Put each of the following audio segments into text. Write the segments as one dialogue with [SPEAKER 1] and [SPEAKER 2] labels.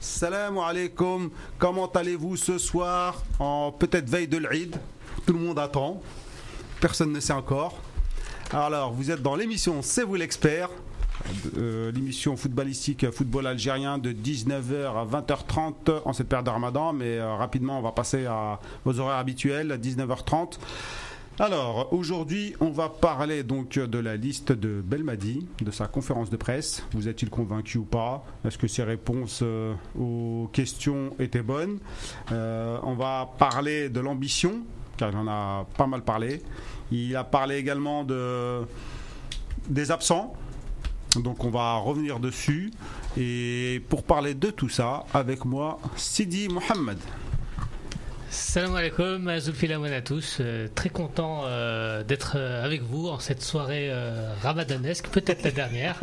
[SPEAKER 1] Assalamu alaikum. Comment allez-vous ce soir En peut-être veille de l'Eid. Tout le monde attend. Personne ne sait encore. Alors, vous êtes dans l'émission C'est vous l'expert. Euh, l'émission footballistique football algérien de 19h à 20h30 en cette période de ramadan mais euh, rapidement on va passer à, aux horaires habituels à 19h30 alors aujourd'hui on va parler donc de la liste de Belmadi de sa conférence de presse vous êtes-il convaincu ou pas est-ce que ses réponses euh, aux questions étaient bonnes Euh, on va parler de l'ambition car il en a pas mal parlé il a parlé également de des absents donc on va revenir dessus. Et pour parler de tout ça, avec moi, Sidi Mohamed.
[SPEAKER 2] Salam alaikum, Azulfilaman à tous. Euh, très content euh, d'être euh, avec vous en cette soirée euh, ramadanesque, peut-être la dernière.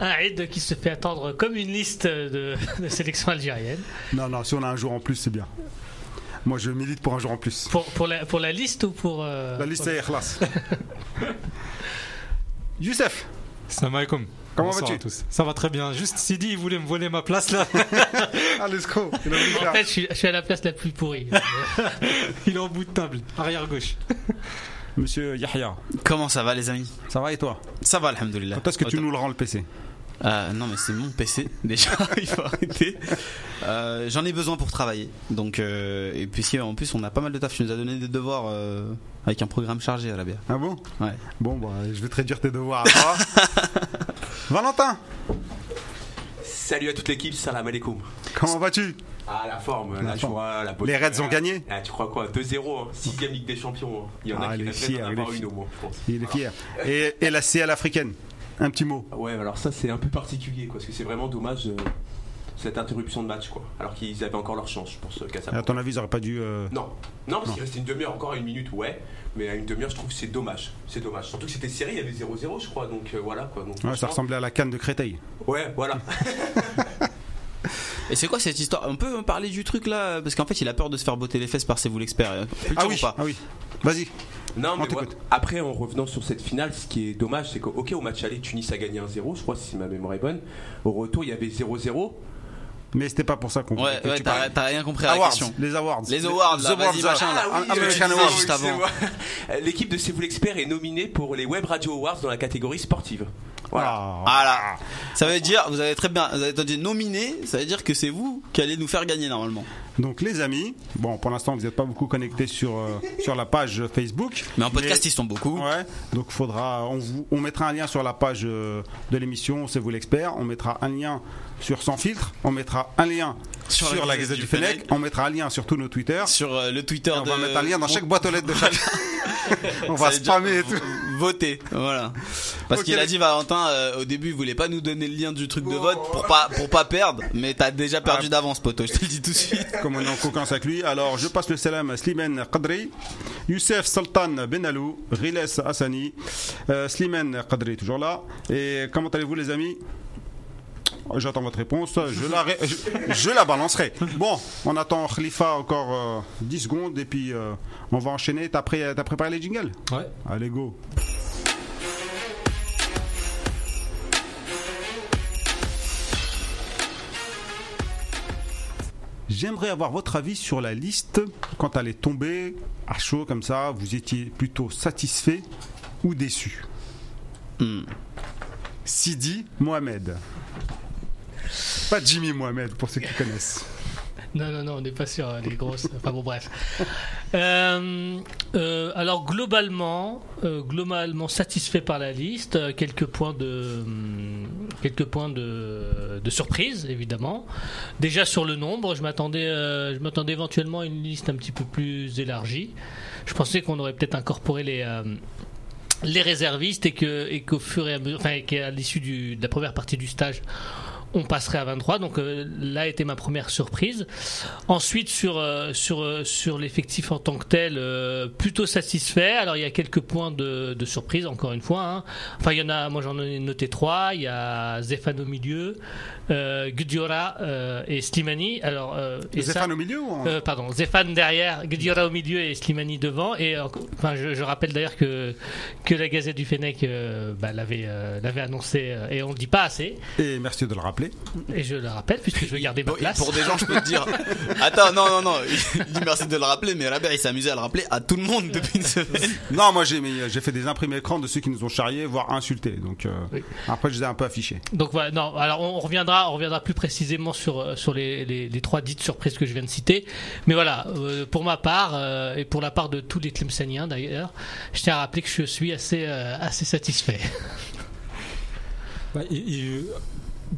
[SPEAKER 2] un Eid qui se fait attendre comme une liste de, de sélection algérienne.
[SPEAKER 1] Non, non, si on a un jour en plus, c'est bien. Moi, je milite pour un jour en plus.
[SPEAKER 2] Pour, pour, la, pour la, liste ou pour. la
[SPEAKER 1] liste, c'est Ikhlas. Youssef.
[SPEAKER 3] Salam alaikum.
[SPEAKER 1] Comment vas-tu tous
[SPEAKER 3] Ça va très bien. Juste Sidi, il voulait me voler ma place là.
[SPEAKER 1] ah, l'escroc.
[SPEAKER 2] En faire. fait, je suis, je suis, à la place la plus pourrie.
[SPEAKER 3] il est en bout de table, arrière gauche.
[SPEAKER 1] Monsieur Yahya.
[SPEAKER 4] Comment ça va, les amis
[SPEAKER 1] Ça va et toi
[SPEAKER 4] Ça va, alhamdoulilah.
[SPEAKER 1] Quand est-ce que tu Autant. nous le rends le PC
[SPEAKER 4] euh, non mais c'est mon PC déjà, il faut arrêter. Euh, J'en ai besoin pour travailler. Donc euh, et puis si en plus on a pas mal de taf, tu nous as donné des devoirs euh, avec un programme chargé à la bière.
[SPEAKER 1] Ah bon
[SPEAKER 4] Ouais.
[SPEAKER 1] Bon bah je vais te réduire tes devoirs à toi. Valentin.
[SPEAKER 5] Salut à toute l'équipe, salam alaikum.
[SPEAKER 1] Comment vas-tu
[SPEAKER 5] Ah la forme, la, la, forme. Vois, la
[SPEAKER 1] Les Reds ont gagné
[SPEAKER 5] ah, Tu crois quoi 2-0, 6 ème Ligue des Champions. Hein. Il y en ah, a qui rêvent d'en avoir une au moins, je pense.
[SPEAKER 1] Il est fier. Et, et la CL africaine un petit mot.
[SPEAKER 5] Ah Ouais, alors ça c'est un peu particulier, quoi, parce que c'est vraiment dommage euh, cette interruption de match, quoi. Alors qu'ils avaient encore leur chance, je pense.
[SPEAKER 4] Ah
[SPEAKER 1] Euh, à ton avis, ils auraient pas dû. Euh...
[SPEAKER 5] Non, non, parce qu'il restait une demi-heure encore à une minute, ouais. Mais à une demi-heure, je trouve c'est dommage. C'est dommage. Surtout que c'était serré, il y avait 0-0, je crois. Donc euh, voilà, quoi. Donc,
[SPEAKER 1] ouais, ça ressemblait à la canne de Créteil.
[SPEAKER 5] Ouais, voilà.
[SPEAKER 4] Et c'est quoi cette histoire On peut parler du truc là Parce qu'en fait, il a peur de se faire botter les fesses par C'est vous l'expert.
[SPEAKER 1] Ah, oui, ah oui, vas-y.
[SPEAKER 5] Non, mais ouais. après, en revenant sur cette finale, ce qui est dommage, c'est que, ok, au match aller, Tunis a gagné 1-0, je crois, si ma mémoire est bonne. Au retour, il y avait 0-0.
[SPEAKER 1] Mais c'était pas pour ça qu'on.
[SPEAKER 4] Ouais, ouais t'as rien compris à la
[SPEAKER 1] awards,
[SPEAKER 4] question.
[SPEAKER 1] Les awards.
[SPEAKER 4] Les awards, les awards, là, machin, là.
[SPEAKER 5] Ah, oui, ah, euh, juste avant. L'équipe de C'est vous l'expert est nominée pour les Web Radio Awards dans la catégorie sportive.
[SPEAKER 6] Ah.
[SPEAKER 5] Voilà.
[SPEAKER 4] voilà. Ça veut dire, vous avez très bien, vous avez dit nominé, ça veut dire que c'est vous qui allez nous faire gagner normalement.
[SPEAKER 1] Donc les amis, bon pour l'instant vous n'êtes pas beaucoup connectés sur euh, sur la page Facebook.
[SPEAKER 4] Mais en podcast mais, ils sont beaucoup.
[SPEAKER 1] Ouais. Donc faudra, on vous, on mettra un lien sur la page euh, de l'émission, c'est vous l'expert. On mettra un lien sur sans filtre, on mettra un lien sur, sur la, Gazette du, du Fennec, Fennec, on mettra un lien sur tous nos Twitter.
[SPEAKER 4] Sur euh, le Twitter.
[SPEAKER 1] on
[SPEAKER 4] de...
[SPEAKER 1] va mettre un lien dans chaque boîte aux lettres de chaque. on va spammer et tout.
[SPEAKER 4] Voter, voilà. Parce okay. qu'il a dit Valentin euh, au début, il voulait pas nous donner le lien du truc de
[SPEAKER 1] Oh.
[SPEAKER 4] vote pour pas pour pas perdre, mais t'as déjà perdu ah. d'avance, poto. Je te le dis tout de suite.
[SPEAKER 1] Comme on est en concurrence avec lui, alors je passe le salam à Slimane Qadri, Youssef Sultan Benalou, Riles Hassani, euh, Slimane Qadri toujours là. Et comment allez-vous les amis? J'attends votre réponse. Je la, ré... je... je, la balancerai. Bon, on attend Khalifa encore euh, 10 secondes et puis euh, on va enchaîner. T'as pré... préparé les jingles
[SPEAKER 3] Ouais.
[SPEAKER 1] Allez, go. J'aimerais avoir votre avis sur la liste quand elle est tombée à chaud comme ça. Vous étiez plutôt satisfait ou déçu
[SPEAKER 4] mm.
[SPEAKER 1] Sidi Mohamed. Pas Jimmy Mohamed pour ceux qui connaissent.
[SPEAKER 2] Non, non, non, on n'est pas sur euh, les grosses. Enfin bon, bref. Euh, euh, alors globalement, euh, globalement satisfait par la liste. euh, Quelques points de, hum, quelques points de, de surprise évidemment. Déjà sur le nombre, je m'attendais, euh, je m'attendais éventuellement à une liste un petit peu plus élargie. Je pensais qu'on aurait peut-être incorporé les euh, les réservistes et que et qu'au fur et à mesure, enfin qu'à l'issue de la première partie du stage on passerait à 23. Donc euh, là était ma première surprise. Ensuite sur euh, sur euh, sur l'effectif en tant que tel, euh, plutôt satisfait. Alors il y a quelques points de, de surprise encore une fois. Hein. Enfin il y en a, moi j'en ai noté trois. Il y a Zéphane au milieu, euh, Gudjura et Slimani. Alors euh,
[SPEAKER 1] et Zéphane ça, au milieu ou
[SPEAKER 4] Euh.
[SPEAKER 2] en... Euh, Pardon, Zéphane derrière, Gudjura au milieu et Slimani devant. Et euh, enfin je, je rappelle d'ailleurs que euh, que la Gazette du Fennec bah, l'avait l'avait annoncé et on le dit pas assez.
[SPEAKER 1] Et merci de le rappeler. rappelé.
[SPEAKER 2] Et je le rappelle, puisque je veux garder ma
[SPEAKER 4] Bon, et
[SPEAKER 2] place.
[SPEAKER 4] pour des gens, je peux te dire. Attends, non, non, non. Il dit merci de le rappeler, mais Robert, il s'est amusé à le rappeler à tout le monde depuis une semaine.
[SPEAKER 1] Non, moi j'ai mais, euh, j'ai fait des imprimés écran de ceux qui nous ont charriés, voire insultés. Donc euh,
[SPEAKER 2] Oui.
[SPEAKER 1] après, je les ai un peu affichés.
[SPEAKER 2] Donc voilà, non, alors on on reviendra, on reviendra plus précisément sur, euh, sur les, les, les trois dites surprises que je viens de citer. Mais voilà, euh, pour ma part, euh, et pour la part de tous les Clemsoniens d'ailleurs, je tiens à rappeler que je suis assez, euh, assez satisfait.
[SPEAKER 3] Bah, il- il-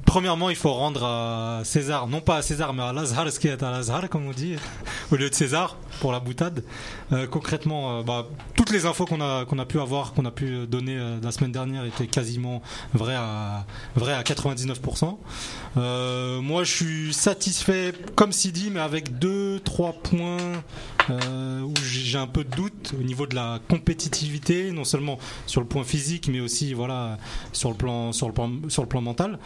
[SPEAKER 3] Premièrement, il faut rendre à César, non pas à César, mais à l'Azhar, ce qui est à l'Azhar, comme on dit, au lieu de César, pour la boutade. Euh, concrètement, euh, bah, toutes les infos qu'on a, qu'on a pu avoir, qu'on a pu donner euh, la semaine dernière étaient quasiment vraies à, vraies à 99%. Euh, moi, je suis satisfait, comme si dit, mais avec deux, trois points euh, où j'ai j'ai un peu de doute au niveau de la compétitivité, non seulement sur le point physique, mais aussi voilà sur le plan sur le plan sur le plan mental.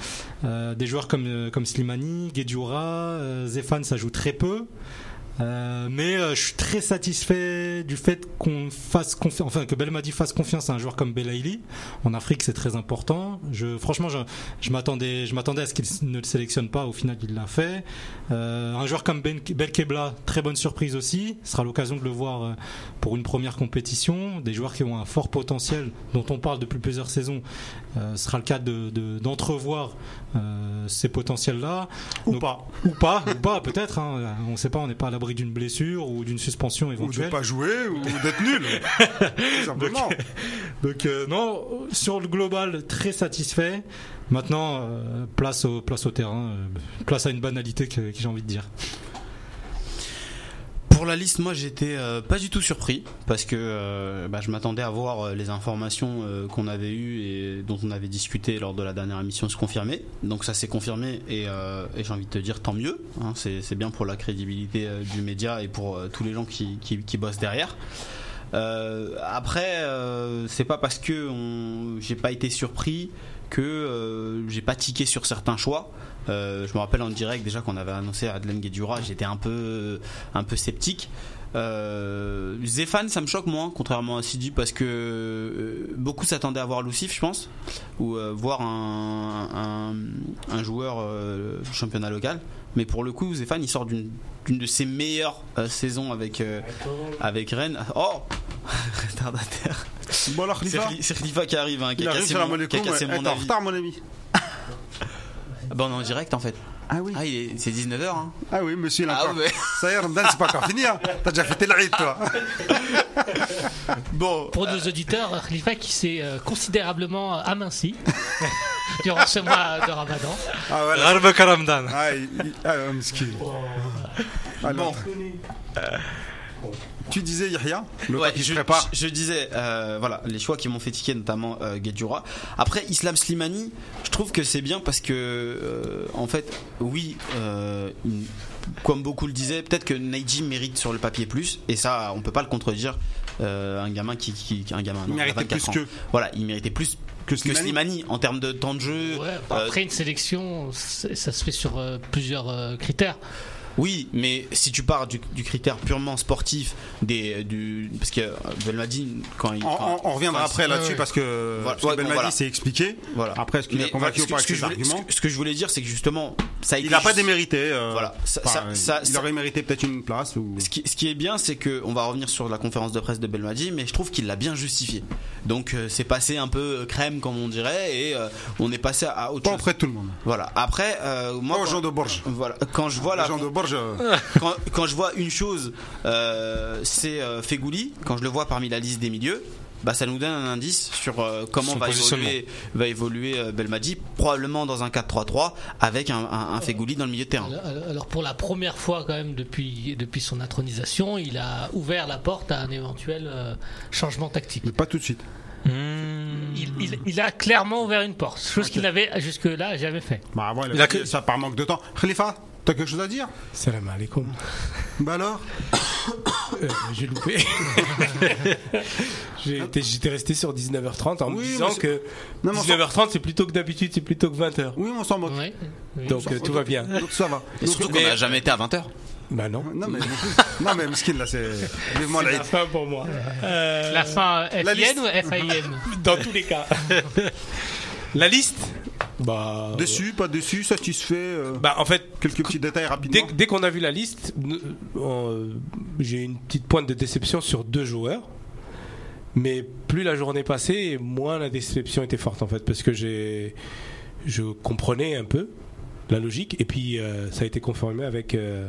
[SPEAKER 3] Euh, des joueurs comme euh, comme Slimani, Guedjura, euh, Zefan, ça joue très peu. Euh, mais euh, je suis très satisfait du fait qu'on fasse confiance, enfin que Belmadi fasse confiance à un joueur comme Belaïli. En Afrique, c'est très important. Je, franchement, je, je m'attendais, je m'attendais à ce qu'il ne le sélectionne pas. Au final, il l'a fait. Euh, un joueur comme ben, Belkebla, très bonne surprise aussi. Ce sera l'occasion de le voir euh, pour une première compétition. Des joueurs qui ont un fort potentiel, dont on parle depuis plusieurs saisons. Euh, ce sera le cas de, de- d'entrevoir euh, ces potentiels-là.
[SPEAKER 1] Ou
[SPEAKER 3] Donc,
[SPEAKER 1] pas.
[SPEAKER 3] ou pas, ou pas peut-être. hein. On ne sait pas, on n'est pas à l'abri d'une blessure ou d'une suspension
[SPEAKER 1] Ou de
[SPEAKER 3] éventuelle.
[SPEAKER 1] pas jouer, ou d'être nul. Tout simplement.
[SPEAKER 3] Donc euh, non, sur le global, très satisfait. Maintenant, euh, place au place au terrain, euh, place à une banalité que, que j'ai envie de dire.
[SPEAKER 4] Pour la liste, moi j'étais euh, pas du tout surpris parce que euh, bah, je m'attendais à voir euh, les informations euh, qu'on avait eues et dont on avait discuté lors de la dernière émission se confirmer. Donc ça s'est confirmé et, euh, et j'ai envie de te dire tant mieux. hein. c'est c'est bien pour la crédibilité euh, du média et pour euh, tous les gens qui, qui- qui bossent derrière. Euh, après, euh, c'est pas parce que on- j'ai pas été surpris que euh, j'ai pas tiqué sur certains choix. Euh, je me rappelle en direct déjà qu'on avait annoncé Adlen Guedjura, j'étais un peu, un peu sceptique. Euh, Zéphane, ça me choque moins, contrairement à Sidi, parce que euh, beaucoup s'attendaient à voir Lucif, je pense, ou euh, voir un, un, un joueur euh, du championnat local. Mais pour le coup, Zéphane, il sort d'une d'une de ses meilleures euh, saisons avec, euh, avec Rennes. Oh Retardataire.
[SPEAKER 1] Bon alors,
[SPEAKER 4] C'est
[SPEAKER 1] Khalifa,
[SPEAKER 4] Rli- C'est Khalifa qui arrive, hein, qui
[SPEAKER 1] il
[SPEAKER 4] a
[SPEAKER 1] arrive
[SPEAKER 4] cassé
[SPEAKER 1] sur la
[SPEAKER 4] mon, qui a
[SPEAKER 1] molécule.
[SPEAKER 4] cassé
[SPEAKER 1] mais- Eh,
[SPEAKER 4] mon
[SPEAKER 1] T'es en
[SPEAKER 4] avis.
[SPEAKER 1] retard, mon ami.
[SPEAKER 4] Bah, on est en direct en fait.
[SPEAKER 1] Ah oui.
[SPEAKER 4] Ah, il est- c'est 19h. Hein.
[SPEAKER 1] Ah oui, monsieur, il a
[SPEAKER 4] Ah
[SPEAKER 1] encore-
[SPEAKER 4] ouais.
[SPEAKER 1] Ça y est, Ramadan, c'est pas encore fini. hein. T'as déjà fêté l'Aïd, toi.
[SPEAKER 4] Bon,
[SPEAKER 2] Pour nos auditeurs, Khalifa qui s'est euh, considérablement aminci durant ce mois de Ramadan.
[SPEAKER 1] Ah voilà.
[SPEAKER 3] Gharb Karamdan.
[SPEAKER 1] Ah, il, il- ah, euh, miskin. Alors, Tu disais Yahya, le
[SPEAKER 4] Ouais,
[SPEAKER 1] temps qui se
[SPEAKER 4] je,
[SPEAKER 1] prépare.
[SPEAKER 4] je- je disais, euh, voilà, les choix qui m'ont fait tiquer, notamment euh, Guedjura. Après, Islam Slimani, je trouve que c'est bien parce que, euh, en fait, oui, euh, il- comme beaucoup le disaient, peut-être que Naiji mérite sur le papier plus, et ça, on peut pas le contredire. Euh, un gamin qui, qui- un gamin, non,
[SPEAKER 1] Il
[SPEAKER 4] a
[SPEAKER 1] méritait
[SPEAKER 4] 24
[SPEAKER 1] plus
[SPEAKER 4] ans.
[SPEAKER 1] que-
[SPEAKER 4] voilà, il méritait plus que Slimani,
[SPEAKER 1] Slimani.
[SPEAKER 4] en termes de temps de jeu.
[SPEAKER 2] Ouais, bah
[SPEAKER 4] euh,
[SPEAKER 2] après une sélection, c'est- ça se fait sur euh, plusieurs euh, critères.
[SPEAKER 4] Oui, mais si tu pars du, du critère purement sportif, des, du, parce que euh, Belmadi, quand il.
[SPEAKER 1] On, on-
[SPEAKER 4] quand-
[SPEAKER 1] on reviendra
[SPEAKER 4] quand il-
[SPEAKER 1] après là-dessus
[SPEAKER 2] ouais.
[SPEAKER 1] parce que
[SPEAKER 4] Voilà,
[SPEAKER 1] parce que
[SPEAKER 4] ouais,
[SPEAKER 1] Ben
[SPEAKER 4] bon,
[SPEAKER 1] Mahdi
[SPEAKER 4] voilà.
[SPEAKER 1] s'est expliqué.
[SPEAKER 4] Voilà.
[SPEAKER 1] Après, est-ce qu'il
[SPEAKER 4] Mais
[SPEAKER 1] a convaincu
[SPEAKER 4] voilà,
[SPEAKER 1] ou pas avec
[SPEAKER 4] ce que, ce que
[SPEAKER 1] ses
[SPEAKER 4] je voulais,
[SPEAKER 1] arguments
[SPEAKER 4] ce que- ce que je voulais dire, c'est que justement, ça a été.
[SPEAKER 1] Il n'a pas
[SPEAKER 4] juste-
[SPEAKER 1] démérité. euh,
[SPEAKER 4] Voilà, ça-
[SPEAKER 1] enfin,
[SPEAKER 4] ça-
[SPEAKER 1] il
[SPEAKER 4] ça-
[SPEAKER 1] aurait mérité peut-être une place ou.
[SPEAKER 4] Ce qui, ce qui est bien, c'est que on va revenir sur la conférence de presse de Belmadi, mais je trouve qu'il l'a bien justifié. Donc euh, c'est passé un peu euh, crème, comme on dirait, et euh, on est passé à autre
[SPEAKER 1] Pas
[SPEAKER 4] chose.
[SPEAKER 1] auprès de tout le monde.
[SPEAKER 4] Voilà. Après, euh, moi,
[SPEAKER 1] Pas aux
[SPEAKER 4] quand-
[SPEAKER 1] gens de Borges.
[SPEAKER 4] voilà, quand je vois
[SPEAKER 1] Les
[SPEAKER 4] la,
[SPEAKER 1] gens de Borges. euh,
[SPEAKER 4] quand, quand je vois une chose, euh, c'est euh, Fegouli, quand je le vois parmi la liste des milieux, bah, ça nous donne un indice sur euh, comment
[SPEAKER 3] Son
[SPEAKER 4] va
[SPEAKER 3] positionnement.
[SPEAKER 4] évoluer, va évoluer euh, Belmadi, probablement dans un 4-3-3 avec un, un, un Fegouli dans le milieu de terrain.
[SPEAKER 2] Alors, alors, alors, pour la première fois quand même depuis, depuis son intronisation, il a ouvert la porte à un éventuel euh, changement tactique.
[SPEAKER 1] Mais pas tout de suite.
[SPEAKER 2] Il, il- il a clairement ouvert une porte, chose qu'il n'avait jusque-là jamais fait.
[SPEAKER 1] Bah, avant, il a
[SPEAKER 3] Il a
[SPEAKER 1] fait
[SPEAKER 3] que-
[SPEAKER 1] ça par manque de temps. Khalifa, t'as quelque chose à dire
[SPEAKER 6] Salam alaikum.
[SPEAKER 1] Bah alors
[SPEAKER 6] Euh, J'ai loupé. J'ai été- J'étais resté sur 19h30 en me
[SPEAKER 1] Oui, mais
[SPEAKER 6] disant
[SPEAKER 1] c'est-
[SPEAKER 6] que
[SPEAKER 1] Non, mais on s'en-
[SPEAKER 6] 19h30 c'est plutôt que d'habitude, c'est plutôt que 20h.
[SPEAKER 1] Oui, on s'en moque.
[SPEAKER 2] Ouais. Oui.
[SPEAKER 6] Donc euh, tout va bien.
[SPEAKER 1] Donc ça va.
[SPEAKER 4] Et surtout qu'on n'a jamais été à 20h.
[SPEAKER 6] Bah non.
[SPEAKER 1] Non mais, non, mais Miskin, là, c'est. Vivement
[SPEAKER 6] C'est
[SPEAKER 1] l'Aïd.
[SPEAKER 6] la fin pour moi.
[SPEAKER 2] la fin euh,
[SPEAKER 1] la
[SPEAKER 2] FIN
[SPEAKER 1] liste.
[SPEAKER 2] ou FIM
[SPEAKER 6] Dans tous les cas. La liste Bah, euh,
[SPEAKER 1] Déçu, pas déçu, satisfait euh,
[SPEAKER 6] Bah, en fait,
[SPEAKER 1] Quelques petits détails rapidement.
[SPEAKER 6] dès, dès qu'on a vu la liste, nous- euh, on- j'ai eu une petite pointe de déception sur deux joueurs. Mais plus la journée passait, moins la déception était forte en fait, parce que j'ai, je comprenais un peu la logique, et puis euh, ça a été confirmé avec euh,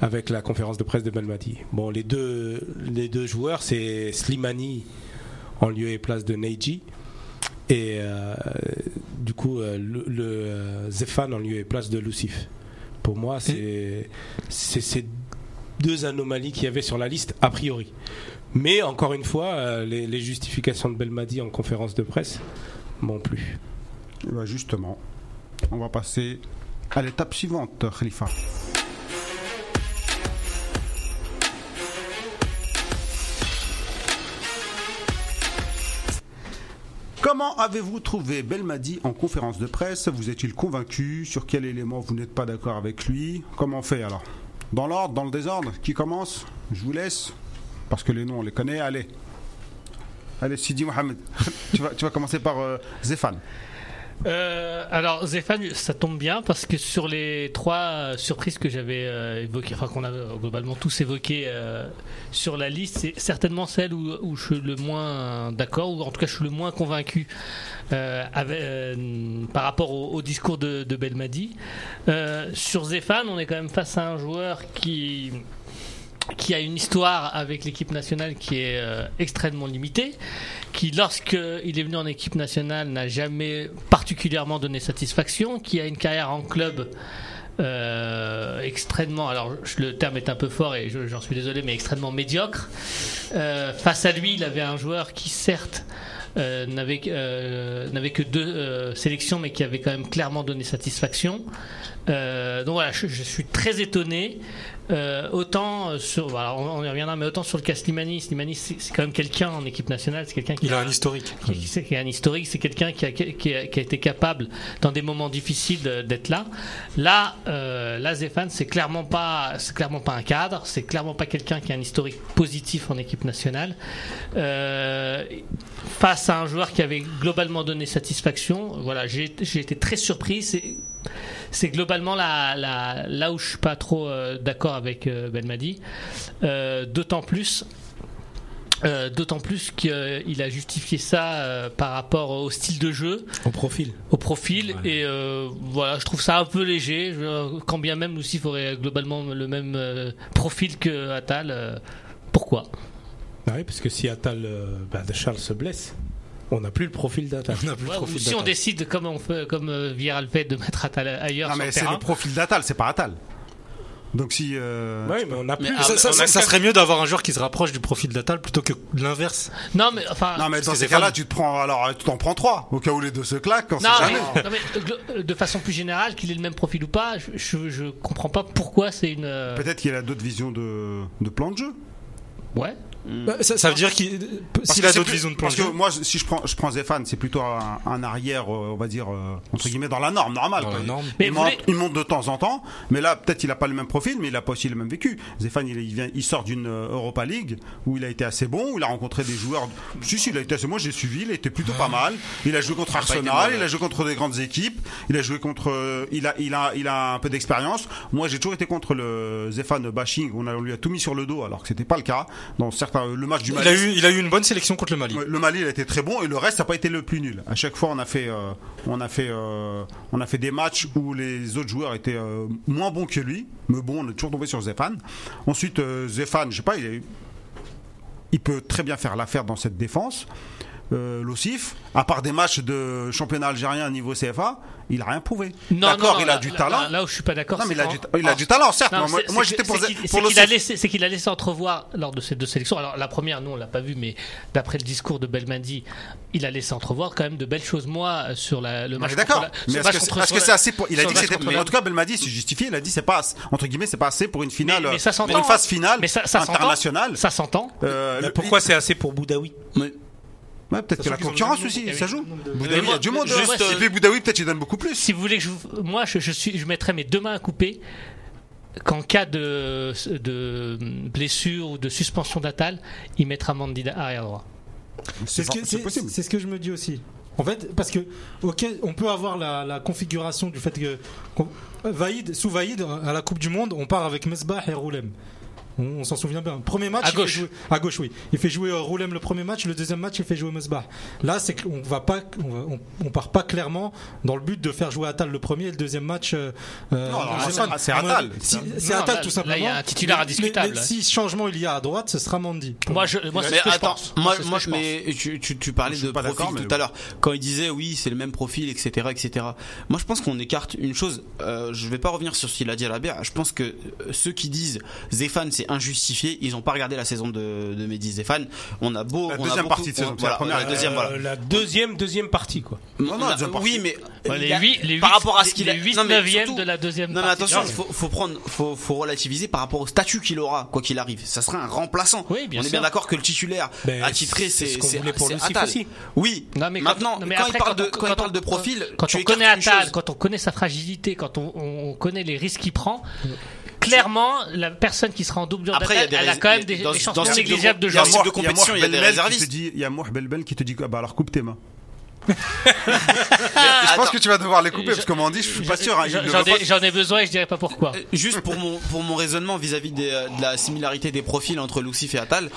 [SPEAKER 6] avec la conférence de presse de Belmati. Bon, les deux les deux joueurs, c'est Slimani en lieu et place de Neji. Et euh, du coup, euh, le, le, euh, Zéphane en lieu et place de Lucif. Pour moi, c'est c'est ces deux anomalies qu'il y avait sur la liste, a priori. Mais encore une fois, euh, les, les justifications de Belmadi en conférence de presse m'ont plu.
[SPEAKER 1] Eh ben, justement, on va passer à l'étape suivante, Khalifa. Comment avez-vous trouvé Belmadi en conférence de presse Vous est-il convaincu Sur quel élément vous n'êtes pas d'accord avec lui Comment on fait alors Dans l'ordre, dans le désordre Qui commence Je vous laisse, parce que les noms on les connaît. Allez, allez Sidi Mohamed, tu, vas, tu vas commencer par euh, Zéphane.
[SPEAKER 2] Euh, alors Zéphane, ça tombe bien parce que sur les trois euh, surprises que j'avais euh, évoquées, enfin qu'on a euh, globalement tous évoquées euh, sur la liste, c'est certainement celle où, où je suis le moins d'accord, ou en tout cas je suis le moins convaincu euh, avec- euh, par rapport au, au discours de, de Belmadi. Euh, sur Zéphane, on est quand même face à un joueur qui qui a une histoire avec l'équipe nationale qui est euh, extrêmement limitée, qui lorsque il est venu en équipe nationale n'a jamais particulièrement donné satisfaction, qui a une carrière en club euh, extrêmement, alors je- le terme est un peu fort et je- j'en suis désolé, mais extrêmement médiocre. Euh, face à lui, il avait un joueur qui certes euh, n'avait euh, n'avait que deux euh, sélections, mais qui avait quand même clairement donné satisfaction. Euh, donc voilà, je, je suis très étonné. Euh, autant euh, sur, bah, alors, on on y reviendra, mais autant sur le cas Slimani. Slimani, c'est c'est quand même quelqu'un en équipe nationale, c'est quelqu'un qui
[SPEAKER 3] Il a un historique.
[SPEAKER 2] qui, qui- c'est- qui est un historique, c'est quelqu'un qui a, qui, a, qui a été capable, dans des moments difficiles, de- d'être là. Là, euh, là Zéphane, c'est clairement pas, c'est clairement pas un cadre, c'est clairement pas quelqu'un qui a un historique positif en équipe nationale. Euh, face à un joueur qui avait globalement donné satisfaction, voilà, j'ai j'ai été très surpris. C'est c'est globalement là, là, là où je suis pas trop euh, d'accord avec euh, Belmadi. Euh, D'autant plus euh, D'autant plus qu'il a justifié ça euh, par rapport au style de jeu,
[SPEAKER 6] Au profil.
[SPEAKER 2] au profil, et euh, voilà, je trouve ça un peu léger. Je- quand bien même Lucif aurait globalement le même euh, profil que Attal, euh, pourquoi
[SPEAKER 6] Ah oui, parce que si Atal euh, bah, de Charles se blesse, on n'a plus le profil d'Atal.
[SPEAKER 3] On a plus
[SPEAKER 2] Ouais,
[SPEAKER 3] le
[SPEAKER 2] ou
[SPEAKER 3] profil
[SPEAKER 2] Si on
[SPEAKER 3] d'attaque.
[SPEAKER 2] décide comme on fait, comme euh, Vieira le fait, de mettre Attal ailleurs
[SPEAKER 1] Non,
[SPEAKER 2] sur
[SPEAKER 1] mais
[SPEAKER 2] le
[SPEAKER 1] c'est
[SPEAKER 2] terrain.
[SPEAKER 1] le profil d'Atal, c'est pas Atal. Donc si. euh,
[SPEAKER 6] Oui, mais on n'a plus.
[SPEAKER 3] Mais ça, ça-
[SPEAKER 6] on a
[SPEAKER 3] ça- ça
[SPEAKER 6] aucun-
[SPEAKER 3] serait mieux d'avoir un joueur qui se rapproche du profil d'Atal plutôt que l'inverse.
[SPEAKER 2] Non mais enfin.
[SPEAKER 1] Non, mais
[SPEAKER 3] Parce
[SPEAKER 1] dans
[SPEAKER 3] que
[SPEAKER 1] ces
[SPEAKER 3] Zéphane-
[SPEAKER 1] cas-là, tu te prends. Alors, tu t'en prends trois, au cas où les deux se claquent, on sait
[SPEAKER 2] Non,
[SPEAKER 1] jamais.
[SPEAKER 2] mais, non, mais, euh, glo- euh, de façon plus générale, qu'il ait le même profil ou pas, je, je, je comprends pas pourquoi c'est une. euh,
[SPEAKER 1] Peut-être qu'il a d'autres visions de, de plan de jeu.
[SPEAKER 2] Ouais.
[SPEAKER 3] Bah, ça, ça veut dire qu'il
[SPEAKER 1] Parce
[SPEAKER 3] s'il
[SPEAKER 1] que
[SPEAKER 3] a
[SPEAKER 1] c'est
[SPEAKER 3] d'autres
[SPEAKER 1] plus-
[SPEAKER 3] visions de plan
[SPEAKER 1] Parce
[SPEAKER 3] de
[SPEAKER 1] que
[SPEAKER 3] jeu,
[SPEAKER 1] moi, je- si je prends, je prends Zéphane, c'est plutôt un, un arrière, euh, on va dire, euh, entre guillemets, dans la norme, normal.
[SPEAKER 3] Dans
[SPEAKER 1] quoi.
[SPEAKER 3] la norme.
[SPEAKER 1] Il,
[SPEAKER 2] Mais
[SPEAKER 1] il
[SPEAKER 2] vous
[SPEAKER 1] monte,
[SPEAKER 2] voulez-
[SPEAKER 1] il monte de temps en temps, mais là, peut-être il a pas le même profil, mais il a pas aussi le même vécu. Zéphane, il, est- il vient, il sort d'une euh, Europa League où il a été assez bon, où il a rencontré des joueurs. Si, si, il a été assez bon, j'ai suivi, il était plutôt pas mal. Il a joué contre Arsenal, il a joué contre des grandes équipes, il a joué contre. euh, Il a, il a, il a un peu d'expérience. Moi, j'ai toujours été contre le Zéphane bashing. On, a, on lui a tout mis sur le dos, alors que c'était pas le cas. Dans certains, le match du
[SPEAKER 3] il
[SPEAKER 1] match.
[SPEAKER 3] a eu il a eu une bonne sélection contre le Mali.
[SPEAKER 1] Ouais, Le Mali, il a été très bon et le reste, ça n'a pas été le plus nul. À chaque fois, on a fait, euh, on a fait, euh, on a fait des matchs où les autres joueurs étaient euh, moins bons que lui. Mais bon, on est toujours tombé sur Zéphane. Ensuite, euh, Zéphane, je sais pas, il, est- il peut très bien faire l'affaire dans cette défense. Euh, L'OSIF, à part des matchs de championnat algérien niveau CFA, il a rien prouvé.
[SPEAKER 2] Non,
[SPEAKER 1] D'accord,
[SPEAKER 2] non, non,
[SPEAKER 1] il a
[SPEAKER 2] là-
[SPEAKER 1] du
[SPEAKER 2] là-
[SPEAKER 1] talent.
[SPEAKER 2] Là, où je suis pas d'accord.
[SPEAKER 1] non, mais il a
[SPEAKER 2] c'est
[SPEAKER 1] du,
[SPEAKER 2] en-
[SPEAKER 1] il a
[SPEAKER 2] en-
[SPEAKER 1] du talent, certes.
[SPEAKER 2] Non,
[SPEAKER 1] mais moi,
[SPEAKER 2] c'est-
[SPEAKER 1] moi,
[SPEAKER 2] c'est
[SPEAKER 1] j'étais
[SPEAKER 2] que-
[SPEAKER 1] pour,
[SPEAKER 2] c'est qu'il-
[SPEAKER 1] pour
[SPEAKER 2] c'est qu'il a
[SPEAKER 1] l'OSIF.
[SPEAKER 2] laissé, c'est qu'il a laissé entrevoir lors de ces deux sélections. Alors la première, nous on l'a pas vu, mais d'après le discours de Belmadi, il a laissé entrevoir quand même de belles choses. Moi euh, sur la, le
[SPEAKER 1] Non,
[SPEAKER 2] match.
[SPEAKER 1] mais d'accord.
[SPEAKER 2] contre la-
[SPEAKER 1] Mais
[SPEAKER 2] ce
[SPEAKER 1] est-ce
[SPEAKER 2] match
[SPEAKER 1] que
[SPEAKER 2] contre-
[SPEAKER 1] c'est est-ce que
[SPEAKER 2] sur
[SPEAKER 1] c'est
[SPEAKER 2] la-
[SPEAKER 1] assez pour. Il a
[SPEAKER 2] sur
[SPEAKER 1] dit que
[SPEAKER 2] le match
[SPEAKER 1] c'était.
[SPEAKER 2] contre
[SPEAKER 1] En tout cas, Belmadi s'est justifié. Il a dit c'est pas assez- entre guillemets c'est pas assez pour une finale.
[SPEAKER 2] Mais- mais ça s'entend.
[SPEAKER 1] pour une phase finale
[SPEAKER 2] Mais ça- ça s'entend.
[SPEAKER 1] internationale.
[SPEAKER 2] Ça s'entend.
[SPEAKER 1] Euh,
[SPEAKER 6] Mais
[SPEAKER 1] le-
[SPEAKER 6] pourquoi c'est assez pour Boudaoui
[SPEAKER 1] Ouais, peut-être que la
[SPEAKER 3] qu'ils ont le
[SPEAKER 1] concurrence
[SPEAKER 2] Eh
[SPEAKER 3] même
[SPEAKER 1] aussi,
[SPEAKER 3] nombre-
[SPEAKER 1] ça
[SPEAKER 3] oui,
[SPEAKER 1] joue.
[SPEAKER 3] le nombre de-
[SPEAKER 1] Boudaoui, il y a du monde.
[SPEAKER 2] Juste,
[SPEAKER 1] Et
[SPEAKER 2] euh,
[SPEAKER 1] puis Boudaoui, peut-être il donne beaucoup plus.
[SPEAKER 2] Si vous voulez que je, vous- moi je, je suis, je mettrais mes deux mains à couper qu'en cas de, de blessure ou de suspension d'Atal, il mettra Mandida arrière droit.
[SPEAKER 1] C'est
[SPEAKER 3] ce que-
[SPEAKER 1] possible.
[SPEAKER 3] c'est ce que je me dis aussi. En fait, parce que, ok, on peut avoir la, la configuration du fait que. qu'on- Vaïd, sous Vaïd, à la Coupe du Monde, on part avec Mesbah et Roulem. On, on s'en souvient bien. Premier match.
[SPEAKER 2] À
[SPEAKER 3] il fait
[SPEAKER 2] gauche.
[SPEAKER 3] jouer- à gauche, oui. Il fait jouer euh, Roulem le premier match, le deuxième match, il fait jouer Mesbah. Là, c'est qu'on va pas, on, va- on- on part pas clairement dans le but de faire jouer Atal le premier et le deuxième match. euh, euh,
[SPEAKER 1] non,
[SPEAKER 3] Ousmane.
[SPEAKER 1] c'est- c'est
[SPEAKER 3] À mon
[SPEAKER 1] Attal.
[SPEAKER 3] avis, si- C'est
[SPEAKER 2] Non,
[SPEAKER 3] Atal
[SPEAKER 2] là-
[SPEAKER 3] tout
[SPEAKER 2] là,
[SPEAKER 3] simplement.
[SPEAKER 2] il y a un titulaire
[SPEAKER 3] Mais-
[SPEAKER 2] indiscutable.
[SPEAKER 3] mais- mais si changement il y a à droite, ce sera Mandy.
[SPEAKER 2] Moi, je, moi, c'est
[SPEAKER 1] Mais
[SPEAKER 2] ce que je
[SPEAKER 1] attends,
[SPEAKER 2] pense.
[SPEAKER 4] Moi,
[SPEAKER 2] c'est ce
[SPEAKER 4] moi,
[SPEAKER 2] que je pense.
[SPEAKER 4] mais tu, tu, tu parlais
[SPEAKER 1] Je suis
[SPEAKER 4] de
[SPEAKER 1] pas
[SPEAKER 4] profil
[SPEAKER 1] d'accord, mais
[SPEAKER 4] tout
[SPEAKER 1] bon.
[SPEAKER 4] à l'heure. Quand il disait oui, c'est le même profil, etc., etc. Moi, je pense qu'on écarte une chose. Euh, je vais pas revenir sur ce qu'il a dit à la bière. Je pense que euh, ceux qui disent Zéphane, c'est injustifié, ils ont pas regardé la saison de, de Mehdi Zéphane. On a beau,
[SPEAKER 1] La
[SPEAKER 4] on a
[SPEAKER 1] deuxième
[SPEAKER 4] beaucoup-
[SPEAKER 1] partie de saison,
[SPEAKER 4] on-
[SPEAKER 1] c'est
[SPEAKER 4] voilà,
[SPEAKER 1] la première
[SPEAKER 4] on a-
[SPEAKER 1] et la
[SPEAKER 4] deuxième,
[SPEAKER 6] Euh,
[SPEAKER 4] voilà.
[SPEAKER 6] La deuxième, deuxième partie, quoi.
[SPEAKER 1] Non, non,
[SPEAKER 4] On a-
[SPEAKER 1] deuxième partie.
[SPEAKER 4] oui, mais
[SPEAKER 2] Ouais,
[SPEAKER 4] il y
[SPEAKER 2] Bah, les
[SPEAKER 4] a-
[SPEAKER 2] 8, les
[SPEAKER 4] par
[SPEAKER 2] huit-
[SPEAKER 4] rapport à ce qu'il a,
[SPEAKER 2] les 8
[SPEAKER 4] Non, mais
[SPEAKER 2] 9
[SPEAKER 4] surtout-
[SPEAKER 2] de la deuxième
[SPEAKER 4] Non mais
[SPEAKER 2] partie.
[SPEAKER 4] attention, faut, faut prendre, faut, faut relativiser par rapport au statut qu'il aura, quoi qu'il arrive. Ça sera un remplaçant.
[SPEAKER 2] Oui, bien
[SPEAKER 4] On est
[SPEAKER 2] sûr.
[SPEAKER 4] bien d'accord que le titulaire
[SPEAKER 6] Ben,
[SPEAKER 4] attitré,
[SPEAKER 6] c'est
[SPEAKER 4] c'est
[SPEAKER 6] ce qu'on
[SPEAKER 4] c'est-
[SPEAKER 6] voulait pour
[SPEAKER 4] c'est
[SPEAKER 6] le CIF
[SPEAKER 4] Attal.
[SPEAKER 6] aussi.
[SPEAKER 4] Oui.
[SPEAKER 2] Non, mais quand-
[SPEAKER 4] Maintenant,
[SPEAKER 2] non, mais
[SPEAKER 4] quand,
[SPEAKER 2] après,
[SPEAKER 4] il parle
[SPEAKER 2] quand
[SPEAKER 4] de,
[SPEAKER 2] on-
[SPEAKER 4] quand il
[SPEAKER 2] quand
[SPEAKER 4] parle
[SPEAKER 2] on-
[SPEAKER 4] de profil,
[SPEAKER 2] quand
[SPEAKER 4] tu
[SPEAKER 2] on
[SPEAKER 4] écartes
[SPEAKER 2] connaît
[SPEAKER 4] une
[SPEAKER 2] Atal,
[SPEAKER 4] chose.
[SPEAKER 2] quand on connaît sa fragilité, quand on, on- on connaît les risques qu'il prend, clairement, la personne qui sera en doublure
[SPEAKER 4] Après, il y
[SPEAKER 2] d'Atal,
[SPEAKER 4] a des
[SPEAKER 2] elle a
[SPEAKER 4] rés-
[SPEAKER 2] quand même
[SPEAKER 4] il y a-
[SPEAKER 2] des,
[SPEAKER 4] dans-
[SPEAKER 2] des chances
[SPEAKER 4] dans
[SPEAKER 2] non
[SPEAKER 4] ce type de
[SPEAKER 2] négligeables de
[SPEAKER 4] groupe, il y a
[SPEAKER 2] jouer.
[SPEAKER 4] un type de compétition, il y a des
[SPEAKER 1] Belbel qui te
[SPEAKER 4] réservistes.
[SPEAKER 1] dit- Il y a Mouh Belbel qui te dit ah bah alors coupe tes mains.
[SPEAKER 4] Attends,
[SPEAKER 1] Je pense que tu vas devoir les couper
[SPEAKER 2] Je-
[SPEAKER 1] parce que comme on dit, je suis pas sûr. hein, il
[SPEAKER 2] J'en
[SPEAKER 1] le
[SPEAKER 2] j'en
[SPEAKER 1] veut pas.
[SPEAKER 2] ai, j'en ai besoin et je dirais pas pourquoi.
[SPEAKER 4] euh, Juste pour mon, pour mon raisonnement vis-à-vis des, euh, de la similarité des profils entre Lucif et Attal,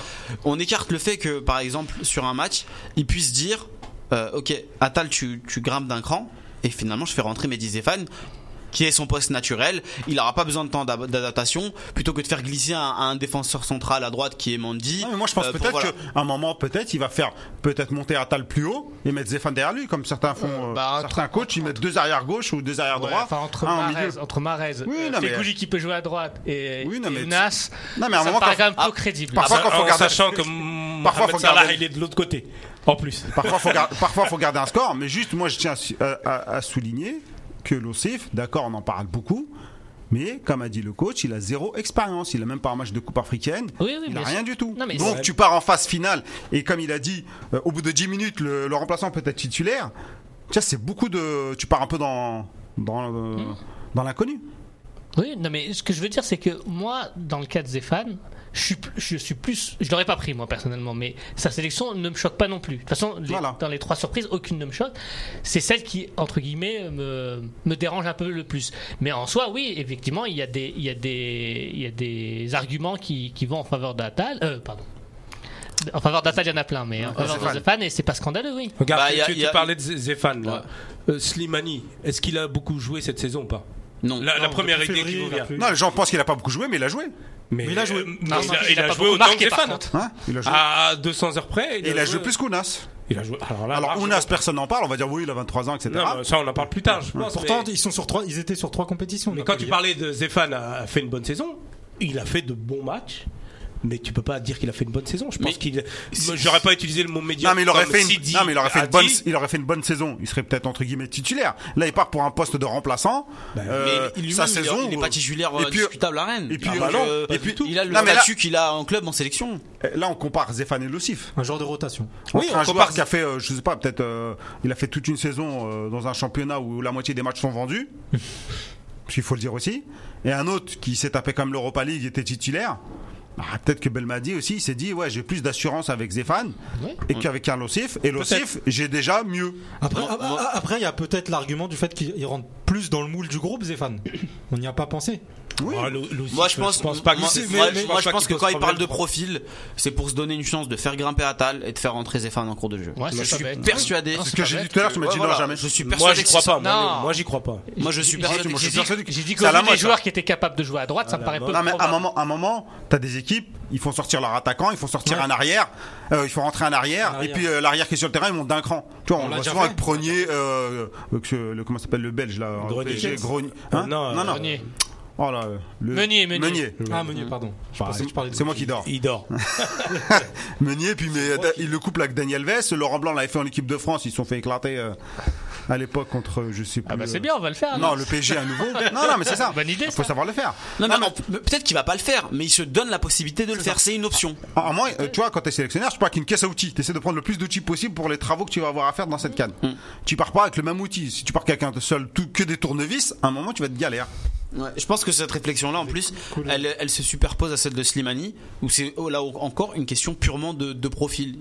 [SPEAKER 4] on écarte le fait que, par exemple, sur un match, ils puissent dire euh, Ok, Attal, tu, tu grimpes d'un cran, et finalement, je fais rentrer Mehdi Zéphane, qui est son poste naturel. Il n'aura pas besoin de temps d'ad- d'adaptation, plutôt que de faire glisser un, un défenseur central à droite qui est Mandy.
[SPEAKER 1] Non, mais moi je pense
[SPEAKER 4] euh, pour-
[SPEAKER 1] peut-être
[SPEAKER 4] voilà.
[SPEAKER 1] qu'à un moment peut-être il va faire peut-être monter Atal plus haut et mettre Zéphane derrière lui comme certains font euh,
[SPEAKER 2] bah,
[SPEAKER 1] certains coachs ils mettent deux arrières gauche ou deux arrières
[SPEAKER 2] Ouais,
[SPEAKER 1] droit
[SPEAKER 2] Ah enfin, entre
[SPEAKER 1] un au
[SPEAKER 4] Ah,
[SPEAKER 2] Marez,
[SPEAKER 1] milieu.
[SPEAKER 2] entre Marez,
[SPEAKER 1] Oui,
[SPEAKER 2] euh,
[SPEAKER 1] non, mais-
[SPEAKER 2] Fegouli qui peut jouer à droite et,
[SPEAKER 1] Oui, non,
[SPEAKER 2] et
[SPEAKER 1] mais-
[SPEAKER 2] Nas,
[SPEAKER 1] Non mais à un
[SPEAKER 2] ça me
[SPEAKER 1] moment
[SPEAKER 2] paraît
[SPEAKER 1] quand-
[SPEAKER 2] quand même peu crédible.
[SPEAKER 1] Parfois,
[SPEAKER 6] Ah bah,
[SPEAKER 1] quand faut
[SPEAKER 6] en
[SPEAKER 1] garder-
[SPEAKER 6] sachant que
[SPEAKER 1] Parfois,
[SPEAKER 6] Mohamed
[SPEAKER 1] faut
[SPEAKER 6] Salah,
[SPEAKER 1] garder-
[SPEAKER 6] il est de l'autre côté. En plus.
[SPEAKER 1] Parfois, faut gar- parfois, faut garder un score, mais juste, moi, je tiens à su- à, à- à souligner que l'OCIF, d'accord, on en parle beaucoup, mais comme a dit le coach, il a zéro expérience. Il a même pas un match de Coupe africaine.
[SPEAKER 2] Oui, oui,
[SPEAKER 1] il
[SPEAKER 2] bien
[SPEAKER 1] a
[SPEAKER 2] sûr.
[SPEAKER 1] rien du tout.
[SPEAKER 2] Non, mais
[SPEAKER 1] Donc,
[SPEAKER 2] c'est-
[SPEAKER 1] tu pars en phase finale, et comme il a dit, euh, au bout de 10 minutes, le, le remplaçant peut être titulaire. Tiens, c'est beaucoup de. Tu pars un peu dans. dans euh,
[SPEAKER 2] Hmm.
[SPEAKER 1] Dans l'inconnu.
[SPEAKER 2] Oui, non, mais ce que je veux dire, c'est que moi, dans le cas de Zéphane, je suis, plus- je suis plus. Je l'aurais pas pris, moi, personnellement, mais sa sélection ne me choque pas non plus. De toute façon, les-
[SPEAKER 1] Voilà.
[SPEAKER 2] dans les trois surprises, aucune ne me choque. C'est celle qui, entre guillemets, me, me dérange un peu le plus. Mais en soi, oui, effectivement, il y a des, il y a des, il y a des arguments qui, qui vont en faveur d'Atal. Euh, pardon. En faveur d'Atal, il y en a plein, mais
[SPEAKER 6] Ah,
[SPEAKER 2] en faveur de Zéphane, et c'est pas scandaleux, oui.
[SPEAKER 6] Regarde,
[SPEAKER 4] Bah, y a-
[SPEAKER 6] tu, tu
[SPEAKER 4] y a-
[SPEAKER 6] parlais de Zé- Zéphane, là. Euh, Slimani, est-ce qu'il a beaucoup joué cette saison ou pas
[SPEAKER 4] Non.
[SPEAKER 6] Ah, la, la première idée qui
[SPEAKER 3] février,
[SPEAKER 6] vous
[SPEAKER 3] il a
[SPEAKER 6] vient.
[SPEAKER 3] plus.
[SPEAKER 1] Non, les gens pensent qu'il a pas beaucoup joué, mais il a joué.
[SPEAKER 6] Mais euh,
[SPEAKER 3] il a joué.
[SPEAKER 6] mais
[SPEAKER 2] Non,
[SPEAKER 6] il
[SPEAKER 2] non,
[SPEAKER 6] a,
[SPEAKER 2] il
[SPEAKER 6] il
[SPEAKER 2] a
[SPEAKER 6] a
[SPEAKER 2] pas
[SPEAKER 6] joué
[SPEAKER 2] beaucoup
[SPEAKER 6] autant
[SPEAKER 2] marqué,
[SPEAKER 6] que
[SPEAKER 2] par
[SPEAKER 6] Zéphane.
[SPEAKER 2] contre.
[SPEAKER 1] Hein il a joué.
[SPEAKER 6] À 200 heures
[SPEAKER 1] Et
[SPEAKER 6] près,
[SPEAKER 1] il a joué Ah, plus qu'Ounas.
[SPEAKER 6] Il a joué. Alors là,
[SPEAKER 1] Alors,
[SPEAKER 6] largement.
[SPEAKER 1] Ounas, personne n'en parle. On va dire, oui, il a 23 ans, etc.
[SPEAKER 6] Non, mais ça, on en parle plus tard, je pense.
[SPEAKER 3] Pourtant,
[SPEAKER 6] mais,
[SPEAKER 3] ils sont sur trois, ils étaient sur trois compétitions.
[SPEAKER 6] mais
[SPEAKER 3] on a
[SPEAKER 6] quand
[SPEAKER 3] pas
[SPEAKER 6] tu
[SPEAKER 3] dit.
[SPEAKER 6] parlais de Zéphane a fait une bonne saison, il a fait de bons matchs. Mais tu peux pas dire qu'il a fait une bonne saison. Je pense qu'il. Moi, J'aurais pas utilisé le mot médiocre.
[SPEAKER 1] Non mais il aurait
[SPEAKER 6] comme
[SPEAKER 1] fait une,
[SPEAKER 6] Sidi
[SPEAKER 1] non, mais il aurait fait
[SPEAKER 6] a
[SPEAKER 1] une bonne,
[SPEAKER 6] dit.
[SPEAKER 1] il aurait fait une bonne saison. Il serait peut-être entre guillemets titulaire. Là, il part pour un poste de remplaçant. Euh,
[SPEAKER 4] Ben, Mais il-
[SPEAKER 1] sa
[SPEAKER 4] lui-même, il-
[SPEAKER 1] saison.
[SPEAKER 4] il n'est
[SPEAKER 1] euh,
[SPEAKER 4] pas titulaire
[SPEAKER 1] et
[SPEAKER 4] euh,
[SPEAKER 1] puis-
[SPEAKER 4] discutable à Rennes.
[SPEAKER 1] et puis,
[SPEAKER 4] Ah bah
[SPEAKER 1] euh,
[SPEAKER 4] non,
[SPEAKER 1] euh,
[SPEAKER 4] pas
[SPEAKER 1] et
[SPEAKER 4] du
[SPEAKER 1] puis-
[SPEAKER 4] tout. il a le
[SPEAKER 1] Non, mais là-
[SPEAKER 4] statut qu'il a en club, en sélection.
[SPEAKER 1] euh, Là, on compare Zéphane et Lucif.
[SPEAKER 3] un genre de rotation.
[SPEAKER 1] Oui,
[SPEAKER 6] on
[SPEAKER 1] un
[SPEAKER 6] compare-
[SPEAKER 1] joueur qui a fait, euh, je sais pas, peut-être, euh, il a fait toute une saison euh, dans un championnat où la moitié des matchs sont vendus. Parce qu'il faut le dire aussi. Et un autre qui s'est tapé comme l'Europa League, il était titulaire. Ah, peut-être que Belmadi aussi, il s'est dit, ouais, j'ai plus d'assurance avec Zéphane
[SPEAKER 2] Ouais.
[SPEAKER 1] et qu'avec un Lucif. Et Lucif, j'ai déjà mieux.
[SPEAKER 3] Après,
[SPEAKER 4] Moi-
[SPEAKER 3] ah,
[SPEAKER 4] moi-
[SPEAKER 3] ah, après, il y a peut-être l'argument du fait qu'il il rentre plus dans le moule du groupe, Zéphane. On n'y a pas pensé.
[SPEAKER 1] Oui.
[SPEAKER 6] Ah, Lou- Lou-
[SPEAKER 4] Moi je pense,
[SPEAKER 6] pas que
[SPEAKER 4] moi,
[SPEAKER 6] c'est-
[SPEAKER 4] moi,
[SPEAKER 6] mais- mais-
[SPEAKER 4] moi, je
[SPEAKER 6] pas
[SPEAKER 4] pense que
[SPEAKER 6] qu'il
[SPEAKER 4] quand
[SPEAKER 6] pose
[SPEAKER 4] il parle de
[SPEAKER 6] problème.
[SPEAKER 4] profil, c'est pour se donner une chance de faire grimper Atal et de faire rentrer Zéphane en cours de jeu.
[SPEAKER 2] Ouais, c'est
[SPEAKER 4] je
[SPEAKER 2] pas
[SPEAKER 4] suis
[SPEAKER 2] bête.
[SPEAKER 4] persuadé.
[SPEAKER 2] Non,
[SPEAKER 1] C'est
[SPEAKER 2] c'est
[SPEAKER 1] ce que
[SPEAKER 2] pas
[SPEAKER 1] j'ai dit
[SPEAKER 2] bête.
[SPEAKER 1] tout à l'heure, tu m'as dit non
[SPEAKER 4] Voilà,
[SPEAKER 1] jamais.
[SPEAKER 4] Je suis
[SPEAKER 6] Moi,
[SPEAKER 4] persuadé.
[SPEAKER 6] j'y
[SPEAKER 4] que
[SPEAKER 6] crois
[SPEAKER 4] c'est ça.
[SPEAKER 6] pas. Moi,
[SPEAKER 2] Non.
[SPEAKER 6] non, moi, j'y crois pas.
[SPEAKER 4] Moi, je suis persuadé que
[SPEAKER 2] J'ai
[SPEAKER 4] c'est-
[SPEAKER 2] dit- j'ai dit
[SPEAKER 1] C'est à la
[SPEAKER 2] qu'au
[SPEAKER 4] hein.
[SPEAKER 2] vu des
[SPEAKER 1] mode,
[SPEAKER 2] joueurs qui étaient capables de jouer à droite, ça
[SPEAKER 6] Ah,
[SPEAKER 2] me paraît peu
[SPEAKER 1] Non mais à un
[SPEAKER 2] probable.
[SPEAKER 1] moment, à un moment, t'as des équipes, ils font sortir leur attaquant, ils font sortir un arrière, euh, ils font rentrer un arrière,
[SPEAKER 3] Un
[SPEAKER 1] et puis euh, l'arrière qui est sur le terrain, ils montent d'un cran. Tu vois, on,
[SPEAKER 3] On
[SPEAKER 1] le
[SPEAKER 3] l'a
[SPEAKER 1] voit
[SPEAKER 3] déjà
[SPEAKER 1] souvent
[SPEAKER 3] fait.
[SPEAKER 1] avec Prenier, euh, euh, que- le comment s'appelle le Belge là, hein,
[SPEAKER 6] Grenier.
[SPEAKER 1] PSG, Grenier. Hein
[SPEAKER 6] Euh, non, euh,
[SPEAKER 2] Grenier.
[SPEAKER 1] Oh là, euh, le-
[SPEAKER 2] Meunier, Meunier.
[SPEAKER 3] Ah, Meunier, pardon. Je pensais que tu parlais de-
[SPEAKER 1] Bah, C'est moi qui dors.
[SPEAKER 6] Il dort.
[SPEAKER 1] Meunier, puis mais, da- il le couple avec Daniel Vess. Laurent Blanc l'avait fait en équipe de France. Ils se sont fait éclater euh, à l'époque contre, euh, je sais plus.
[SPEAKER 2] Ah bah c'est
[SPEAKER 1] euh,
[SPEAKER 2] bien, on va le faire.
[SPEAKER 1] Non,
[SPEAKER 2] alors.
[SPEAKER 1] le PSG à nouveau. Non, non, mais c'est ça.
[SPEAKER 2] Bonne idée,
[SPEAKER 1] Faut
[SPEAKER 2] ça.
[SPEAKER 1] savoir le faire.
[SPEAKER 4] Non, mais on- mais peut-être qu'il va pas le faire, mais il se donne la possibilité de le faire. C'est une option.
[SPEAKER 1] À à moins, euh, tu vois, quand t'es sélectionnaire, je pars avec une caisse à outils. T'essaies de prendre le plus d'outils possible pour les travaux que tu vas avoir à faire dans cette canne. Tu pars pas avec le même outil. Si tu pars avec un seul, tout, que des tournevis, à un moment, tu vas te galère.
[SPEAKER 4] Ouais, je pense que cette réflexion-là, en plus, elle, elle se superpose à celle de Slimani, où c'est oh, là encore une question purement de, de profil.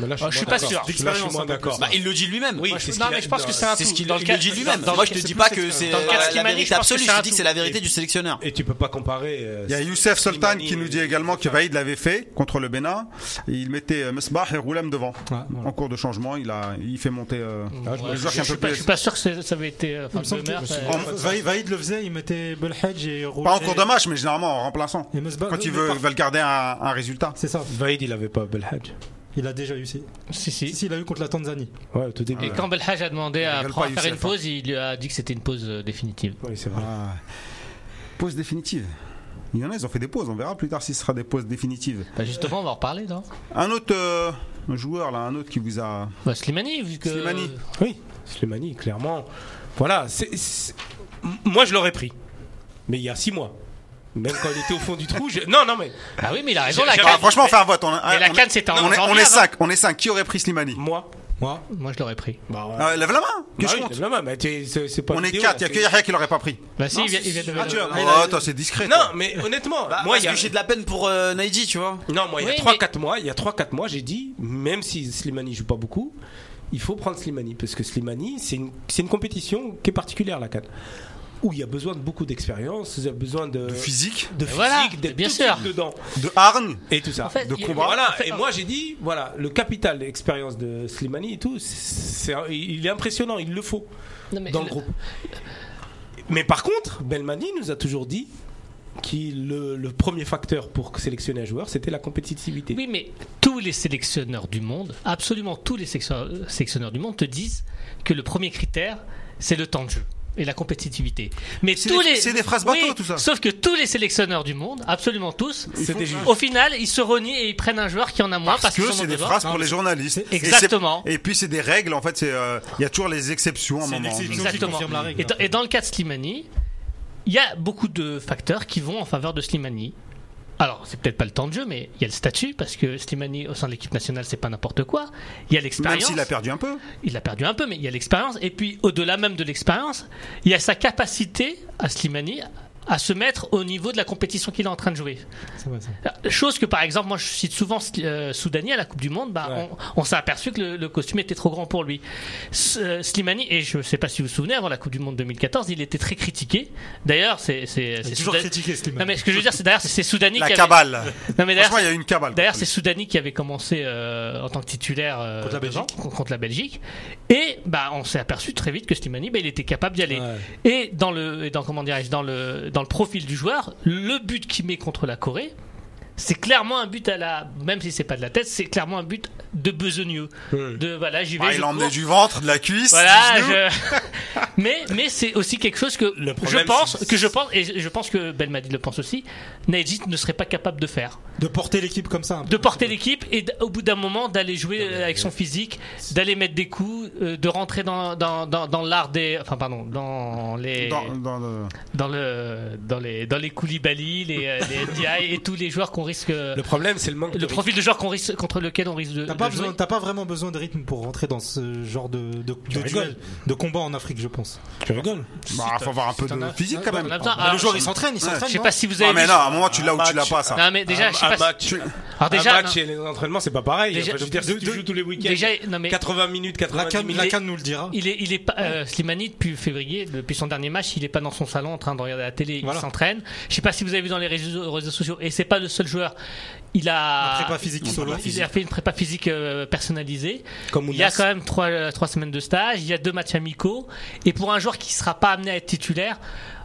[SPEAKER 6] Mais là,
[SPEAKER 2] Ah, je suis
[SPEAKER 6] moins
[SPEAKER 2] pas
[SPEAKER 6] d'accord.
[SPEAKER 2] sûr.
[SPEAKER 6] Là, je suis
[SPEAKER 3] L'expérience,
[SPEAKER 6] moins
[SPEAKER 3] en
[SPEAKER 6] d'accord.
[SPEAKER 3] plus.
[SPEAKER 4] Bah, il le dit lui-même.
[SPEAKER 2] Oui,
[SPEAKER 6] Moi, c'est ce
[SPEAKER 2] non,
[SPEAKER 6] qu'il a
[SPEAKER 2] mais je
[SPEAKER 6] dit
[SPEAKER 2] pense
[SPEAKER 6] dans-
[SPEAKER 2] que c'est un
[SPEAKER 4] C'est
[SPEAKER 2] tout.
[SPEAKER 4] ce qu'il
[SPEAKER 2] Dans
[SPEAKER 4] le
[SPEAKER 2] le cas-
[SPEAKER 4] dit lui-même.
[SPEAKER 2] dans- dans
[SPEAKER 4] Moi,
[SPEAKER 2] le cas-
[SPEAKER 4] je te
[SPEAKER 2] c'est
[SPEAKER 4] dis
[SPEAKER 2] plus
[SPEAKER 4] pas
[SPEAKER 2] que
[SPEAKER 4] que
[SPEAKER 2] c'est-
[SPEAKER 4] c'est
[SPEAKER 2] dans le cas de
[SPEAKER 4] la
[SPEAKER 2] Slimani,
[SPEAKER 4] vérité
[SPEAKER 2] je pense que
[SPEAKER 4] absolue.
[SPEAKER 2] c'est
[SPEAKER 4] Je
[SPEAKER 2] un
[SPEAKER 4] dis que
[SPEAKER 2] tout.
[SPEAKER 4] c'est la vérité du sélectionneur.
[SPEAKER 6] Et tu peux pas comparer. euh,
[SPEAKER 1] Il y a Youssef Sultan qui nous dit également que Vaïd l'avait fait contre le Bénin. Il mettait euh, Mesbah et Roulem devant.
[SPEAKER 3] Ouais, voilà.
[SPEAKER 1] En cours de changement, il, a, il fait monter. euh,
[SPEAKER 2] Ouais,
[SPEAKER 1] je me
[SPEAKER 2] je,
[SPEAKER 1] jure qu'il y a un
[SPEAKER 2] suis
[SPEAKER 1] peu
[SPEAKER 2] pas,
[SPEAKER 1] plus-
[SPEAKER 2] je suis pas sûr que c'est- ça avait été. euh,
[SPEAKER 3] Il
[SPEAKER 2] Enfin,
[SPEAKER 3] me semble
[SPEAKER 2] le maire,
[SPEAKER 3] que-
[SPEAKER 2] ça-
[SPEAKER 3] En- Vaïd- Vaïd le faisait, il mettait Belhadj et Roulem.
[SPEAKER 1] Pas en cours de match, mais généralement en remplaçant.
[SPEAKER 3] Et
[SPEAKER 2] Euh,
[SPEAKER 3] Mesbah-
[SPEAKER 1] Quand ils
[SPEAKER 3] mais
[SPEAKER 1] veulent,
[SPEAKER 3] par-
[SPEAKER 1] ils veulent garder un, un résultat.
[SPEAKER 3] C'est ça,
[SPEAKER 6] Vaïd, il avait pas Belhadj.
[SPEAKER 3] il a déjà eu. Si,
[SPEAKER 2] Si, si.
[SPEAKER 3] Si, si, il a eu contre la Tanzanie.
[SPEAKER 6] Ouais, tout est
[SPEAKER 2] Et quand Belhaj a demandé à
[SPEAKER 1] rigole
[SPEAKER 2] prendre-
[SPEAKER 1] pas,
[SPEAKER 2] faire une
[SPEAKER 1] Youssef, hein.
[SPEAKER 2] pause, il lui a dit que c'était une pause euh, définitive.
[SPEAKER 6] Oui, c'est vrai.
[SPEAKER 1] Ah. Pause définitive. Il y en a, ils ont fait des pauses. On verra plus tard si ce sera des pauses définitives.
[SPEAKER 2] Bah, justement, on va en reparler, non
[SPEAKER 1] Un autre euh, joueur, là, un autre qui vous a.
[SPEAKER 2] bah, Slimani, vu que.
[SPEAKER 1] Slimani.
[SPEAKER 6] Oui, Slimani, clairement. Voilà, c'est- c'est- M- moi je l'aurais pris. Mais il y a six mois. Même quand il était au fond du trou, je- non, non, mais
[SPEAKER 2] Ah oui, mais il a raison, la
[SPEAKER 6] J'ai-
[SPEAKER 2] canne.
[SPEAKER 1] Ah, franchement, on fait un vote. On,
[SPEAKER 2] Mais la
[SPEAKER 1] on-
[SPEAKER 2] canne, c'était en
[SPEAKER 1] on est, on
[SPEAKER 2] janvier,
[SPEAKER 1] est
[SPEAKER 2] avant.
[SPEAKER 1] 5. On est 5. Qui aurait pris Slimani
[SPEAKER 6] moi.
[SPEAKER 3] Moi,
[SPEAKER 2] Moi, je l'aurais pris.
[SPEAKER 6] Bah, ouais.
[SPEAKER 1] Ah ouais, Lève la main. Que
[SPEAKER 6] Bah
[SPEAKER 1] je
[SPEAKER 6] oui,
[SPEAKER 1] compte.
[SPEAKER 6] t'as la main, mais t'es- c'est- c'est pas
[SPEAKER 1] On est
[SPEAKER 6] vidéo,
[SPEAKER 1] 4. Il
[SPEAKER 6] là,
[SPEAKER 1] n'y a que Yahya qui l'aurait pas pris.
[SPEAKER 2] Bah, si, il vient, il vient de.
[SPEAKER 1] Oh, attends, c'est discret.
[SPEAKER 6] c'est-
[SPEAKER 1] toi.
[SPEAKER 6] Non, mais honnêtement,
[SPEAKER 4] Bah,
[SPEAKER 6] moi,
[SPEAKER 4] parce
[SPEAKER 6] il y a,
[SPEAKER 4] que j'ai de la peine pour euh, Naïdi, tu vois.
[SPEAKER 6] non, moi, il y a
[SPEAKER 2] Oui,
[SPEAKER 6] trois,
[SPEAKER 2] mais-
[SPEAKER 6] quatre mois, il y a 3-4 mois, j'ai dit, même si Slimani joue pas beaucoup, il faut prendre Slimani. Parce que Slimani, c'est une, c'est une compétition qui est particulière, la Cannes. Où il y a besoin de beaucoup d'expérience, il y a besoin de,
[SPEAKER 1] De physique,
[SPEAKER 6] de
[SPEAKER 2] Mais voilà,
[SPEAKER 6] physique, d'être
[SPEAKER 2] bien
[SPEAKER 6] tout de
[SPEAKER 2] sûr.
[SPEAKER 6] suite dedans.
[SPEAKER 1] de hargne.
[SPEAKER 6] Et tout ça.
[SPEAKER 2] En fait,
[SPEAKER 1] de
[SPEAKER 2] il-
[SPEAKER 1] combat.
[SPEAKER 6] Voilà,
[SPEAKER 2] en fait,
[SPEAKER 6] et moi j'ai dit, voilà, le capital d'expérience de Slimani et tout, c'est, c'est- il est impressionnant, il le faut
[SPEAKER 2] non, mais
[SPEAKER 6] dans le
[SPEAKER 2] le-
[SPEAKER 6] groupe. Mais par contre, Belmani nous a toujours dit que le, le premier facteur pour sélectionner un joueur, c'était la compétitivité.
[SPEAKER 2] Oui, mais tous les sélectionneurs du monde, absolument tous les sélectionneurs sélectionneurs du monde te disent que le premier critère, c'est le temps de jeu et la compétitivité. Mais
[SPEAKER 1] C'est
[SPEAKER 2] tous
[SPEAKER 1] des-
[SPEAKER 2] les
[SPEAKER 1] c'est des phrases
[SPEAKER 2] Oui,
[SPEAKER 1] bateau, tout ça.
[SPEAKER 2] Sauf que tous les sélectionneurs du monde, absolument tous,
[SPEAKER 6] C'est des juges.
[SPEAKER 2] au final, ils se renient et ils prennent un joueur qui en a moins parce,
[SPEAKER 1] Parce
[SPEAKER 2] qu'ils
[SPEAKER 1] que
[SPEAKER 2] en ont
[SPEAKER 1] c'est des
[SPEAKER 2] besoin.
[SPEAKER 1] phrases pour les journalistes. Et c'est-
[SPEAKER 2] Exactement.
[SPEAKER 1] Et puis c'est des règles, en fait, c'est, euh, il y a toujours les exceptions à un
[SPEAKER 3] C'est une
[SPEAKER 1] moment.
[SPEAKER 3] exception.
[SPEAKER 1] Donc,
[SPEAKER 3] Qui
[SPEAKER 2] Exactement.
[SPEAKER 3] confirme la règle,
[SPEAKER 2] Et dans, et dans le cas de Slimani, il y a beaucoup de facteurs qui vont en faveur de Slimani. Alors, c'est peut-être pas le temps de jeu, mais il y a le statut, parce que Slimani, au sein de l'équipe nationale, c'est pas n'importe quoi. Il y a
[SPEAKER 1] Même
[SPEAKER 2] l'expérience.
[SPEAKER 1] s'il a perdu un peu.
[SPEAKER 2] il a perdu un peu, mais il y a l'expérience. Et puis, au-delà même de l'expérience, il y a sa capacité à Slimani à se mettre au niveau de la compétition qu'il est en train de jouer.
[SPEAKER 3] c'est vrai ça.
[SPEAKER 2] Chose que, par exemple, moi je cite souvent euh, Soudani à la Coupe du Monde, bah,
[SPEAKER 6] Ouais.
[SPEAKER 2] on, on s'est aperçu que le, le costume était trop grand pour lui. S- euh, Slimani, et je ne sais pas si vous vous souvenez, avant la Coupe du Monde 2014, il était très critiqué. D'ailleurs, c'est. c'est-
[SPEAKER 3] Il
[SPEAKER 2] c'est
[SPEAKER 3] est toujours
[SPEAKER 2] Souda-
[SPEAKER 3] critiqué, Slimani.
[SPEAKER 2] Non, mais ce que je veux dire, c'est d'ailleurs, c'est- c'est Soudani
[SPEAKER 1] La
[SPEAKER 2] qui avait-
[SPEAKER 1] cabale.
[SPEAKER 2] Non, mais d'ailleurs,
[SPEAKER 1] Franchement, il y a eu une cabale.
[SPEAKER 2] D'ailleurs, c'est Soudani qui avait commencé euh, en tant que titulaire euh,
[SPEAKER 3] Contre la
[SPEAKER 2] devant,
[SPEAKER 3] Belgique.
[SPEAKER 2] con- contre la Belgique. Et bah, on s'est aperçu très vite que Slimani, bah, il était capable d'y aller. Et dans le, et dans comment dirais-je, dans le, dans le profil du joueur, le but qu'il met contre la Corée, c'est clairement un but à la, même si c'est pas de la tête, c'est clairement un but de besogneux. De voilà, j'y vais.
[SPEAKER 1] Ah,
[SPEAKER 2] je
[SPEAKER 1] il a
[SPEAKER 2] cours.
[SPEAKER 1] emmené du ventre, de la cuisse.
[SPEAKER 2] Voilà,
[SPEAKER 1] du genou.
[SPEAKER 2] je- mais mais c'est aussi quelque chose que
[SPEAKER 6] problème,
[SPEAKER 2] je pense
[SPEAKER 6] c'est-
[SPEAKER 2] que je pense et je pense que Belmadi le pense aussi. Najdit ne serait pas capable de faire
[SPEAKER 3] De porter l'équipe comme ça. un peu.
[SPEAKER 2] de porter l'équipe et d- au bout d'un moment d'aller jouer euh, avec son physique, d'aller mettre des coups, euh, de rentrer dans, dans, dans, dans l'art des. Enfin, pardon, dans les. Dans,
[SPEAKER 1] Dans- dans le-
[SPEAKER 2] le, dans les, dans les Koulibaly, les, euh, les NDI et tous les joueurs qu'on risque.
[SPEAKER 6] Le
[SPEAKER 2] Le,
[SPEAKER 6] problème, c'est le manque de
[SPEAKER 2] profil de joueur qu'on risque, contre lequel on risque de.
[SPEAKER 3] T'as
[SPEAKER 2] de
[SPEAKER 3] pas,
[SPEAKER 2] jouer.
[SPEAKER 3] besoin- t'as pas vraiment besoin de rythme pour rentrer dans ce genre de, de, de
[SPEAKER 6] rigoles.
[SPEAKER 3] duel, de combat en Afrique, je pense.
[SPEAKER 6] rythme. Tu rigoles.
[SPEAKER 1] Bah, faut avoir un peu
[SPEAKER 3] t'en
[SPEAKER 1] de
[SPEAKER 3] as-
[SPEAKER 1] physique quand
[SPEAKER 2] On
[SPEAKER 1] même.
[SPEAKER 2] a besoin-
[SPEAKER 3] Ah, le
[SPEAKER 2] alors,
[SPEAKER 3] joueur, il s'entraîne, il
[SPEAKER 1] Ouais.
[SPEAKER 3] s'entraîne.
[SPEAKER 2] Je sais
[SPEAKER 3] non
[SPEAKER 2] pas si vous avez.
[SPEAKER 1] Ah, mais
[SPEAKER 2] vu-
[SPEAKER 1] non, à un moment, tu l'as ou tu l'as pas, ça.
[SPEAKER 2] Non, mais déjà, Ah, je sais
[SPEAKER 6] un,
[SPEAKER 2] pas.
[SPEAKER 6] un
[SPEAKER 2] si-
[SPEAKER 6] match,
[SPEAKER 2] Alors, déjà.
[SPEAKER 6] un match
[SPEAKER 2] non,
[SPEAKER 6] et les entraînements, c'est pas pareil.
[SPEAKER 2] Déjà-
[SPEAKER 6] Enfin, je veux dire,
[SPEAKER 2] de-
[SPEAKER 6] si tu
[SPEAKER 2] de-
[SPEAKER 6] joues tous les week-ends,
[SPEAKER 2] déjà, non, mais
[SPEAKER 6] 80 minutes,
[SPEAKER 3] La
[SPEAKER 6] 90
[SPEAKER 3] canne,
[SPEAKER 6] minutes.
[SPEAKER 3] la
[SPEAKER 2] est-
[SPEAKER 3] canne nous le dira.
[SPEAKER 2] Il est, il est pas, euh, Slimani depuis février, depuis son dernier match, il est pas dans son salon en train de regarder la télé,
[SPEAKER 3] Voilà.
[SPEAKER 2] il s'entraîne. Je sais pas si vous avez vu dans les réseaux, réseaux sociaux, et c'est pas le seul joueur. Il a,
[SPEAKER 3] Un prépa physique
[SPEAKER 2] il a-
[SPEAKER 3] solo.
[SPEAKER 2] il a fait une prépa physique euh, personnalisée.
[SPEAKER 6] Comme
[SPEAKER 2] Il y a
[SPEAKER 6] Ounas.
[SPEAKER 2] quand même trois, euh, trois semaines de stage, il y a deux matchs amicaux, et pour un joueur qui sera pas amené à être titulaire,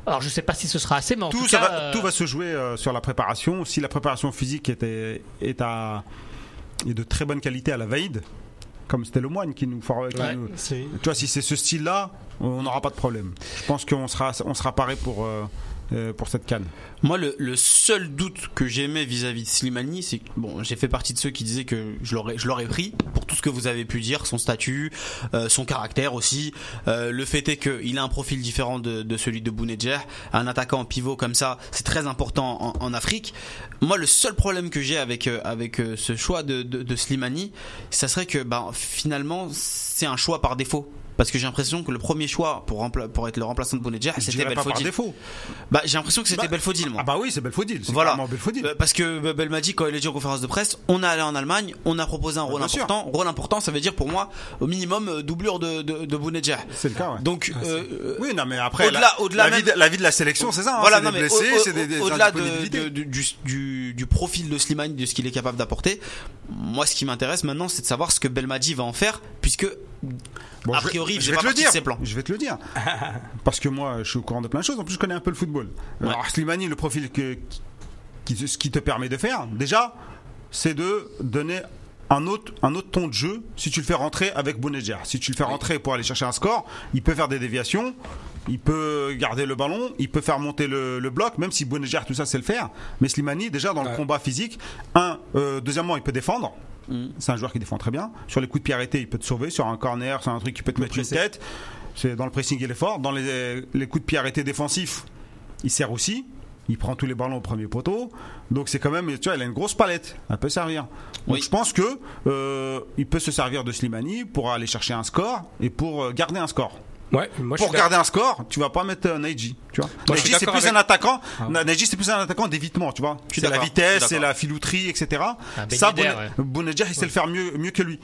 [SPEAKER 2] alors je sais pas si ce sera assez, mais en tout,
[SPEAKER 1] Tout, ça
[SPEAKER 2] cas,
[SPEAKER 1] va,
[SPEAKER 2] euh,
[SPEAKER 1] tout va se jouer euh, sur la préparation. Si la préparation physique était, est, à, est de très bonne qualité à la Vaïd, comme c'était le moine qui nous, for- qui
[SPEAKER 2] Ouais.
[SPEAKER 1] nous-
[SPEAKER 3] C'est-
[SPEAKER 1] Tu vois, si c'est ce style-là, on n'aura pas de problème. Je pense qu'on sera, on sera paré pour, euh, euh, pour cette canne.
[SPEAKER 4] Moi, le, le seul doute que j'aimais vis-à-vis de Slimani, c'est que bon, j'ai fait partie de ceux qui disaient que je l'aurais, je l'aurais pris pour tout ce que vous avez pu dire, son statut, euh, son caractère aussi. Euh, le fait est qu'il a un profil différent de, de celui de Bounedjah, un attaquant en pivot comme ça, c'est très important en, en Afrique. Moi, le seul problème que j'ai avec euh, avec euh, ben, ce choix de, de, de Slimani, ça serait que bah, finalement, c'est un choix par défaut. parce que j'ai l'impression que le premier choix pour, rempla- pour être le remplaçant de Bounedjah,
[SPEAKER 1] Je
[SPEAKER 4] c'était
[SPEAKER 1] dirais pas par
[SPEAKER 4] Belfodil.
[SPEAKER 1] défaut.
[SPEAKER 4] Bah, j'ai l'impression que c'était
[SPEAKER 1] Bah,
[SPEAKER 4] Belfodil, moi.
[SPEAKER 1] Ah bah oui, c'est Belfodil. C'est
[SPEAKER 4] Voilà.
[SPEAKER 1] clairement Belfodil.
[SPEAKER 4] Euh, Parce que Be- Belmadi, quand il est dit en conférence de presse, on est allé en Allemagne, on a proposé un rôle
[SPEAKER 1] Bah, bien sûr.
[SPEAKER 4] important. Rôle important, ça veut dire pour moi, au minimum, euh, doublure de, de, de Bounedjah.
[SPEAKER 1] C'est le cas, ouais. Ah,
[SPEAKER 4] Donc, euh,
[SPEAKER 1] oui, non, mais après,
[SPEAKER 4] au-delà-
[SPEAKER 1] la,
[SPEAKER 4] au-delà
[SPEAKER 1] la vie
[SPEAKER 4] même-
[SPEAKER 1] de, la vie de la sélection, c'est ça. hein,
[SPEAKER 4] voilà,
[SPEAKER 1] c'est
[SPEAKER 4] non,
[SPEAKER 1] des
[SPEAKER 4] mais
[SPEAKER 1] blessés,
[SPEAKER 4] au- au-
[SPEAKER 1] c'est des, des
[SPEAKER 4] au-delà de-
[SPEAKER 1] indisponibilités.
[SPEAKER 4] de- du, du- du- du profil de Slimane, de ce qu'il est capable d'apporter, moi, ce qui m'intéresse maintenant, c'est de savoir ce que Belmadi va en faire, puisque
[SPEAKER 1] Bon,
[SPEAKER 4] a
[SPEAKER 1] je vais-
[SPEAKER 4] priori, il
[SPEAKER 1] je
[SPEAKER 4] fait
[SPEAKER 1] vais
[SPEAKER 4] pas
[SPEAKER 1] te le
[SPEAKER 4] partie
[SPEAKER 1] dire.
[SPEAKER 4] de ses plans.
[SPEAKER 1] Je vais te le dire. Parce que moi, je suis au courant de plein de choses. En plus, je connais un peu le football. Alors, Slimani, le profil que, qui- ce qui te permet de faire, déjà, c'est de donner un autre, un autre ton de jeu si tu le fais rentrer avec Bounedjah. Si tu le fais rentrer pour aller chercher un score, il peut faire des déviations, il peut garder le ballon, il peut faire monter le, le bloc, même si Bounedjah, tout ça, c'est le faire. Mais Slimani, déjà, dans le combat physique, un, euh, deuxièmement, il peut défendre. C'est un joueur qui défend très bien. Sur les coups de pied arrêtés, il peut te sauver. Sur un corner, c'est un truc qui peut te mettre une tête. C'est dans le pressing, il est fort. Dans les, les coups de pied arrêtés défensifs, il sert aussi. Il prend tous les ballons au premier poteau. Donc c'est quand même, tu vois, il a une grosse palette. Elle peut servir. Donc
[SPEAKER 4] Oui.
[SPEAKER 1] je pense que euh, il peut se servir de Slimani pour aller chercher un score et pour euh, garder un score.
[SPEAKER 6] Ouais,
[SPEAKER 1] pour
[SPEAKER 6] moi je suis d'accord.
[SPEAKER 1] garder un score, tu vas pas mettre euh, Naiji, tu vois.
[SPEAKER 6] Moi, je suis
[SPEAKER 1] Naiji c'est
[SPEAKER 6] d'accord
[SPEAKER 1] plus
[SPEAKER 6] avec- Ah
[SPEAKER 1] un attaquant. Na- Naiji c'est plus un attaquant d'évitement, tu vois.
[SPEAKER 4] suis
[SPEAKER 1] C'est la
[SPEAKER 4] d'accord, je
[SPEAKER 1] vitesse,
[SPEAKER 4] suis
[SPEAKER 1] c'est la filouterie, etc.
[SPEAKER 2] Un Ben
[SPEAKER 1] Ça,
[SPEAKER 2] Yedder,
[SPEAKER 1] Bounedjah, Bounedjah, il sait le faire mieux, mieux que lui.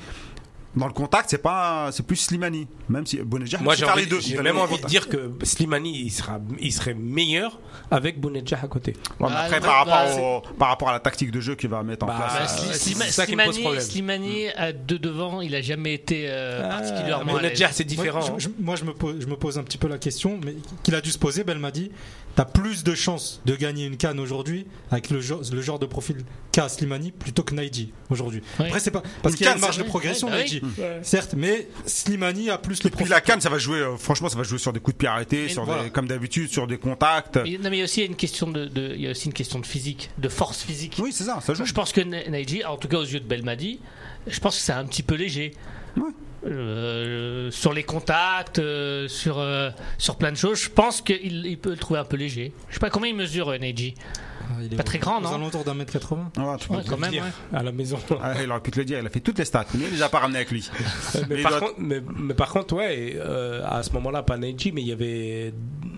[SPEAKER 1] Dans le contact, c'est pas, c'est plus Slimani. Même si Bounedjah,
[SPEAKER 6] Moi
[SPEAKER 1] il
[SPEAKER 6] j'ai
[SPEAKER 1] sait faire
[SPEAKER 6] envie-
[SPEAKER 1] les deux. Il
[SPEAKER 6] j'ai
[SPEAKER 1] fait
[SPEAKER 6] même
[SPEAKER 1] le
[SPEAKER 6] envie de
[SPEAKER 1] contact.
[SPEAKER 6] dire que Slimani il, sera, il serait meilleur avec Bounedjah à côté.
[SPEAKER 1] Ouais, mais
[SPEAKER 2] Ah,
[SPEAKER 1] après,
[SPEAKER 2] non,
[SPEAKER 1] par,
[SPEAKER 2] bah,
[SPEAKER 1] rapport au- par rapport à la tactique de jeu qu'il va mettre en
[SPEAKER 6] Bah,
[SPEAKER 2] Bah,
[SPEAKER 6] Ah,
[SPEAKER 1] place.
[SPEAKER 2] Sli-
[SPEAKER 6] c'est
[SPEAKER 2] Slima-
[SPEAKER 6] ça qui me pose
[SPEAKER 2] Slimani,
[SPEAKER 6] problème.
[SPEAKER 2] Slimani à deux devant, il a jamais été euh, particulièrement. à l'aise.
[SPEAKER 6] Bounedjah c'est différent.
[SPEAKER 2] hein.
[SPEAKER 3] Moi, je, je- moi, je me pose, je me pose un petit peu la question, mais qu'il a dû se poser. Ben, elle m'a dit T'as plus de chances de gagner une canne aujourd'hui avec le, genre- le genre de profil qu'a Slimani plutôt que Naiji aujourd'hui.
[SPEAKER 2] Oui.
[SPEAKER 3] Après, c'est pas. Parce
[SPEAKER 1] Une
[SPEAKER 3] qu'il y a
[SPEAKER 1] canne,
[SPEAKER 3] une marge
[SPEAKER 2] c'est
[SPEAKER 3] de
[SPEAKER 2] vrai.
[SPEAKER 3] progression, Hmm.
[SPEAKER 2] Ouais, bah
[SPEAKER 3] Naiji. Certes, mais Slimani a plus le
[SPEAKER 1] Et puis
[SPEAKER 3] profil.
[SPEAKER 1] la canne, ça va jouer. euh, franchement, ça va jouer sur des coups de pied arrêtés,
[SPEAKER 2] Mais
[SPEAKER 1] sur
[SPEAKER 3] voilà.
[SPEAKER 1] des, comme d'habitude, sur des contacts.
[SPEAKER 2] Mais- non, mais il y a aussi une question de, de- il y a aussi une question de physique, de force physique.
[SPEAKER 1] Oui, c'est ça. Ça joue.
[SPEAKER 2] Je pense que Na- Naiji, en tout cas aux yeux de Belmadi, je pense que c'est un petit peu léger.
[SPEAKER 1] Ouais.
[SPEAKER 2] Euh, sur les contacts, euh, sur, euh, sur plein de choses, je pense qu'il il peut le trouver un peu léger. Je sais pas combien il mesure, euh, Neji.
[SPEAKER 3] Ah, il est
[SPEAKER 2] Pas très grand,
[SPEAKER 3] aux
[SPEAKER 2] non
[SPEAKER 3] alentours d'un mètre 80.
[SPEAKER 1] Ouais, un truc
[SPEAKER 2] Ouais,
[SPEAKER 1] comme ça.
[SPEAKER 2] quand même.
[SPEAKER 6] dire.
[SPEAKER 2] ouais.
[SPEAKER 6] hein, à la maison.
[SPEAKER 1] Ah, il aurait pu te le dire, il a fait toutes les stats, mais il les a pas ramenés avec lui.
[SPEAKER 6] mais,
[SPEAKER 1] Mais
[SPEAKER 6] par
[SPEAKER 1] il doit-
[SPEAKER 6] contre, mais, mais par contre, ouais, et, euh, à ce moment-là, pas Neji, mais il y avait.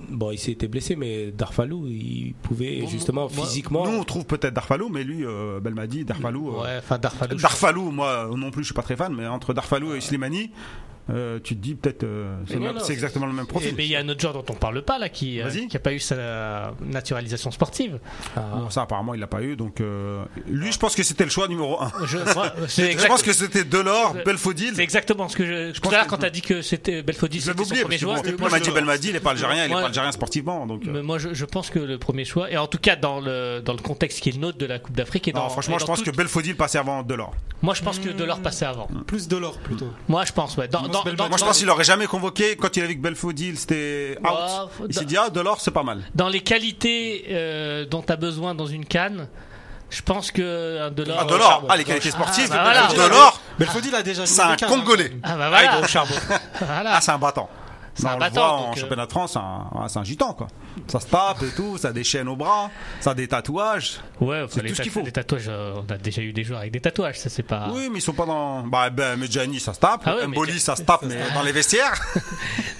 [SPEAKER 6] Bon, il s'était blessé, mais Darfalou, il pouvait
[SPEAKER 2] Bon,
[SPEAKER 6] justement
[SPEAKER 2] moi-
[SPEAKER 6] physiquement.
[SPEAKER 1] Nous, on trouve peut-être Darfalou, mais lui, euh, Belmadi, Darfalou. euh,
[SPEAKER 2] Ouais, enfin, Darfalou, je-
[SPEAKER 1] Darfalou, moi euh, non plus, je suis pas très fan, mais entre Darfalou et Slimani, euh, tu te dis peut-être euh, c'est
[SPEAKER 6] Mais
[SPEAKER 1] le-
[SPEAKER 6] non, non,
[SPEAKER 1] c'est exactement le même
[SPEAKER 2] Et-
[SPEAKER 1] profil.
[SPEAKER 2] Mais il y a un autre joueur dont on parle pas là qui euh,
[SPEAKER 1] Vas-y.
[SPEAKER 2] qui a pas eu sa naturalisation sportive.
[SPEAKER 6] Ah.
[SPEAKER 1] Bon, ça, apparemment, il l'a pas eu, donc euh, lui, je pense que c'était le choix numéro 1.
[SPEAKER 2] Je, moi, c'est
[SPEAKER 1] Je
[SPEAKER 2] exact-
[SPEAKER 1] pense que c'était Delors,
[SPEAKER 2] C'est-
[SPEAKER 1] Belfodil.
[SPEAKER 2] c'est exactement ce que je. Tout
[SPEAKER 1] pense
[SPEAKER 2] à l'heure,
[SPEAKER 1] que-
[SPEAKER 2] quand t'as dit que c'était Belfodil,
[SPEAKER 1] Je
[SPEAKER 2] c'était
[SPEAKER 1] l'avais
[SPEAKER 2] son
[SPEAKER 1] oublié,
[SPEAKER 2] premier
[SPEAKER 1] parce que
[SPEAKER 2] joueur.
[SPEAKER 1] bon,
[SPEAKER 2] moi,
[SPEAKER 1] on m'a
[SPEAKER 2] je-
[SPEAKER 1] dit Belmadi, il est pas algérien, il est
[SPEAKER 2] Moi,
[SPEAKER 1] pas algérien sportivement, donc. euh,
[SPEAKER 2] Mais moi, je, je pense que le premier choix, et en tout cas dans le, dans le contexte qui est le nôtre de la Coupe d'Afrique, et dans.
[SPEAKER 1] non,
[SPEAKER 2] et
[SPEAKER 1] franchement, je
[SPEAKER 2] dans
[SPEAKER 1] pense que
[SPEAKER 2] tout-
[SPEAKER 1] Belfodil passait avant Delors.
[SPEAKER 2] Moi, je pense que Delors passait avant.
[SPEAKER 1] Hmm.
[SPEAKER 3] Plus de l'or plutôt.
[SPEAKER 2] Moi, je pense, ouais. Dans,
[SPEAKER 3] Moi,
[SPEAKER 2] dans-
[SPEAKER 3] c'est
[SPEAKER 2] dans-
[SPEAKER 1] Moi, je
[SPEAKER 2] dans-
[SPEAKER 1] pense qu'il aurait jamais convoqué quand il avait que Belfodil, c'était out.
[SPEAKER 2] Ouais,
[SPEAKER 1] Il
[SPEAKER 2] dans-
[SPEAKER 1] s'est dit, ah, Delors, c'est pas mal.
[SPEAKER 2] dans les qualités euh, dont t'as besoin dans une canne, je pense que euh, un Delors.
[SPEAKER 1] Ah, Delors, ah, les qualités sportives,
[SPEAKER 2] Ah, bah voilà.
[SPEAKER 1] Delors,
[SPEAKER 3] Belfodil a déjà joué
[SPEAKER 1] c'est un
[SPEAKER 3] des cannes, hein,
[SPEAKER 1] Congolais.
[SPEAKER 2] Ah, bah
[SPEAKER 6] Ah, il est
[SPEAKER 2] voilà.
[SPEAKER 6] au charbon.
[SPEAKER 2] Voilà.
[SPEAKER 1] Ah, c'est un battant.
[SPEAKER 2] C'est
[SPEAKER 1] Non,
[SPEAKER 2] un
[SPEAKER 1] on
[SPEAKER 2] battant,
[SPEAKER 1] le voit en
[SPEAKER 2] donc, euh,
[SPEAKER 1] championnat de France, c'est un, ah, c'est un gitan quoi. Ça se tape et tout, ça a des chaînes au bras, ça a des tatouages.
[SPEAKER 2] Ouais, enfin,
[SPEAKER 1] C'est
[SPEAKER 2] les,
[SPEAKER 1] tout ce
[SPEAKER 2] tat-
[SPEAKER 1] qu'il faut.
[SPEAKER 2] les tatouages, euh, on a déjà eu des joueurs avec des tatouages, ça c'est pas.
[SPEAKER 1] Oui, mais ils sont pas dans. Bah, ben, Medjani, ça se tape.
[SPEAKER 2] Ah ouais,
[SPEAKER 1] Mboli,
[SPEAKER 2] Medjani,
[SPEAKER 1] ça se tape, mais dans les vestiaires.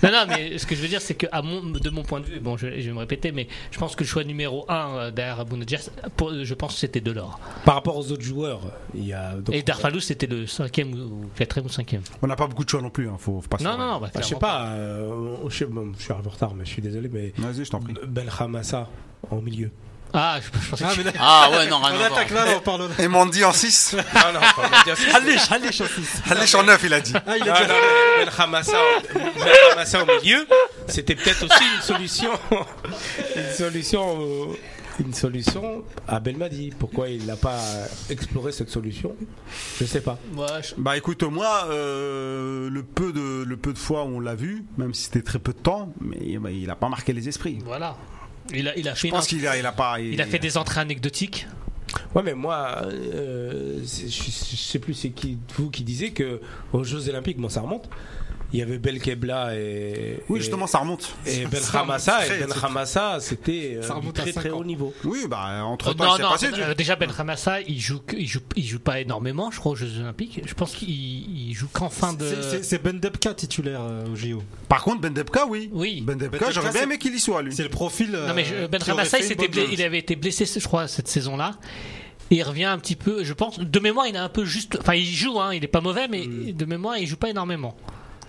[SPEAKER 2] Non, non, mais ce que je veux dire, c'est que à mon, de mon point de vue, bon, je, je vais me répéter, mais je pense que le choix numéro 1 derrière Bounedjah, pour- je pense que c'était Delors.
[SPEAKER 6] Par rapport aux autres joueurs, il y a. donc-
[SPEAKER 2] Et Darfalou, c'était le cinquième ou ou quatrième ou cinquième.
[SPEAKER 1] On n'a pas beaucoup de choix non plus, hein, faut, faut pas se
[SPEAKER 2] Non,
[SPEAKER 1] leurrer.
[SPEAKER 2] non, non, bah,
[SPEAKER 6] Bah, je sais
[SPEAKER 2] clairement
[SPEAKER 6] pas, euh, je, sais- bon, je suis arrivé en retard, mais je suis désolé, mais
[SPEAKER 1] Vas-y, je t'en prie.
[SPEAKER 6] Ben Hamassa en milieu.
[SPEAKER 2] Ah, je, je pensais
[SPEAKER 3] Ah,
[SPEAKER 2] que
[SPEAKER 3] mais là,
[SPEAKER 4] Ah ouais, non, rien
[SPEAKER 3] on
[SPEAKER 4] à voir.
[SPEAKER 3] attaque là, on parle.
[SPEAKER 1] Et Mandy en 6.
[SPEAKER 6] Ah non,
[SPEAKER 3] Halish, Halish aussi.
[SPEAKER 1] Halish en 9, il a dit.
[SPEAKER 3] Ah, il est
[SPEAKER 6] Ah,
[SPEAKER 3] déjà.
[SPEAKER 6] non, mais Ben Hamassa, Ben Hamassa au milieu, c'était peut-être aussi une solution, une solution, au- une solution à Belmadi. Pourquoi il n'a pas exploré cette solution Je sais pas.
[SPEAKER 2] Ouais, je-
[SPEAKER 1] Bah écoute, moi, euh, le, peu de, le peu de fois où on l'a vu, même si c'était très peu de temps, mais bah, il a pas marqué les esprits.
[SPEAKER 2] Voilà. Il a, il a fait
[SPEAKER 1] Je pense qu'il a, il a pas.
[SPEAKER 2] il a fait des entrées anecdotiques.
[SPEAKER 6] Ouais, mais moi, euh, c'est- je, je sais plus c'est qui vous qui disiez que aux Jeux Olympiques, bon, ça remonte. il y avait Belkebla et.
[SPEAKER 1] Oui,
[SPEAKER 6] et-
[SPEAKER 1] justement, ça remonte.
[SPEAKER 6] Et Ben
[SPEAKER 1] Ça remonte
[SPEAKER 6] Hamassa,
[SPEAKER 1] très,
[SPEAKER 6] et Ben
[SPEAKER 1] c'est-
[SPEAKER 6] Hamassa, c'était euh,
[SPEAKER 3] Ça
[SPEAKER 6] du
[SPEAKER 3] remonte à
[SPEAKER 6] très
[SPEAKER 3] cinq
[SPEAKER 6] très
[SPEAKER 3] ans.
[SPEAKER 6] haut niveau.
[SPEAKER 1] Oui, bah, entre
[SPEAKER 2] Euh,
[SPEAKER 1] temps,
[SPEAKER 2] non,
[SPEAKER 1] il s'est
[SPEAKER 2] non,
[SPEAKER 1] passé. du-
[SPEAKER 2] euh, déjà Ben Ramassa, il joue, que- il joue, il joue pas énormément, je crois, aux Jeux Olympiques. Je pense qu'il il joue qu'en fin de.
[SPEAKER 3] C'est- c'est- C'est Ben Debka titulaire euh, au JO.
[SPEAKER 1] Par contre, Bendebka, oui.
[SPEAKER 2] Oui. Ben
[SPEAKER 1] Bendebka,
[SPEAKER 3] Bendebka,
[SPEAKER 1] j'aurais bien
[SPEAKER 3] c'est-
[SPEAKER 1] aimé qu'il y soit, lui.
[SPEAKER 3] C'est le profil.
[SPEAKER 2] Non mais je-
[SPEAKER 3] euh,
[SPEAKER 2] Ben
[SPEAKER 3] qui aurait
[SPEAKER 2] Ramassa, il,
[SPEAKER 3] fait une
[SPEAKER 2] s'était
[SPEAKER 3] bonne
[SPEAKER 2] blessé-
[SPEAKER 3] chose.
[SPEAKER 2] il avait été blessé, je crois, cette saison-là. Et il revient un petit peu, je pense, de mémoire, il a un peu juste. Enfin, il joue, hein, il est pas mauvais, mais
[SPEAKER 3] Mm.
[SPEAKER 2] de mémoire, il joue pas énormément.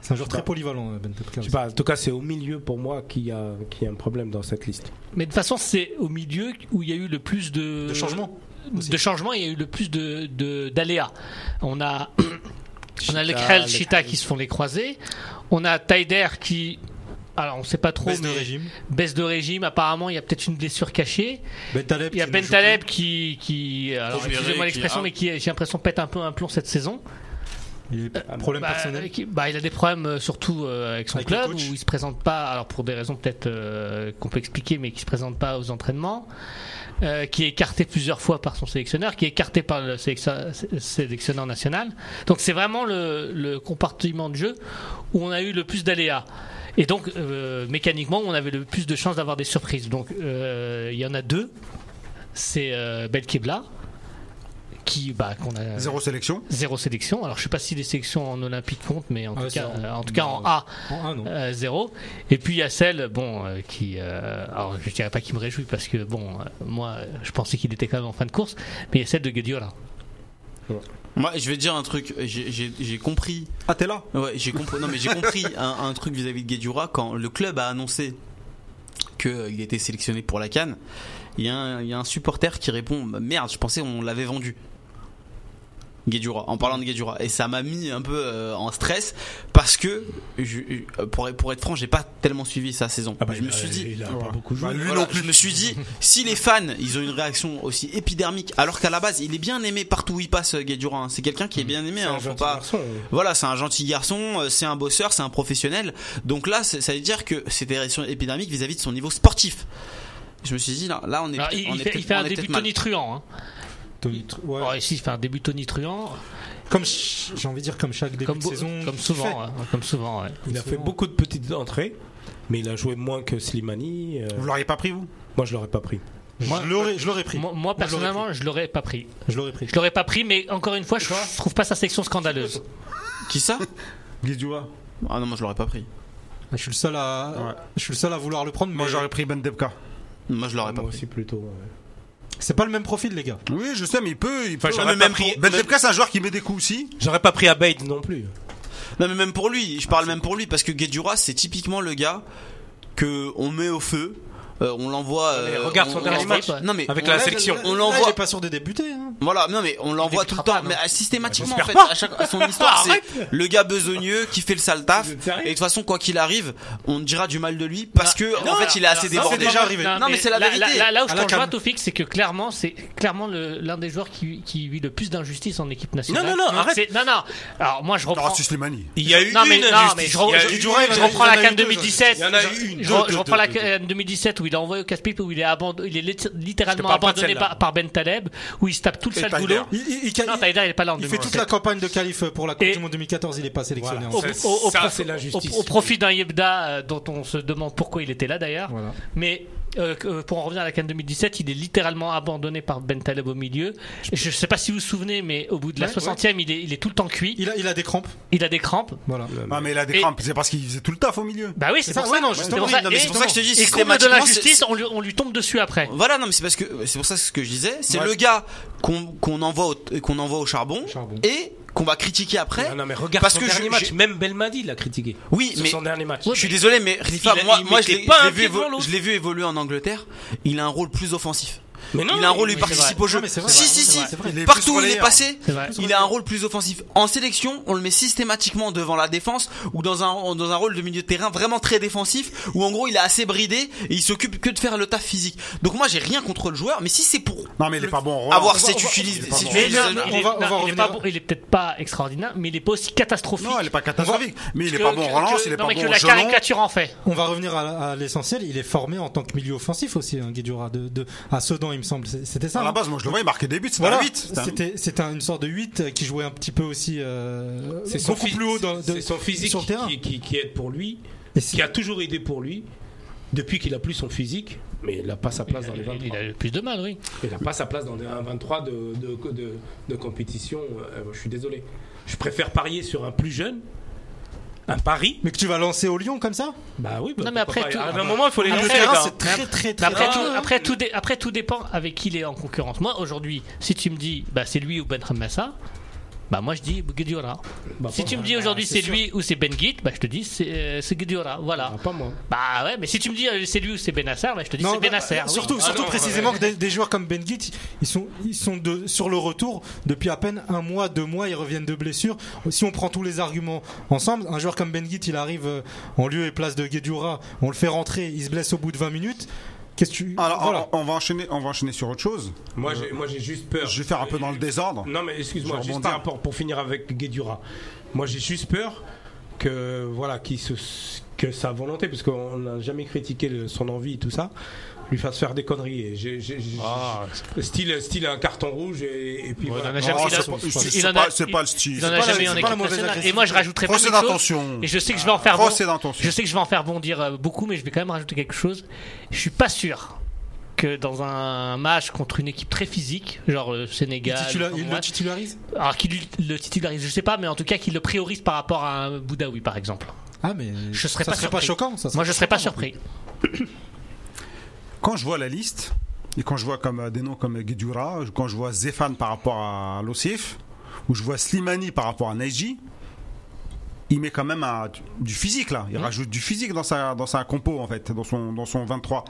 [SPEAKER 3] C'est un joueur très polyvalent, euh, Ben Debka.
[SPEAKER 6] Je sais pas, en tout cas, c'est au milieu pour moi qu'il y, a- qu'il y a un problème dans cette liste.
[SPEAKER 2] Mais de toute façon, c'est au milieu où il y a eu le plus de.
[SPEAKER 3] De changement.
[SPEAKER 2] De changements, il y a eu le plus d'aléas. De, d'aléas. on a. On a le
[SPEAKER 6] Chita,
[SPEAKER 2] Krell,
[SPEAKER 6] le
[SPEAKER 2] Chita qui se font les croisés. On a Taider qui. Alors, on sait pas trop,
[SPEAKER 3] Baisse de
[SPEAKER 2] mais
[SPEAKER 3] régime.
[SPEAKER 2] baisse de régime. Apparemment, il y a peut-être une blessure cachée.
[SPEAKER 3] Ben Taleb.
[SPEAKER 2] Il y a
[SPEAKER 3] qui
[SPEAKER 2] Ben
[SPEAKER 3] ne joue
[SPEAKER 2] Taleb qui, qui alors
[SPEAKER 4] Considéré
[SPEAKER 2] excusez-moi
[SPEAKER 4] qui-
[SPEAKER 2] l'expression,
[SPEAKER 4] ah.
[SPEAKER 2] mais qui, j'ai l'impression, pète un peu un plomb cette saison.
[SPEAKER 3] plus. Il a un problème
[SPEAKER 2] Bah,
[SPEAKER 3] personnel.
[SPEAKER 2] qui- bah, il a des problèmes euh, surtout euh, avec son
[SPEAKER 3] Avec le
[SPEAKER 2] club où
[SPEAKER 3] coach.
[SPEAKER 2] il se présente pas, alors pour des raisons peut-être euh, qu'on peut expliquer, mais qui se présente pas aux entraînements, euh, qui est écarté plusieurs fois par son sélectionneur, qui est écarté par le sélection- sélectionneur national. Donc c'est vraiment le, le compartiment de jeu où on a eu le plus d'aléas. Et donc euh, mécaniquement, on avait le plus de chances d'avoir des surprises. Donc euh, il y en a deux. C'est euh, Belkebla qui bah qu'on a
[SPEAKER 1] Zéro sélection.
[SPEAKER 2] zéro sélection. Alors je sais pas si les sélections en Olympique comptent, mais en
[SPEAKER 3] Ah,
[SPEAKER 2] tout cas,
[SPEAKER 3] zéro.
[SPEAKER 2] euh, en, tout cas en A,
[SPEAKER 3] En un, non.
[SPEAKER 2] euh, zéro. Et puis il y a celle, bon, euh, qui, euh, alors je dirais pas qu'il me réjouit parce que bon, euh, moi euh, je pensais qu'il était quand même en fin de course, mais il y a celle de Guardiola.
[SPEAKER 4] Moi, je vais te dire un truc. J'ai- J'ai j'ai compris.
[SPEAKER 1] Ah, t'es là
[SPEAKER 4] Ouais, j'ai compris. Non, mais j'ai compris un, un truc vis-à-vis de Guedjura quand le club a annoncé qu'il était sélectionné pour la Cannes. Il y, a un- il y a un supporter qui répond Bah, Merde, je pensais on l'avait vendu. Guedjura, en parlant de Guedjura. Et ça m'a mis un peu euh, en stress parce que, je- je- pour, pour être franc, j'ai pas tellement suivi sa saison.
[SPEAKER 6] Ah bah,
[SPEAKER 4] je me
[SPEAKER 6] euh,
[SPEAKER 4] suis dit, ah
[SPEAKER 3] Bah,
[SPEAKER 4] voilà, je me suis dit, si les fans, ils ont une réaction aussi épidermique, alors qu'à la base, il est bien aimé partout où il passe, euh, Guedjura. hein. C'est quelqu'un qui est bien aimé. hein,
[SPEAKER 6] un
[SPEAKER 4] faut
[SPEAKER 6] gentil
[SPEAKER 4] pas-
[SPEAKER 6] garçon, oui.
[SPEAKER 4] Voilà, c'est un gentil garçon, euh, c'est un bosseur, c'est un professionnel. Donc là, c'est- ça veut dire que c'était une réaction épidermique vis-à-vis de son niveau sportif. Je me suis dit, là, là, on est,
[SPEAKER 2] Alors, Bah,
[SPEAKER 4] peut-être-
[SPEAKER 2] il,
[SPEAKER 4] on
[SPEAKER 2] il
[SPEAKER 4] est
[SPEAKER 2] fait, il
[SPEAKER 4] peut-être-
[SPEAKER 2] fait
[SPEAKER 4] on
[SPEAKER 2] un
[SPEAKER 4] est
[SPEAKER 2] début
[SPEAKER 4] peut-être mal.
[SPEAKER 2] tonitruant. Hein.
[SPEAKER 3] Tony- ouais.
[SPEAKER 2] Oh, et si, il fait un début tonitruant,
[SPEAKER 3] Comme ch- j'ai envie de dire comme chaque début
[SPEAKER 2] comme,
[SPEAKER 3] de
[SPEAKER 2] beau-
[SPEAKER 3] saison.
[SPEAKER 2] comme
[SPEAKER 3] qu'il
[SPEAKER 2] souvent, hein, comme souvent. ouais.
[SPEAKER 6] Il a fait
[SPEAKER 3] Souvent.
[SPEAKER 6] beaucoup de petites entrées, mais il a joué moins que Slimani. euh,
[SPEAKER 1] Vous l'auriez pas pris, vous
[SPEAKER 6] moi, je l'aurais pas pris.
[SPEAKER 3] fait.
[SPEAKER 2] Moi-
[SPEAKER 3] je l'aurais, je l'aurais pris.
[SPEAKER 2] Moi, moi, personnellement, je l'aurais pas pris.
[SPEAKER 3] je l'aurais pris.
[SPEAKER 2] Je l'aurais pas pris, mais encore une fois, je trouve pas sa section scandaleuse.
[SPEAKER 4] Qui ça
[SPEAKER 1] Guidjoua.
[SPEAKER 4] Ah non, moi je l'aurais pas pris.
[SPEAKER 3] Je suis le seul à,
[SPEAKER 1] Ouais.
[SPEAKER 3] je suis le seul à vouloir le prendre. Mais
[SPEAKER 1] Moi, j'aurais pris Ben Bendebka.
[SPEAKER 4] Moi je
[SPEAKER 2] Ah,
[SPEAKER 4] l'aurais pas
[SPEAKER 6] Moi
[SPEAKER 4] pris.
[SPEAKER 6] aussi, plutôt. ouais.
[SPEAKER 3] c'est pas le même profil, les gars.
[SPEAKER 1] Oui, je sais, mais il peut. Il
[SPEAKER 6] Enfin,
[SPEAKER 1] peut-
[SPEAKER 6] j'aurais
[SPEAKER 4] Non, mais
[SPEAKER 6] pas
[SPEAKER 4] même
[SPEAKER 6] pris-
[SPEAKER 4] pour- même-
[SPEAKER 1] Bendebka, c'est un joueur qui met des coups aussi.
[SPEAKER 6] J'aurais pas pris Abeid non plus.
[SPEAKER 4] Non mais même pour lui,
[SPEAKER 2] Ah,
[SPEAKER 4] je parle même pour lui parce que Guedjura c'est typiquement le gars que on met au feu, euh, on l'envoie.
[SPEAKER 6] mais
[SPEAKER 4] euh,
[SPEAKER 6] regarde
[SPEAKER 4] on-
[SPEAKER 6] son
[SPEAKER 4] on
[SPEAKER 6] dernier
[SPEAKER 4] l'envoie-
[SPEAKER 2] match.
[SPEAKER 4] Non mais
[SPEAKER 6] Avec
[SPEAKER 4] on-
[SPEAKER 6] la
[SPEAKER 4] là,
[SPEAKER 6] sélection.
[SPEAKER 4] On
[SPEAKER 3] Là,
[SPEAKER 4] l'envoie.
[SPEAKER 3] j'ai pas sûr de débuter. hein.
[SPEAKER 4] Voilà, non mais on l'envoie tout le
[SPEAKER 2] débutera
[SPEAKER 4] temps,
[SPEAKER 2] pas, non.
[SPEAKER 4] mais ah, systématiquement en
[SPEAKER 6] Bah,
[SPEAKER 4] fait.
[SPEAKER 6] j'espère
[SPEAKER 4] À chaque, à son histoire, c'est le gars besogneux qui fait le sale taf.
[SPEAKER 6] Vous êtes sérieux
[SPEAKER 4] Et de toute façon, quoi qu'il arrive, on dira du mal de lui parce que en fait, il est assez
[SPEAKER 3] non,
[SPEAKER 4] débordé.
[SPEAKER 3] c'est déjà arrivé.
[SPEAKER 4] Non, mais c'est la
[SPEAKER 2] là-
[SPEAKER 4] vérité.
[SPEAKER 2] Là, là- là où je
[SPEAKER 3] À la
[SPEAKER 2] t'en rejoins,
[SPEAKER 3] calme.
[SPEAKER 2] Tofik, c'est que clairement, c'est clairement le- l'un des joueurs qui, qui vit le plus d'injustice en équipe nationale.
[SPEAKER 6] Non, non, non, arrête.
[SPEAKER 2] C'est- Non, non. Alors moi, je reprends.
[SPEAKER 1] Ah, c'est Slimani.
[SPEAKER 6] Il y a eu
[SPEAKER 2] non,
[SPEAKER 6] une
[SPEAKER 2] mais, non, mais
[SPEAKER 6] injustice.
[SPEAKER 2] je,
[SPEAKER 6] Il y a
[SPEAKER 2] je-
[SPEAKER 6] eu-
[SPEAKER 2] je-
[SPEAKER 3] Dura, il y en a-
[SPEAKER 2] je reprends
[SPEAKER 3] il y en
[SPEAKER 2] la
[SPEAKER 3] a eu
[SPEAKER 2] canne
[SPEAKER 3] deux,
[SPEAKER 2] 2017.
[SPEAKER 6] il y en a eu
[SPEAKER 2] Je-
[SPEAKER 6] une,
[SPEAKER 2] Je,
[SPEAKER 6] deux,
[SPEAKER 2] re- je
[SPEAKER 6] deux,
[SPEAKER 2] reprends la
[SPEAKER 6] deux, deux.
[SPEAKER 2] canne 2017 où il est envoyé au casse-pipe, où il est, abandon- il est litt-
[SPEAKER 6] Je te
[SPEAKER 2] littéralement
[SPEAKER 6] parle pas de
[SPEAKER 2] abandonné
[SPEAKER 6] celle-là.
[SPEAKER 2] par, par Ben Taleb, où il se tape tout le
[SPEAKER 1] Et
[SPEAKER 2] sale
[SPEAKER 1] Taider.
[SPEAKER 2] boulot.
[SPEAKER 3] Il, il- il-
[SPEAKER 2] Non,
[SPEAKER 3] il-
[SPEAKER 2] Taïda, il est pas là en
[SPEAKER 3] il fait toute la
[SPEAKER 2] 2017.
[SPEAKER 3] campagne de qualif pour la Coupe
[SPEAKER 2] Et-
[SPEAKER 3] du Monde 2014. Il est pas sélectionné.
[SPEAKER 6] Voilà.
[SPEAKER 3] en
[SPEAKER 2] Au,
[SPEAKER 3] fait.
[SPEAKER 6] Ça,
[SPEAKER 2] au- au
[SPEAKER 6] ça,
[SPEAKER 2] prof-
[SPEAKER 6] Ah, c'est l'injustice.
[SPEAKER 2] au- au profit d'un Yebda euh, dont on se demande pourquoi il était là d'ailleurs.
[SPEAKER 3] Voilà.
[SPEAKER 2] Mais euh, que- pour en revenir à la Cannes 2017, il est littéralement abandonné par Ben Taleb au milieu. Je ne sais pas si vous vous souvenez, mais au bout de la
[SPEAKER 3] Ouais,
[SPEAKER 2] 60e, il, est, il est tout le temps cuit.
[SPEAKER 3] Il a, il a des crampes.
[SPEAKER 2] Il a des crampes.
[SPEAKER 3] Voilà.
[SPEAKER 1] Ah, mais il a des
[SPEAKER 2] Euh, Et-
[SPEAKER 1] crampes. C'est parce qu'il faisait tout le taf au milieu.
[SPEAKER 2] Bah oui, c'est
[SPEAKER 3] ça,
[SPEAKER 2] pour
[SPEAKER 3] ouais,
[SPEAKER 2] ça.
[SPEAKER 3] non, justement,
[SPEAKER 2] pour
[SPEAKER 3] oui,
[SPEAKER 2] ça.
[SPEAKER 4] non, mais
[SPEAKER 2] Et-
[SPEAKER 4] c'est pour ça que je te dis,
[SPEAKER 2] et qu'on me de
[SPEAKER 4] systématiquement, c'est-
[SPEAKER 2] l'injustice, on lui, on lui tombe dessus après.
[SPEAKER 4] Voilà, non, mais c'est parce que c'est pour ça c'est ce que je disais. C'est le gars qu'on qu'on envoie au, qu'on envoie au charbon,
[SPEAKER 3] Charbon.
[SPEAKER 4] et qu'on va critiquer après.
[SPEAKER 6] Ah, Non, non, mais regarde
[SPEAKER 4] Parce
[SPEAKER 6] son
[SPEAKER 4] que je-
[SPEAKER 6] dernier
[SPEAKER 4] j'ai-
[SPEAKER 6] match. Même Belmadi l'a critiqué.
[SPEAKER 4] Oui,
[SPEAKER 6] Sur
[SPEAKER 4] mais
[SPEAKER 6] son dernier match.
[SPEAKER 4] je suis désolé, mais Khalifa,
[SPEAKER 6] il a-
[SPEAKER 4] moi,
[SPEAKER 6] il
[SPEAKER 4] moi je
[SPEAKER 6] mettait
[SPEAKER 4] l'ai
[SPEAKER 6] pas
[SPEAKER 4] je l'ai
[SPEAKER 6] un pied
[SPEAKER 4] vu, évo-
[SPEAKER 6] devant l'autre.
[SPEAKER 4] je l'ai vu évoluer en Angleterre. Il a un rôle plus offensif.
[SPEAKER 6] Mais non,
[SPEAKER 4] il a un rôle, il
[SPEAKER 2] mais c'est
[SPEAKER 4] participe
[SPEAKER 2] vrai.
[SPEAKER 4] au jeu.
[SPEAKER 3] Non, mais c'est vrai,
[SPEAKER 4] si,
[SPEAKER 2] c'est
[SPEAKER 4] si,
[SPEAKER 2] vrai,
[SPEAKER 4] si.
[SPEAKER 2] c'est
[SPEAKER 3] vrai.
[SPEAKER 1] Il est
[SPEAKER 4] Partout
[SPEAKER 1] plus
[SPEAKER 4] où il est
[SPEAKER 1] relayeur.
[SPEAKER 4] passé,
[SPEAKER 2] C'est vrai.
[SPEAKER 4] il a un rôle plus offensif. En sélection, on le met systématiquement devant la défense ou dans un, dans un rôle de milieu de terrain vraiment très défensif où en gros il est assez bridé et il s'occupe que de faire le taf physique. Donc moi j'ai rien contre le joueur, mais si c'est pour
[SPEAKER 1] Non, mais il est pas bon en relance.
[SPEAKER 4] avoir
[SPEAKER 1] Il est
[SPEAKER 4] cette
[SPEAKER 1] pas bon.
[SPEAKER 4] utilis-
[SPEAKER 2] Mais
[SPEAKER 4] cette
[SPEAKER 2] non,
[SPEAKER 4] utilisation.
[SPEAKER 2] mais
[SPEAKER 3] on
[SPEAKER 2] il est-
[SPEAKER 3] va- on va
[SPEAKER 2] non, il est
[SPEAKER 3] revenir.
[SPEAKER 2] pas bon- il est peut-être pas extraordinaire, mais il est pas aussi catastrophique.
[SPEAKER 1] Non, il est pas catastrophique. Mais il est
[SPEAKER 2] que-
[SPEAKER 1] pas bon
[SPEAKER 2] que-
[SPEAKER 1] en relance.
[SPEAKER 2] que-
[SPEAKER 1] Il est
[SPEAKER 2] non,
[SPEAKER 1] pas
[SPEAKER 2] mais
[SPEAKER 1] bon
[SPEAKER 2] que
[SPEAKER 1] en
[SPEAKER 2] la
[SPEAKER 1] gelon.
[SPEAKER 2] caricature en fait.
[SPEAKER 3] On va revenir à, à l'essentiel. Il est formé en tant que milieu offensif aussi, hein, Guedjura, de, de- à Sedan. Il il me semble. C'est- C'était ça.
[SPEAKER 1] À
[SPEAKER 3] non
[SPEAKER 1] la base, moi je le vois, il marquait des buts, c'était
[SPEAKER 3] Voilà,
[SPEAKER 1] Ah, bah, un 8. c'était un-
[SPEAKER 3] c'était c'était une sorte de 8 qui jouait un petit peu aussi euh,
[SPEAKER 6] C'est son,
[SPEAKER 3] beaucoup
[SPEAKER 6] phys-
[SPEAKER 3] plus haut dans- de-
[SPEAKER 6] c'est son physique
[SPEAKER 3] sur le terrain.
[SPEAKER 6] Qui, qui, qui aide pour lui,
[SPEAKER 3] Et c'est-
[SPEAKER 6] qui a toujours aidé pour lui. Depuis qu'il a plus son physique, mais il n'a pas sa place dans les 23.
[SPEAKER 2] Il a eu plus de mal, oui.
[SPEAKER 6] Il n'a pas sa place dans les 23 de, de, de, de compétition. Euh, je suis désolé. Je préfère parier sur un plus jeune, un pari.
[SPEAKER 3] Mais que tu vas lancer au Lyon comme ça Ah,
[SPEAKER 6] Bah oui, bah,
[SPEAKER 2] Non, mais après
[SPEAKER 6] pourquoi pas.
[SPEAKER 2] tout-
[SPEAKER 6] à un moment, il faut les hein.
[SPEAKER 3] Le
[SPEAKER 6] lancer. les
[SPEAKER 3] terrain,
[SPEAKER 6] gars.
[SPEAKER 3] c'est très très
[SPEAKER 2] Mais
[SPEAKER 3] très.
[SPEAKER 2] après,
[SPEAKER 6] Ah,
[SPEAKER 2] tout,
[SPEAKER 6] euh,
[SPEAKER 2] après, tout dé- après, tout dépend avec qui il est en concurrence. Moi, aujourd'hui, si tu me dis bah, c'est lui ou Ben Ramassa, bah moi je dis Guediora.
[SPEAKER 6] Bah,
[SPEAKER 2] Si
[SPEAKER 6] pas
[SPEAKER 2] tu me
[SPEAKER 6] moi.
[SPEAKER 2] dis
[SPEAKER 6] Bah,
[SPEAKER 2] aujourd'hui
[SPEAKER 6] c'est
[SPEAKER 2] c'est
[SPEAKER 6] sûr.
[SPEAKER 2] lui ou c'est Ben Git, bah je te dis c'est euh, c'est Guediora. Voilà.
[SPEAKER 6] Ah, pas moi.
[SPEAKER 2] Bah ouais, mais si tu me dis euh, c'est lui ou c'est Benassar, bah je te dis
[SPEAKER 3] Non,
[SPEAKER 2] c'est
[SPEAKER 3] bah,
[SPEAKER 2] Benassar. oui.
[SPEAKER 3] surtout,
[SPEAKER 6] Ah
[SPEAKER 3] surtout
[SPEAKER 6] non,
[SPEAKER 3] précisément
[SPEAKER 6] ouais.
[SPEAKER 3] que des, des joueurs comme Ben Guit, ils sont, ils sont de, sur le retour depuis à peine un mois, deux mois, ils reviennent de blessure. Si on prend tous les arguments ensemble, un joueur comme Ben Guit, il arrive euh, en lieu et place de Guedjura, on le fait rentrer, il se blesse au bout de 20 minutes. Qu'est-ce que tu.
[SPEAKER 1] Alors,
[SPEAKER 3] voilà.
[SPEAKER 1] on, on va enchaîner, on va enchaîner sur autre chose.
[SPEAKER 6] Moi, j'ai- moi, j'ai juste peur.
[SPEAKER 1] Je vais faire un peu dans le désordre.
[SPEAKER 6] Non, mais excuse-moi,
[SPEAKER 1] Je vais
[SPEAKER 6] juste
[SPEAKER 1] rebondir.
[SPEAKER 6] un rapport pour finir avec Guedura. Moi, j'ai juste peur que voilà, qu'il se, que sa volonté, parce qu'on n'a jamais critiqué le- son envie et tout ça, lui fasse faire des conneries. Et j'ai- j'ai- j'ai- style, style un carton rouge et, et puis
[SPEAKER 2] Ouais, on
[SPEAKER 6] voilà.
[SPEAKER 2] en a jamais-
[SPEAKER 1] Oh,
[SPEAKER 2] il a-
[SPEAKER 1] c'est pas- c'est-
[SPEAKER 2] il en
[SPEAKER 1] c'est
[SPEAKER 2] a-
[SPEAKER 1] pas, c'est
[SPEAKER 2] il-
[SPEAKER 1] pas le style.
[SPEAKER 2] Il en
[SPEAKER 1] C'est
[SPEAKER 2] a
[SPEAKER 1] pas la-
[SPEAKER 2] jamais eu
[SPEAKER 1] c'est pas
[SPEAKER 2] en
[SPEAKER 1] la
[SPEAKER 2] équipe
[SPEAKER 1] mauvaise
[SPEAKER 2] nationale.
[SPEAKER 1] agression.
[SPEAKER 2] Et moi, je rajouterais pas
[SPEAKER 1] Procès
[SPEAKER 2] quelque chose.
[SPEAKER 1] d'intention.
[SPEAKER 2] Et je sais que je vais en faire bon-
[SPEAKER 1] Procès d'intention.
[SPEAKER 2] Je sais que je vais en faire bondir euh, beaucoup, mais je vais quand même rajouter quelque chose. Je suis pas sûr que dans un match contre une équipe très physique, genre le
[SPEAKER 3] Il
[SPEAKER 2] Sénégal,
[SPEAKER 3] titula- il le
[SPEAKER 2] Honduras,
[SPEAKER 3] titularise
[SPEAKER 2] alors qu'il le titularise, je sais pas, mais en tout cas qu'il le priorise par rapport à un Boudaoui par exemple.
[SPEAKER 3] Ah, mais.
[SPEAKER 2] Je serais
[SPEAKER 3] ça
[SPEAKER 2] pas
[SPEAKER 3] serait pas
[SPEAKER 2] surpris.
[SPEAKER 3] choquant. Ça
[SPEAKER 2] Moi, je serais pas surpris.
[SPEAKER 1] Quand je vois la liste, et quand je vois comme, euh, des noms comme Guedjura, quand je vois Zéphane par rapport à Lossif, ou je vois Slimani par rapport à Neji, il met quand même un- du physique là. Il rajoute du physique dans sa, dans sa compo en fait, dans son, dans son 23.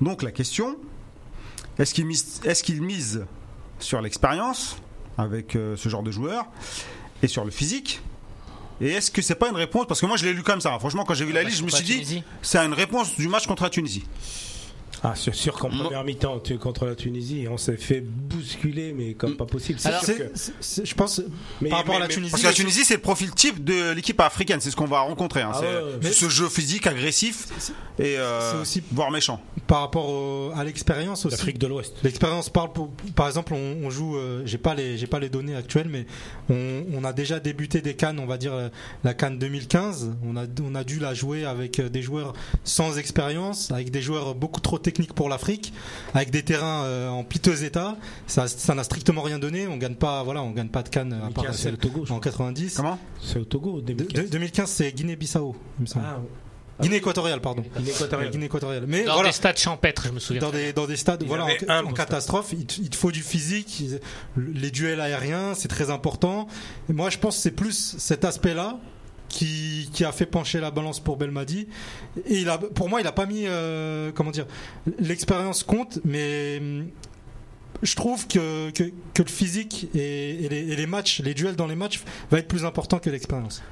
[SPEAKER 1] Donc la question, est-ce qu'il mise, est-ce qu'il mise sur l'expérience avec euh, ce genre de joueur et sur le physique et est-ce que c'est pas une réponse Parce que moi je l'ai lu comme ça. Franchement, quand j'ai vu la
[SPEAKER 2] bah,
[SPEAKER 1] liste, je me
[SPEAKER 2] pourquoi
[SPEAKER 1] suis dit,
[SPEAKER 2] Tunisie
[SPEAKER 1] c'est une réponse du match contre la Tunisie.
[SPEAKER 6] Ah, c'est sûr qu'en
[SPEAKER 4] Moi-
[SPEAKER 6] première mi-temps, tu- contre la Tunisie, on s'est fait bousculer, mais comme pas possible. C'est
[SPEAKER 2] Alors,
[SPEAKER 6] sûr
[SPEAKER 3] C'est-
[SPEAKER 6] que-
[SPEAKER 3] c'est- c'est- je pense,
[SPEAKER 6] Mais-
[SPEAKER 3] par rapport à la
[SPEAKER 6] mais- mais-
[SPEAKER 3] Tunisie.
[SPEAKER 1] Parce que la Tunisie, c'est le profil type de l'équipe africaine, c'est ce qu'on va rencontrer. hein.
[SPEAKER 6] Ah
[SPEAKER 1] C'est-
[SPEAKER 6] ouais,
[SPEAKER 1] c'est ce jeu physique agressif et euh,
[SPEAKER 3] c'est aussi-
[SPEAKER 1] voire méchant.
[SPEAKER 3] par rapport au- à l'expérience aussi.
[SPEAKER 6] L'Afrique de l'Ouest.
[SPEAKER 3] L'expérience parle pour, par exemple, on, on joue, euh, j'ai pas les, j'ai pas les données actuelles, mais on, on a déjà débuté des cannes, on va dire euh, la canne 2015. On a, on a dû la jouer avec euh, des joueurs sans expérience, avec des joueurs beaucoup trop techniques pour l'Afrique, avec des terrains euh, en piteux état. Ça, ça n'a strictement rien donné. On gagne pas, voilà, on gagne pas de cannes à
[SPEAKER 6] Mika,
[SPEAKER 3] part
[SPEAKER 6] c'est
[SPEAKER 3] celle
[SPEAKER 6] le Togo, je
[SPEAKER 3] en 90.
[SPEAKER 1] Comment
[SPEAKER 6] C'est au Togo,
[SPEAKER 3] De- de-
[SPEAKER 6] 2015.
[SPEAKER 3] 2015, c'est Guinée-Bissau, il me semble.
[SPEAKER 6] Ah,
[SPEAKER 3] Guinée équatoriale, pardon.
[SPEAKER 6] il est équatorien.
[SPEAKER 3] Guinée équatoriale. Mais
[SPEAKER 2] Dans
[SPEAKER 3] voilà
[SPEAKER 2] des stades champêtres, je me souviens.
[SPEAKER 3] dans des dans des stades
[SPEAKER 6] Ils
[SPEAKER 3] voilà
[SPEAKER 6] avaient
[SPEAKER 3] en,
[SPEAKER 6] un
[SPEAKER 3] en
[SPEAKER 6] bon
[SPEAKER 3] catastrophe il, te- il te faut du physique il- les duels aériens c'est très important Et moi je pense que c'est plus cet aspect là qui, qui a fait pencher la balance pour Belmadi et il a pour moi il a pas mis euh, comment dire l'expérience compte mais hum, je trouve que, que, que le physique et, et les, et les matchs, les duels dans les matchs, va être plus important que l'expérience.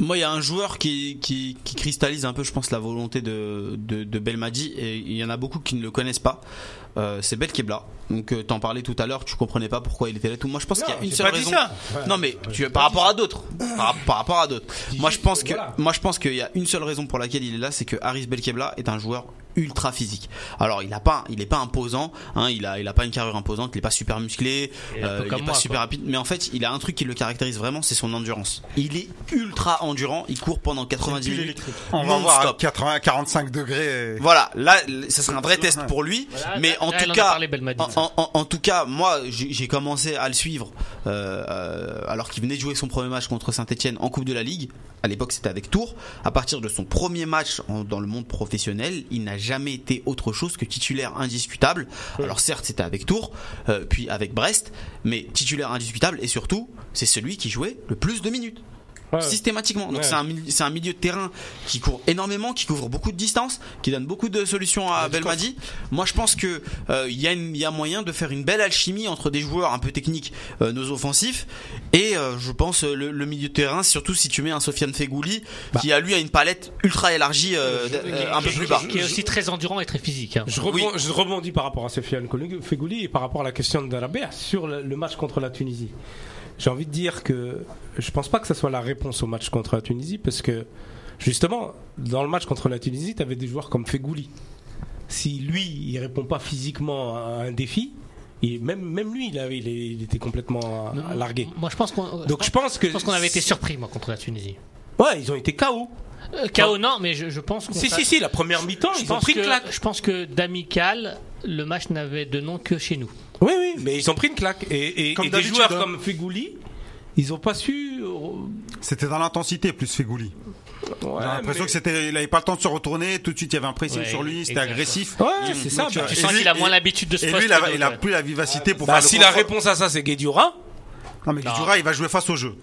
[SPEAKER 4] Moi, il y a un joueur qui, qui, qui cristallise un peu, je pense, la volonté de, de, de Belmadi, et il y en a beaucoup qui ne le connaissent pas. Euh, c'est Belkebla. Donc, euh, t'en parlais tout à l'heure, tu comprenais pas pourquoi il était là. Tout. Moi, je pense qu'il y a une seule raison. non, mais tu, par rapport à d'autres, par, par rapport à d'autres. Moi, je
[SPEAKER 6] juste
[SPEAKER 4] pense
[SPEAKER 6] que
[SPEAKER 4] que,
[SPEAKER 6] voilà.
[SPEAKER 4] moi, je pense qu'il y a une seule raison pour laquelle il est là, c'est que Haris Belkebla est un joueur ultra physique. Alors, il a pas, il est pas imposant. Hein, il a, il a pas une carrure imposante. Il est pas super musclé.
[SPEAKER 2] Il est un peu
[SPEAKER 4] euh, il est
[SPEAKER 2] comme
[SPEAKER 4] pas
[SPEAKER 2] moi,
[SPEAKER 4] super
[SPEAKER 2] quoi.
[SPEAKER 4] rapide. Mais en fait, il a un truc qui le caractérise vraiment, c'est son endurance. Il est ultra endurant. Il court pendant 90 minutes.
[SPEAKER 1] On va
[SPEAKER 4] Non-stop.
[SPEAKER 1] voir hein. à 80, 45 degrés. et-
[SPEAKER 4] Voilà, là, ça serait un vrai test pour lui.
[SPEAKER 2] Voilà,
[SPEAKER 4] mais
[SPEAKER 2] là,
[SPEAKER 4] en
[SPEAKER 2] là, elle
[SPEAKER 4] tout
[SPEAKER 2] en a
[SPEAKER 4] cas,
[SPEAKER 2] parlé, Belmadi.
[SPEAKER 4] en, en- en- en tout cas, moi, j'ai j'ai commencé à le suivre euh, euh, alors qu'il venait de jouer son premier match contre Saint-Etienne en Coupe de la Ligue. À l'époque, c'était avec Tours. À partir de son premier match en- dans le monde professionnel, il n'a jamais été autre chose que titulaire indiscutable. Alors certes, c'était avec Tours, euh, puis avec Brest, mais titulaire indiscutable et surtout, c'est celui qui jouait le plus de minutes systématiquement. Donc
[SPEAKER 6] Ouais.
[SPEAKER 4] c'est un, mili- c'est un milieu de terrain qui court énormément, qui couvre beaucoup de distance, qui donne beaucoup de solutions à Belmadi. Moi je pense que euh, il y a une- il y a moyen de faire une belle alchimie entre des joueurs un peu techniques, euh, nos offensifs, et euh, je pense euh, le, le milieu de terrain, surtout si tu mets un Sofiane Fegouli, qui à lui a une palette ultra élargie, euh, d- euh, un peu plus bas.
[SPEAKER 2] Qui est aussi très endurant et très physique. hein.
[SPEAKER 6] Je rebondis, je rebondis par rapport à Sofiane Koulou- Fegouli et par rapport à la question de d'Alabert sur le, le match contre la Tunisie. J'ai envie de dire que je pense pas que ça soit la réponse au match contre la Tunisie parce que justement, dans le match contre la Tunisie, tu avais des joueurs comme Fegouli si lui, il répond pas physiquement à un défi, et même, même lui, il, avait- il est- il était complètement euh, largué.
[SPEAKER 2] Moi, je pense qu'on.
[SPEAKER 6] Donc je pense que.
[SPEAKER 2] je pense qu'on avait été surpris, moi, contre la Tunisie.
[SPEAKER 6] Ouais, ils ont été KO.
[SPEAKER 2] Euh, KO, non, mais je, je pense qu'on.
[SPEAKER 6] Si,
[SPEAKER 2] s'a-
[SPEAKER 6] si, si, la première mi-temps,
[SPEAKER 2] Je
[SPEAKER 6] ils ont
[SPEAKER 2] pense,
[SPEAKER 6] pris une claque.
[SPEAKER 2] que, je pense que d'amical, le match n'avait de nom que chez nous.
[SPEAKER 6] Oui, oui, mais ils ont pris une claque. Et, et-
[SPEAKER 1] Comme
[SPEAKER 6] et des
[SPEAKER 1] d'habitude,
[SPEAKER 6] joueurs
[SPEAKER 1] hein.
[SPEAKER 6] comme Fegouli, ils ont pas su. euh,
[SPEAKER 1] C'était dans l'intensité plus Fegouli.
[SPEAKER 6] ouais,
[SPEAKER 1] J'ai l'impression
[SPEAKER 6] mais-
[SPEAKER 1] que c'était, il avait pas le temps de se retourner. Tout de suite, il y avait un pressing
[SPEAKER 2] Ouais,
[SPEAKER 1] sur lui. C'était
[SPEAKER 2] exact.
[SPEAKER 1] agressif.
[SPEAKER 6] Ouais, c'est ça. bah,
[SPEAKER 2] Tu
[SPEAKER 1] Et
[SPEAKER 2] sens
[SPEAKER 1] lui-
[SPEAKER 2] qu'il a moins
[SPEAKER 1] et-
[SPEAKER 2] l'habitude de ce
[SPEAKER 1] Et
[SPEAKER 2] poste
[SPEAKER 1] lui, il a,
[SPEAKER 2] que
[SPEAKER 1] il a
[SPEAKER 2] d'autres,
[SPEAKER 1] plus la vivacité pour
[SPEAKER 6] bah,
[SPEAKER 1] faire le
[SPEAKER 6] si la
[SPEAKER 1] contrôle.
[SPEAKER 6] réponse à ça c'est Guédura,
[SPEAKER 1] Non, mais Guidura, il va jouer face au jeu.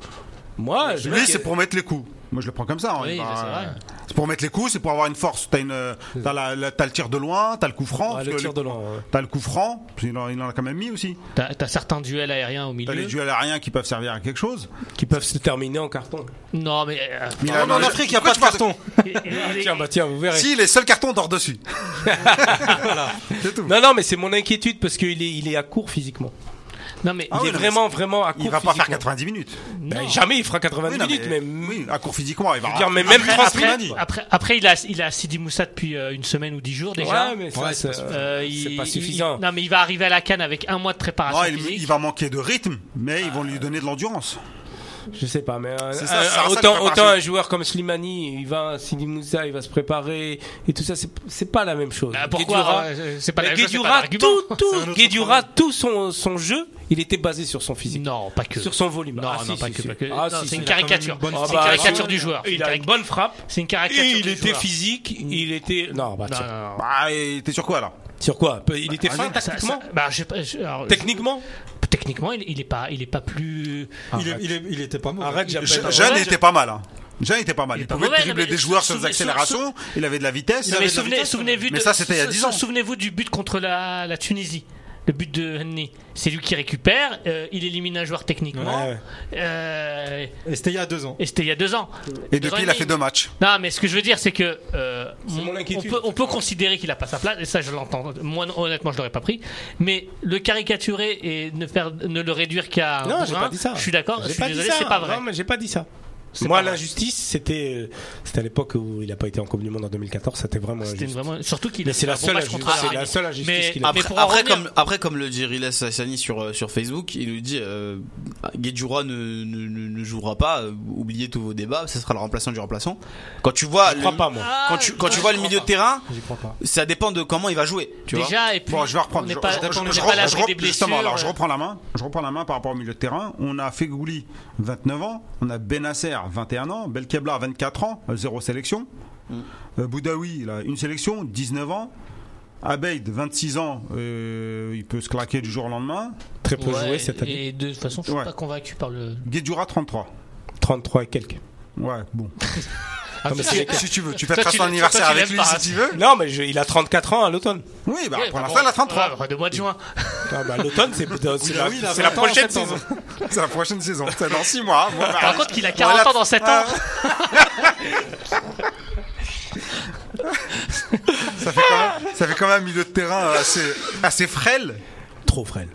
[SPEAKER 6] moi je
[SPEAKER 1] Lui, c'est pour mettre les coups. Moi, je le prends comme ça. hein.
[SPEAKER 2] Oui,
[SPEAKER 1] Il
[SPEAKER 2] bah,
[SPEAKER 1] va-
[SPEAKER 2] c'est vrai.
[SPEAKER 1] c'est pour mettre les coups, c'est pour avoir une force. T'as une, euh, t'as la- la- t'as le tir de loin, t'as le coup franc.
[SPEAKER 6] Ouais,
[SPEAKER 1] parce
[SPEAKER 6] le
[SPEAKER 1] que
[SPEAKER 6] tir
[SPEAKER 1] le-
[SPEAKER 6] de euh, loin. ouais.
[SPEAKER 1] T'as le coup franc. parce qu'il en- Il en a quand même mis aussi.
[SPEAKER 2] ouais. T'as t'as certains duels aériens au
[SPEAKER 1] T'as les
[SPEAKER 2] milieu.
[SPEAKER 1] duels aériens qui peuvent servir à quelque chose.
[SPEAKER 6] Qui peuvent se terminer en carton.
[SPEAKER 2] Non, mais. euh,
[SPEAKER 1] Mais
[SPEAKER 3] Même en
[SPEAKER 1] je-
[SPEAKER 3] Afrique, il n'y a pas de carton.
[SPEAKER 2] et- et-
[SPEAKER 6] Tiens, bah tiens, vous verrez.
[SPEAKER 1] Si les seuls cartons dorent dessus.
[SPEAKER 6] Non, non, mais c'est mon inquiétude parce qu'il est, il est à court physiquement.
[SPEAKER 2] non, mais.
[SPEAKER 1] Ah
[SPEAKER 6] il
[SPEAKER 1] oui,
[SPEAKER 6] est
[SPEAKER 1] non,
[SPEAKER 6] vraiment, vraiment à court.
[SPEAKER 1] Il va pas faire
[SPEAKER 6] physiquement.
[SPEAKER 1] 90 minutes.
[SPEAKER 6] Ben,
[SPEAKER 2] non.
[SPEAKER 6] jamais il fera 90
[SPEAKER 1] Oui, non,
[SPEAKER 6] minutes, mais.
[SPEAKER 1] mais- oui, à court physiquement, il va.
[SPEAKER 6] je veux dire, mais même
[SPEAKER 2] Après,
[SPEAKER 6] 30
[SPEAKER 2] après,
[SPEAKER 6] minutes.
[SPEAKER 2] après- après, il a, il a Sidi Moussa depuis euh, une semaine ou dix jours déjà.
[SPEAKER 6] Ouais, mais ça,
[SPEAKER 3] Ouais,
[SPEAKER 6] ça-
[SPEAKER 3] c'est
[SPEAKER 2] Euh,
[SPEAKER 6] c'est
[SPEAKER 2] il-
[SPEAKER 6] pas
[SPEAKER 2] il-
[SPEAKER 6] suffisant.
[SPEAKER 2] non, mais il va arriver à la canne avec un mois de préparation.
[SPEAKER 1] Non, il,
[SPEAKER 2] physique.
[SPEAKER 1] il va manquer de rythme, mais ils vont lui donner de l'endurance.
[SPEAKER 6] Je sais pas, mais euh, un-
[SPEAKER 1] C'est ça,
[SPEAKER 6] un-
[SPEAKER 1] c'est ça, la
[SPEAKER 6] autant,
[SPEAKER 1] préparation.
[SPEAKER 6] autant un joueur comme Slimani, il va, Sidi Moussa, il va se préparer et tout ça, c'est c'est pas la même chose.
[SPEAKER 2] Bah, pourquoi
[SPEAKER 6] Guédura-
[SPEAKER 2] euh, C'est pas la
[SPEAKER 6] Mais
[SPEAKER 2] même chose, c'est
[SPEAKER 6] Guédura,
[SPEAKER 2] pas l'argument.
[SPEAKER 6] tout, tout, Guédura, tout son, son jeu, il était basé sur son physique,
[SPEAKER 2] Non, pas que.
[SPEAKER 6] sur son volume.
[SPEAKER 2] Non,
[SPEAKER 6] Ah,
[SPEAKER 2] non,
[SPEAKER 6] si,
[SPEAKER 2] pas
[SPEAKER 6] si,
[SPEAKER 2] que.
[SPEAKER 6] si.
[SPEAKER 2] pas que.
[SPEAKER 6] Ah,
[SPEAKER 2] Non,
[SPEAKER 6] si,
[SPEAKER 2] c'est
[SPEAKER 6] si.
[SPEAKER 2] une caricature.
[SPEAKER 6] Ah,
[SPEAKER 2] C'est une
[SPEAKER 6] bah,
[SPEAKER 2] caricature
[SPEAKER 6] si.
[SPEAKER 2] du joueur.
[SPEAKER 6] Il a une bonne frappe.
[SPEAKER 2] C'est une
[SPEAKER 6] Et
[SPEAKER 2] caricature.
[SPEAKER 6] il
[SPEAKER 2] du
[SPEAKER 6] était
[SPEAKER 2] joueur. Mm.
[SPEAKER 6] physique, il était. Non, bah
[SPEAKER 2] Non,
[SPEAKER 6] tiens.
[SPEAKER 2] non, non.
[SPEAKER 1] Bah, et t'es sur quoi là
[SPEAKER 6] Sur quoi Il
[SPEAKER 4] Bah,
[SPEAKER 6] était fin
[SPEAKER 2] Ça-
[SPEAKER 6] tactiquement
[SPEAKER 2] ça- bah, je sais pas, je- alors,
[SPEAKER 6] Techniquement
[SPEAKER 2] je- techniquement, il, il est pas, il est pas plus.
[SPEAKER 6] Ah,
[SPEAKER 3] Il, est- il est- il était pas mauvais.
[SPEAKER 6] Arrête,
[SPEAKER 3] Il-
[SPEAKER 6] j'appelle.
[SPEAKER 1] Jeanne
[SPEAKER 6] Ouais,
[SPEAKER 1] était pas mal. Hein. Jeanne était pas mal.
[SPEAKER 2] Il
[SPEAKER 1] Il,
[SPEAKER 2] est pas
[SPEAKER 1] pouvait
[SPEAKER 2] mauvais,
[SPEAKER 1] dribbler
[SPEAKER 2] mais
[SPEAKER 1] des joueurs sur
[SPEAKER 2] sou-
[SPEAKER 1] des
[SPEAKER 2] sou-
[SPEAKER 1] accélérations. il avait de la vitesse.
[SPEAKER 2] Non,
[SPEAKER 1] il avait
[SPEAKER 2] mais
[SPEAKER 1] de la
[SPEAKER 2] souvenez,
[SPEAKER 1] vitesse.
[SPEAKER 2] souvenez-vous.
[SPEAKER 1] Mais
[SPEAKER 2] de-
[SPEAKER 1] ça, c'était il y a 10 ans.
[SPEAKER 2] sou- Souvenez-vous du but contre la, la Tunisie. Le but de Henny, c'est lui qui récupère. euh, il élimine un joueur techniquement.
[SPEAKER 3] Ouais,
[SPEAKER 2] Euh,
[SPEAKER 3] Et c'était il y a deux ans.
[SPEAKER 6] Ah,
[SPEAKER 2] et c'était il y a deux ans.
[SPEAKER 1] Et depuis, il a
[SPEAKER 2] Rennes-
[SPEAKER 1] fait deux matchs.
[SPEAKER 2] Non, mais ce que je veux dire, c'est que euh, on,
[SPEAKER 6] mon
[SPEAKER 2] on
[SPEAKER 6] inquiétude.
[SPEAKER 2] peut, on peut considérer qu'il a pas sa place, et ça, je l'entends. Moi, non, honnêtement, je l'aurais pas pris. Mais le caricaturer et ne, faire, ne le réduire qu'à un
[SPEAKER 6] Non, j'ai
[SPEAKER 2] bourrin,
[SPEAKER 6] pas dit ça.
[SPEAKER 2] Je suis d'accord. Je
[SPEAKER 6] J'ai
[SPEAKER 2] suis
[SPEAKER 6] pas dit
[SPEAKER 2] désolé,
[SPEAKER 6] ça.
[SPEAKER 2] c'est pas vrai.
[SPEAKER 6] Non, mais j'ai pas dit ça.
[SPEAKER 2] C'est
[SPEAKER 6] Moi,
[SPEAKER 2] pas vrai.
[SPEAKER 6] l'injustice, c'était, c'était à l'époque où il a pas été en Coupe du Monde en 2014. C'était vraiment
[SPEAKER 2] C'était
[SPEAKER 6] injuste.
[SPEAKER 2] vraiment surtout qu'il
[SPEAKER 6] Mais
[SPEAKER 2] a
[SPEAKER 6] c'est
[SPEAKER 2] fait
[SPEAKER 6] la
[SPEAKER 2] un bon
[SPEAKER 6] seule
[SPEAKER 2] match
[SPEAKER 6] injustice.
[SPEAKER 2] contre
[SPEAKER 6] C'est
[SPEAKER 2] Arabie.
[SPEAKER 6] la seule injustice
[SPEAKER 2] Mais-
[SPEAKER 6] qu'il a.
[SPEAKER 2] mais
[SPEAKER 4] Après,
[SPEAKER 2] pour en
[SPEAKER 4] après,
[SPEAKER 2] revenir-
[SPEAKER 4] comme, après, comme le dit Riles Sassani sur, euh, sur Facebook, il nous dit euh, Guedjura ne, ne, ne- ne jouera pas, euh, oubliez tous vos débats, ce sera le remplaçant du remplaçant. Quand tu vois,
[SPEAKER 6] Je
[SPEAKER 4] le,
[SPEAKER 6] crois pas moi.
[SPEAKER 4] Quand tu,
[SPEAKER 2] Ah,
[SPEAKER 4] quand tu vois le milieu de terrain,
[SPEAKER 3] J'y crois pas.
[SPEAKER 4] ça dépend de comment il va jouer. Tu vois
[SPEAKER 2] déjà et puis
[SPEAKER 1] Bon, je vais reprendre.
[SPEAKER 2] on n'est
[SPEAKER 1] Je-
[SPEAKER 2] pas,
[SPEAKER 1] je- je-
[SPEAKER 2] on n'est
[SPEAKER 1] je-
[SPEAKER 2] pas à
[SPEAKER 1] je-
[SPEAKER 2] l'abri
[SPEAKER 1] je-
[SPEAKER 2] des blessures.
[SPEAKER 1] justement, alors, je reprends la main. Je reprends la main par rapport au milieu de terrain. On a Fegouli, 29 ans. On a Benasser, 21 ans. Belkebla, 24 ans. euh, Zéro sélection.
[SPEAKER 2] Mm.
[SPEAKER 1] Euh, Boudaoui, il a une sélection, 19 ans. Abeid, 26 ans. euh, il peut se claquer du jour au lendemain.
[SPEAKER 6] Très peu
[SPEAKER 2] Ouais,
[SPEAKER 6] joué cette année.
[SPEAKER 2] Et de toute façon, je suis
[SPEAKER 1] Ouais.
[SPEAKER 2] pas convaincu par le.
[SPEAKER 1] Guedjura, 33.
[SPEAKER 6] 33 et quelques.
[SPEAKER 1] Ouais, bon.
[SPEAKER 2] Ah, parce que-
[SPEAKER 1] si tu veux, tu
[SPEAKER 2] Toi,
[SPEAKER 1] fêteras
[SPEAKER 2] tu
[SPEAKER 1] son
[SPEAKER 2] l'aimes-
[SPEAKER 1] anniversaire
[SPEAKER 2] toi, tu
[SPEAKER 1] avec
[SPEAKER 2] l'aimes
[SPEAKER 1] lui
[SPEAKER 2] pas, hein.
[SPEAKER 1] si tu veux.
[SPEAKER 6] Non, mais je- il a 34 ans à l'automne.
[SPEAKER 1] Oui, bah
[SPEAKER 2] Ouais,
[SPEAKER 1] pour
[SPEAKER 2] bah,
[SPEAKER 1] l'instant,
[SPEAKER 2] bon,
[SPEAKER 1] il a 33.
[SPEAKER 2] voilà, de mois de juin.
[SPEAKER 6] Ah, bah, l'automne, c'est, c'est, la,
[SPEAKER 3] oui, il a
[SPEAKER 6] c'est la
[SPEAKER 3] 20 ans en
[SPEAKER 6] prochaine saison.
[SPEAKER 3] septembre.
[SPEAKER 1] C'est la prochaine saison. C'est dans 6 mois. Bon, bah,
[SPEAKER 2] Par contre, qu'il a 40 ans dans 7 ans.
[SPEAKER 1] ça, fait quand même, ça fait quand même un milieu de terrain assez, assez frêle
[SPEAKER 6] Trop frêle.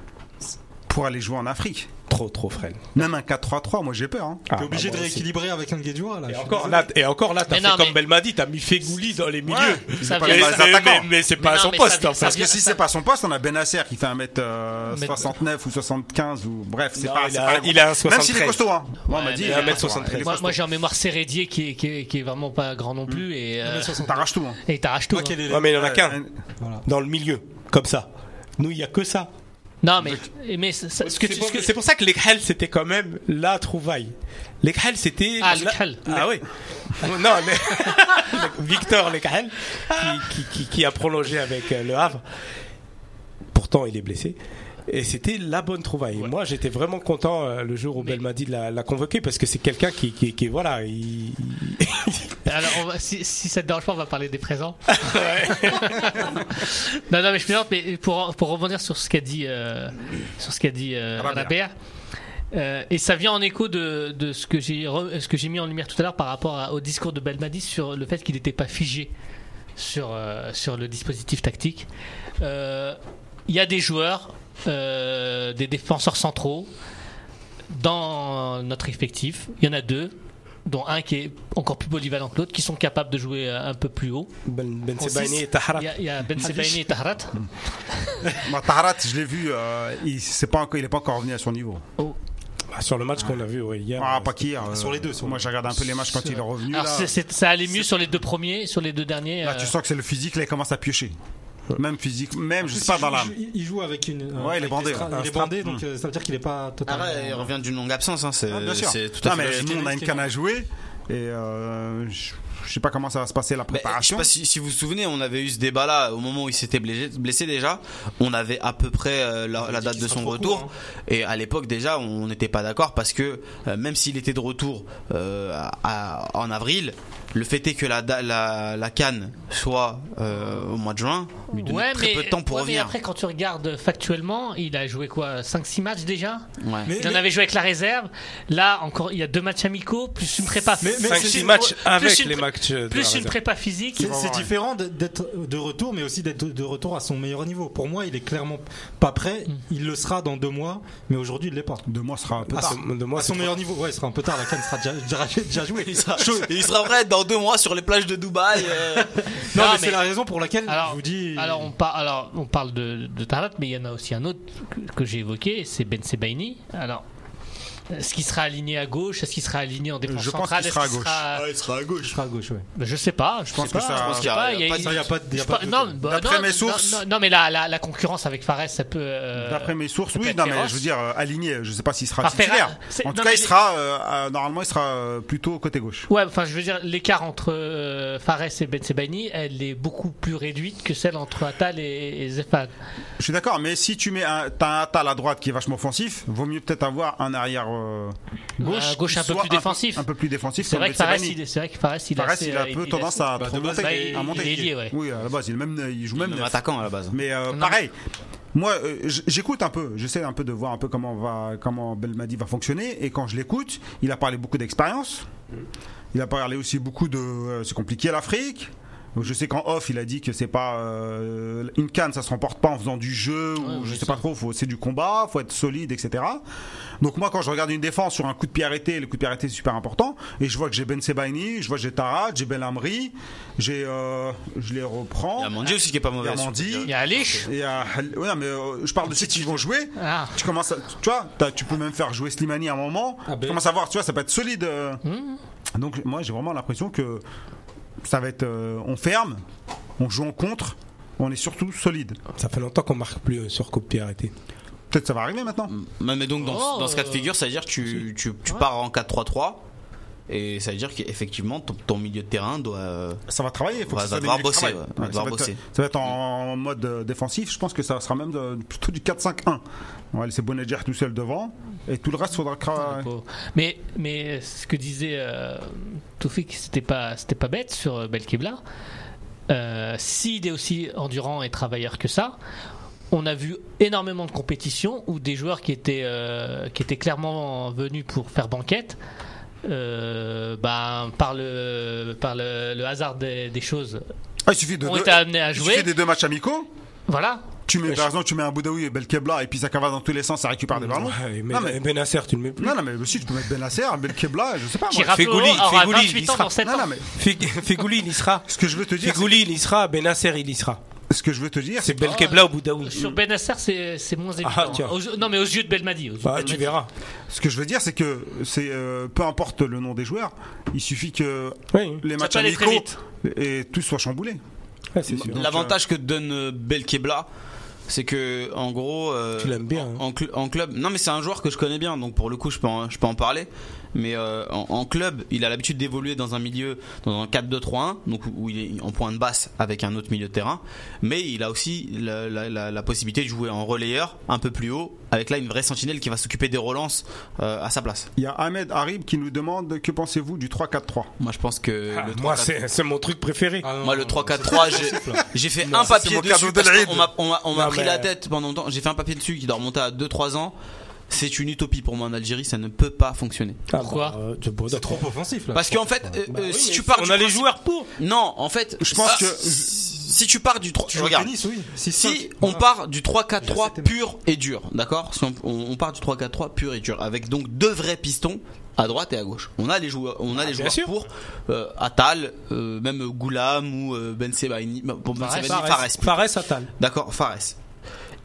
[SPEAKER 1] pour aller jouer en Afrique.
[SPEAKER 6] Trop, trop frêle.
[SPEAKER 1] Même un 4-3-3, moi j'ai peur. hein.
[SPEAKER 6] Ah,
[SPEAKER 3] T'es obligé
[SPEAKER 6] bah,
[SPEAKER 3] de
[SPEAKER 6] moi aussi.
[SPEAKER 3] rééquilibrer avec un Guedjura là.
[SPEAKER 6] Et
[SPEAKER 3] je suis
[SPEAKER 6] encore,
[SPEAKER 3] désolé.
[SPEAKER 6] là, et encore là, t'as
[SPEAKER 2] Mais
[SPEAKER 6] fait
[SPEAKER 2] non,
[SPEAKER 6] comme
[SPEAKER 2] mais-
[SPEAKER 6] Belmadi, t'as mis Fegouli dans les milieux.
[SPEAKER 2] Ça
[SPEAKER 1] pas
[SPEAKER 6] Mais,
[SPEAKER 2] vient-
[SPEAKER 1] les
[SPEAKER 6] mais-
[SPEAKER 1] attaquants.
[SPEAKER 6] mais- mais c'est pas
[SPEAKER 2] Mais
[SPEAKER 6] à
[SPEAKER 2] non,
[SPEAKER 6] son
[SPEAKER 2] mais ça
[SPEAKER 6] poste
[SPEAKER 2] vient-
[SPEAKER 6] en
[SPEAKER 2] ça
[SPEAKER 6] fait.
[SPEAKER 1] Parce que si c'est pas son poste, on a Benasser qui fait 1m69 ou 75 ou bref, c'est
[SPEAKER 6] Non,
[SPEAKER 1] pas,
[SPEAKER 6] il
[SPEAKER 1] c'est
[SPEAKER 6] a-
[SPEAKER 1] pas-
[SPEAKER 6] il a un
[SPEAKER 1] Même s'il est
[SPEAKER 6] 73.
[SPEAKER 1] costaud, hein. Moi, on
[SPEAKER 2] Ouais,
[SPEAKER 1] m'a dit
[SPEAKER 2] mais
[SPEAKER 1] il
[SPEAKER 2] il
[SPEAKER 1] est
[SPEAKER 2] a un mètre
[SPEAKER 1] costaud, hein.
[SPEAKER 6] 73.
[SPEAKER 1] Il est
[SPEAKER 2] Moi,
[SPEAKER 1] costaud.
[SPEAKER 2] moi, j'ai en mémoire Serredier qui est, qui, est, qui est vraiment pas grand
[SPEAKER 1] Mm.
[SPEAKER 2] non plus et euh,
[SPEAKER 1] T'arraches tout. hein. Euh,
[SPEAKER 2] et t'arraches tout.
[SPEAKER 3] Moi,
[SPEAKER 2] hein.
[SPEAKER 3] quel est le-
[SPEAKER 6] Ouais, mais il en a
[SPEAKER 1] Ouais,
[SPEAKER 6] qu'un.
[SPEAKER 3] Voilà.
[SPEAKER 6] Dans le milieu. Comme ça. Nous, il y a que ça.
[SPEAKER 2] Non mais mais ça- ça- ce que
[SPEAKER 6] C'est
[SPEAKER 2] tu
[SPEAKER 6] pour-
[SPEAKER 2] ce que-
[SPEAKER 6] C'est pour ça que l'Ekhel c'était quand même la trouvaille. L'Ekhel c'était.
[SPEAKER 2] Ah,
[SPEAKER 6] la-
[SPEAKER 2] l'Ekhel.
[SPEAKER 6] Ah oui. non, le- Victor l'Ekhel qui, qui, qui- qui a prolongé avec euh, le Havre. Pourtant, il est blessé. Et c'était la bonne trouvaille. Moi, j'étais vraiment content euh, le jour où
[SPEAKER 2] Mais-
[SPEAKER 6] Bel m'a dit de la, la convoquer parce que c'est quelqu'un qui, qui, qui- voilà, il-
[SPEAKER 2] alors on va- si, si ça te dérange pas, on va parler des présents. non non mais je plaisante mais pour pour rebondir sur ce qu'a dit euh, sur ce qu'a dit euh,
[SPEAKER 1] Rabia.
[SPEAKER 2] Rabia. Euh, et ça vient en écho de, de ce que j'ai re- ce que j'ai mis en lumière tout à l'heure par rapport à- au discours de Belmadi sur le fait qu'il n'était pas figé sur euh, sur le dispositif tactique. Euh, Il y a des joueurs, euh, des défenseurs centraux dans notre effectif. Il y en a deux dont un qui est encore plus polyvalent que l'autre, qui sont capables de jouer euh, un peu plus haut.
[SPEAKER 6] Ben, ben
[SPEAKER 2] En
[SPEAKER 6] Sebaini
[SPEAKER 2] six,
[SPEAKER 6] et Tahara.
[SPEAKER 2] Il y a- il y, a Ben Sebaini et Tahrat.
[SPEAKER 1] Moi, Taharat, je l'ai vu, euh, il c'est pas encore- il est pas encore revenu à son niveau.
[SPEAKER 2] Oh,
[SPEAKER 6] Bah, sur le match qu'on a vu ouais, hier.
[SPEAKER 1] Ah,
[SPEAKER 6] euh,
[SPEAKER 1] pas qu'hier. euh,
[SPEAKER 3] Sur les deux, sur
[SPEAKER 1] Moi,
[SPEAKER 3] les
[SPEAKER 1] j'ai regardé un peu les matchs quand il est revenu.
[SPEAKER 2] Alors
[SPEAKER 1] là.
[SPEAKER 2] c'est- c'est- ça allait mieux sur les deux premiers, sur les deux derniers.
[SPEAKER 1] Là,
[SPEAKER 2] euh,
[SPEAKER 1] tu sens que c'est le physique, là, il commence à piocher. Même physique, même, je sais pas, dans l'âme.
[SPEAKER 3] Il joue avec une.
[SPEAKER 1] il est bandé, ouais.
[SPEAKER 3] Il est bandé, donc euh, ça veut dire qu'il est pas totalement.
[SPEAKER 4] Ah ouais, il revient d'une longue absence, hein, c'est
[SPEAKER 1] Ah, bien sûr.
[SPEAKER 4] c'est tout à
[SPEAKER 1] Non,
[SPEAKER 4] fait.
[SPEAKER 1] mais
[SPEAKER 4] logique.
[SPEAKER 1] nous, on a une canne à jouer. Et euh, je je sais pas comment ça va se passer la
[SPEAKER 4] Bah, je sais
[SPEAKER 1] préparation.
[SPEAKER 4] pas si, si vous vous souvenez, on avait eu ce débat-là au moment où il s'était blessé, blessé déjà. On avait à peu près euh, la, la date de son retour.
[SPEAKER 3] hein.
[SPEAKER 4] Et à l'époque déjà, on n'était pas d'accord parce que euh, même s'il était de retour euh, à- à- en avril, le fait est que la, da- la, la canne soit euh, au mois de juin, lui donnait
[SPEAKER 2] ouais,
[SPEAKER 4] très
[SPEAKER 2] mais,
[SPEAKER 4] peu de temps pour
[SPEAKER 2] ouais, mais
[SPEAKER 4] revenir.
[SPEAKER 2] après, quand tu regardes factuellement, il a joué quoi 5-6 matchs déjà
[SPEAKER 4] Ouais.
[SPEAKER 3] Mais-
[SPEAKER 2] Il en avait joué avec la réserve. Là, encore, il y a deux matchs amicaux, plus une prépa
[SPEAKER 3] Mais- mais
[SPEAKER 2] plus
[SPEAKER 3] c'est-
[SPEAKER 6] 5-6
[SPEAKER 2] une-
[SPEAKER 6] matchs
[SPEAKER 2] plus
[SPEAKER 6] avec
[SPEAKER 2] une
[SPEAKER 6] les
[SPEAKER 2] pré-
[SPEAKER 6] matchs. de la
[SPEAKER 2] Plus une
[SPEAKER 6] réserve.
[SPEAKER 2] prépa physique.
[SPEAKER 3] C'est- C'est différent de- d'être de retour, mais aussi d'être de retour à son meilleur niveau. Pour moi, il est clairement pas prêt. Il le sera dans deux mois, mais aujourd'hui, il l'est pas.
[SPEAKER 1] De moi sera un peu
[SPEAKER 6] Ah,
[SPEAKER 1] tard.
[SPEAKER 6] c'est- de moi,
[SPEAKER 3] À son
[SPEAKER 6] c'est-
[SPEAKER 3] meilleur niveau, ouais, il sera un peu tard. La canne sera déjà, déjà, déjà jouée.
[SPEAKER 4] Il sera- et il sera vrai dans deux mois sur les plages de Dubaï. euh,
[SPEAKER 2] Non,
[SPEAKER 3] Non, mais,
[SPEAKER 2] mais-
[SPEAKER 3] c'est la raison pour laquelle je vous dis.
[SPEAKER 2] Alors on, par- alors, on parle de, de Tarlat, mais il y en a aussi un autre que, que j'ai évoqué, c'est Ben Sebaini. Alors, est-ce qu'il sera aligné à gauche Est-ce qu'il sera aligné en défense
[SPEAKER 1] Je pense
[SPEAKER 2] centrale
[SPEAKER 1] qu'il sera
[SPEAKER 2] Est-ce qu'il
[SPEAKER 1] à
[SPEAKER 2] sera-
[SPEAKER 4] il sera à gauche.
[SPEAKER 3] je serai à gauche, ouais.
[SPEAKER 2] Ben, Je sais pas. Je,
[SPEAKER 1] pense
[SPEAKER 2] sais
[SPEAKER 1] que
[SPEAKER 2] pas.
[SPEAKER 1] ça-
[SPEAKER 2] Je pense
[SPEAKER 4] qu'il y a-
[SPEAKER 2] pas.
[SPEAKER 4] il y a pas de-
[SPEAKER 3] Il y a pas de- il y a
[SPEAKER 2] je
[SPEAKER 3] pas
[SPEAKER 2] pas-
[SPEAKER 3] de-
[SPEAKER 2] non, bah,
[SPEAKER 1] D'après
[SPEAKER 2] non,
[SPEAKER 1] mes
[SPEAKER 2] non,
[SPEAKER 1] sources-
[SPEAKER 2] non, non, mais la, la, la concurrence avec Fares, ça peut. euh,
[SPEAKER 1] D'après mes sources,
[SPEAKER 2] peut
[SPEAKER 1] oui,
[SPEAKER 2] être
[SPEAKER 1] non, mais
[SPEAKER 2] féroce.
[SPEAKER 1] je veux dire, euh, aligné, je sais pas s'il sera
[SPEAKER 2] Par
[SPEAKER 1] titulaire.
[SPEAKER 2] Ferrari,
[SPEAKER 4] ah,
[SPEAKER 2] c'est-
[SPEAKER 1] En tout
[SPEAKER 2] non,
[SPEAKER 1] cas,
[SPEAKER 2] mais-
[SPEAKER 1] il sera, euh, euh, normalement, il sera euh, plutôt côté gauche.
[SPEAKER 2] Ouais, enfin, je veux dire, l'écart entre euh, Fares et Ben Sebaini, elle est beaucoup plus réduite que celle entre Attal et, et Zefan.
[SPEAKER 1] Je suis d'accord, mais si tu mets un, t'as un Atal à droite qui est vachement offensif, vaut mieux peut-être avoir un arrière euh, gauche,
[SPEAKER 2] Un gauche un
[SPEAKER 1] qui
[SPEAKER 2] peu
[SPEAKER 1] soit
[SPEAKER 2] plus défensif.
[SPEAKER 1] un peu plus défensif.
[SPEAKER 2] C'est
[SPEAKER 1] comme
[SPEAKER 2] vrai que Fares,
[SPEAKER 1] Betsebani.
[SPEAKER 2] il est, c'est vrai que Fares, il a
[SPEAKER 1] Fares,
[SPEAKER 2] assez- euh,
[SPEAKER 1] il a un peu
[SPEAKER 2] il
[SPEAKER 1] tendance à
[SPEAKER 2] assez-
[SPEAKER 1] trop monter,
[SPEAKER 2] bah, il-
[SPEAKER 1] à monter.
[SPEAKER 2] il est lié, ouais.
[SPEAKER 1] Oui, à la base, il, est même, il joue même,
[SPEAKER 4] Même
[SPEAKER 1] neuf.
[SPEAKER 4] attaquant à la base.
[SPEAKER 1] Mais euh,
[SPEAKER 2] Non.
[SPEAKER 1] pareil, moi euh, j- j'écoute un peu, j'essaie un peu de voir un peu comment va comment Belmadi va fonctionner et quand je l'écoute, il a parlé beaucoup d'expérience. Il a parlé aussi beaucoup de euh, c'est compliqué l'Afrique. Je sais qu'en off, il a dit que c'est pas euh, une canne, ça se remporte pas en faisant du jeu ou je sais pas trop. Faut c'est du combat, faut être solide, etc. Donc moi, quand je regarde une défense sur un coup de pied arrêté, le coup de pied arrêté c'est super important, et je vois que j'ai Ben Sebaini, je vois que j'ai Tara, j'ai Ben Amri, j'ai euh, je les reprends.
[SPEAKER 4] Il y a Mandy aussi qui est pas mauvais.
[SPEAKER 1] Diamandi.
[SPEAKER 2] Il y a Alich.
[SPEAKER 1] Et à- ouais, non, mais euh, je parle de ceux qui vont jouer.
[SPEAKER 2] Ah.
[SPEAKER 1] Tu commences, à- tu vois, t'as- tu peux même faire jouer Slimani à un moment.
[SPEAKER 2] Ah
[SPEAKER 6] ben.
[SPEAKER 1] Tu commences à voir, tu vois, ça peut être solide. euh.
[SPEAKER 2] Mmh.
[SPEAKER 1] Donc moi, j'ai vraiment l'impression que ça va être, euh, on ferme, on joue en contre, on est surtout solide.
[SPEAKER 6] Ça fait longtemps qu'on marque plus euh, sur coup de pied arrêté.
[SPEAKER 1] Peut-être ça va arriver maintenant.
[SPEAKER 4] Mais, mais donc dans,
[SPEAKER 2] Oh,
[SPEAKER 4] dans ce cas de
[SPEAKER 2] euh,
[SPEAKER 4] figure, ça veut dire que tu, tu, tu pars en 4-3-3 et ça veut dire qu'effectivement ton, ton milieu de terrain doit. euh,
[SPEAKER 1] Ça va travailler. Faut
[SPEAKER 4] Ouais,
[SPEAKER 1] que ça soit des
[SPEAKER 4] va devoir
[SPEAKER 1] mecs qui
[SPEAKER 4] bosser,
[SPEAKER 1] travaillent.
[SPEAKER 4] ouais, va devoir
[SPEAKER 1] ça, va être,
[SPEAKER 4] bosser.
[SPEAKER 1] ça va être en mode euh, défensif. Je pense que ça sera même de- plutôt du 4-5-1. On va laisser Bonadjer tout seul devant et tout le reste faudra. cra-
[SPEAKER 2] Bon. Mais, mais ce que disait euh, Toufik, c'était pas, c'était pas bête sur euh, Belkebla. Euh, S'il est aussi endurant et travailleur que ça, on a vu énormément de compétitions où des joueurs qui étaient, euh, qui étaient clairement venus pour faire banquette. euh, ben, par le, par le, le hasard des, des choses,
[SPEAKER 1] Ah, il suffit de
[SPEAKER 2] ont
[SPEAKER 1] deux-
[SPEAKER 2] été amenés à
[SPEAKER 1] il suffit
[SPEAKER 2] jouer.
[SPEAKER 1] des deux matchs amicaux.
[SPEAKER 2] Voilà,
[SPEAKER 1] Tu mets, par exemple, tu mets un Boudaoui et Belkebla et puis ça cavale dans tous les sens, ça récupère des ballons.
[SPEAKER 6] Ouais, et Ben-
[SPEAKER 1] non, mais,
[SPEAKER 6] et Benasser, tu le mets plus.
[SPEAKER 1] non, non, mais aussi, tu peux mettre Benasser, Belkebla, je sais pas.
[SPEAKER 2] qui
[SPEAKER 1] Ah, Moi.
[SPEAKER 2] rappelons
[SPEAKER 6] Fégouli,
[SPEAKER 2] aura
[SPEAKER 6] Fégouli,
[SPEAKER 2] 28
[SPEAKER 6] il
[SPEAKER 2] ans
[SPEAKER 6] sera-
[SPEAKER 2] dans 7
[SPEAKER 1] Non,
[SPEAKER 2] ans.
[SPEAKER 1] non, mais
[SPEAKER 6] Fé- Fégouli, il y sera.
[SPEAKER 1] ce que je veux te dire,
[SPEAKER 6] Fégouli, il y sera. Benasser, il y sera.
[SPEAKER 1] c'est- ce que je veux te dire, c'est
[SPEAKER 6] C'est Belkebla au Boudaoui.
[SPEAKER 2] Sur Benacer, c'est c'est moins évident.
[SPEAKER 6] tiens.
[SPEAKER 2] Aux yeux- non, mais aux yeux de Belmadi. aux yeux
[SPEAKER 6] Bah,
[SPEAKER 2] de
[SPEAKER 6] tu
[SPEAKER 2] Belmadi.
[SPEAKER 6] verras.
[SPEAKER 1] ce que je veux dire, c'est que c'est euh, peu importe le nom des joueurs, il suffit que
[SPEAKER 6] Oui,
[SPEAKER 1] les matchs
[SPEAKER 2] peut aller très
[SPEAKER 1] amicaux et tout soit chamboulé.
[SPEAKER 6] ouais, c'est sûr.
[SPEAKER 4] L'avantage que donne euh, Belkebla, c'est que en gros. euh,
[SPEAKER 6] Tu l'aimes bien, hein.
[SPEAKER 4] En, en cl- en club. Non, mais c'est un joueur que je connais bien, donc pour le coup, je peux en, je peux en parler. Mais euh, en, en club, il a l'habitude d'évoluer dans un milieu, dans un 4-2-3-1, donc où- où il est en point de basse avec un autre milieu de terrain. Mais il a aussi la, la- la- la possibilité de jouer en relayeur un peu plus haut, avec là une vraie sentinelle qui va s'occuper des relances euh, à sa place.
[SPEAKER 1] Il y a Ahmed Harib qui nous demande que pensez-vous du 3-4-3
[SPEAKER 4] Moi, je pense que.
[SPEAKER 6] Ah,
[SPEAKER 4] le
[SPEAKER 6] Moi,
[SPEAKER 4] 3-4-3,
[SPEAKER 6] c'est c'est mon truc préféré.
[SPEAKER 4] Moi, le 3-4-3, j'ai- j'ai fait un
[SPEAKER 1] c'est
[SPEAKER 4] papier
[SPEAKER 1] mon
[SPEAKER 4] dessus.
[SPEAKER 1] cadeau de
[SPEAKER 4] parce
[SPEAKER 1] l'Aïd.
[SPEAKER 4] qu'on m'a- on m'a- on m'a
[SPEAKER 6] Non,
[SPEAKER 4] pris
[SPEAKER 6] mais-
[SPEAKER 4] la tête pendant longtemps. J'ai fait un papier dessus qui doit remonter à 2-3 ans. C'est une utopie pour moi en Algérie, ça ne peut pas fonctionner.
[SPEAKER 6] Bah, Ah,
[SPEAKER 2] Pourquoi
[SPEAKER 6] euh,
[SPEAKER 3] C'est trop offensif là.
[SPEAKER 4] Parce qu'en fait, euh, euh, si tu pars
[SPEAKER 6] On
[SPEAKER 4] du
[SPEAKER 6] a les
[SPEAKER 4] principe-
[SPEAKER 6] joueurs pour.
[SPEAKER 4] Non, en fait,
[SPEAKER 1] Je pense
[SPEAKER 4] ah,
[SPEAKER 1] que-
[SPEAKER 4] si- si tu pars du 3
[SPEAKER 3] Tu joues au
[SPEAKER 4] regarde
[SPEAKER 3] tennis, oui.
[SPEAKER 4] si,
[SPEAKER 3] 6-5,
[SPEAKER 4] on
[SPEAKER 3] voilà.
[SPEAKER 4] part du 3-4-3
[SPEAKER 3] J'étais-
[SPEAKER 4] pur et dur d'accord si on, on- on part du 3-4-3 pur et dur avec donc deux vrais pistons à droite et à gauche on a les joueurs on a les joueurs
[SPEAKER 6] sûr.
[SPEAKER 4] pour euh, Atal euh, même Goulam ou euh, Ben Sebaini bon,
[SPEAKER 6] Ah,
[SPEAKER 4] ben Sebaini, Fares
[SPEAKER 6] Fares, Fares, Attal.
[SPEAKER 4] D'accord, Fares.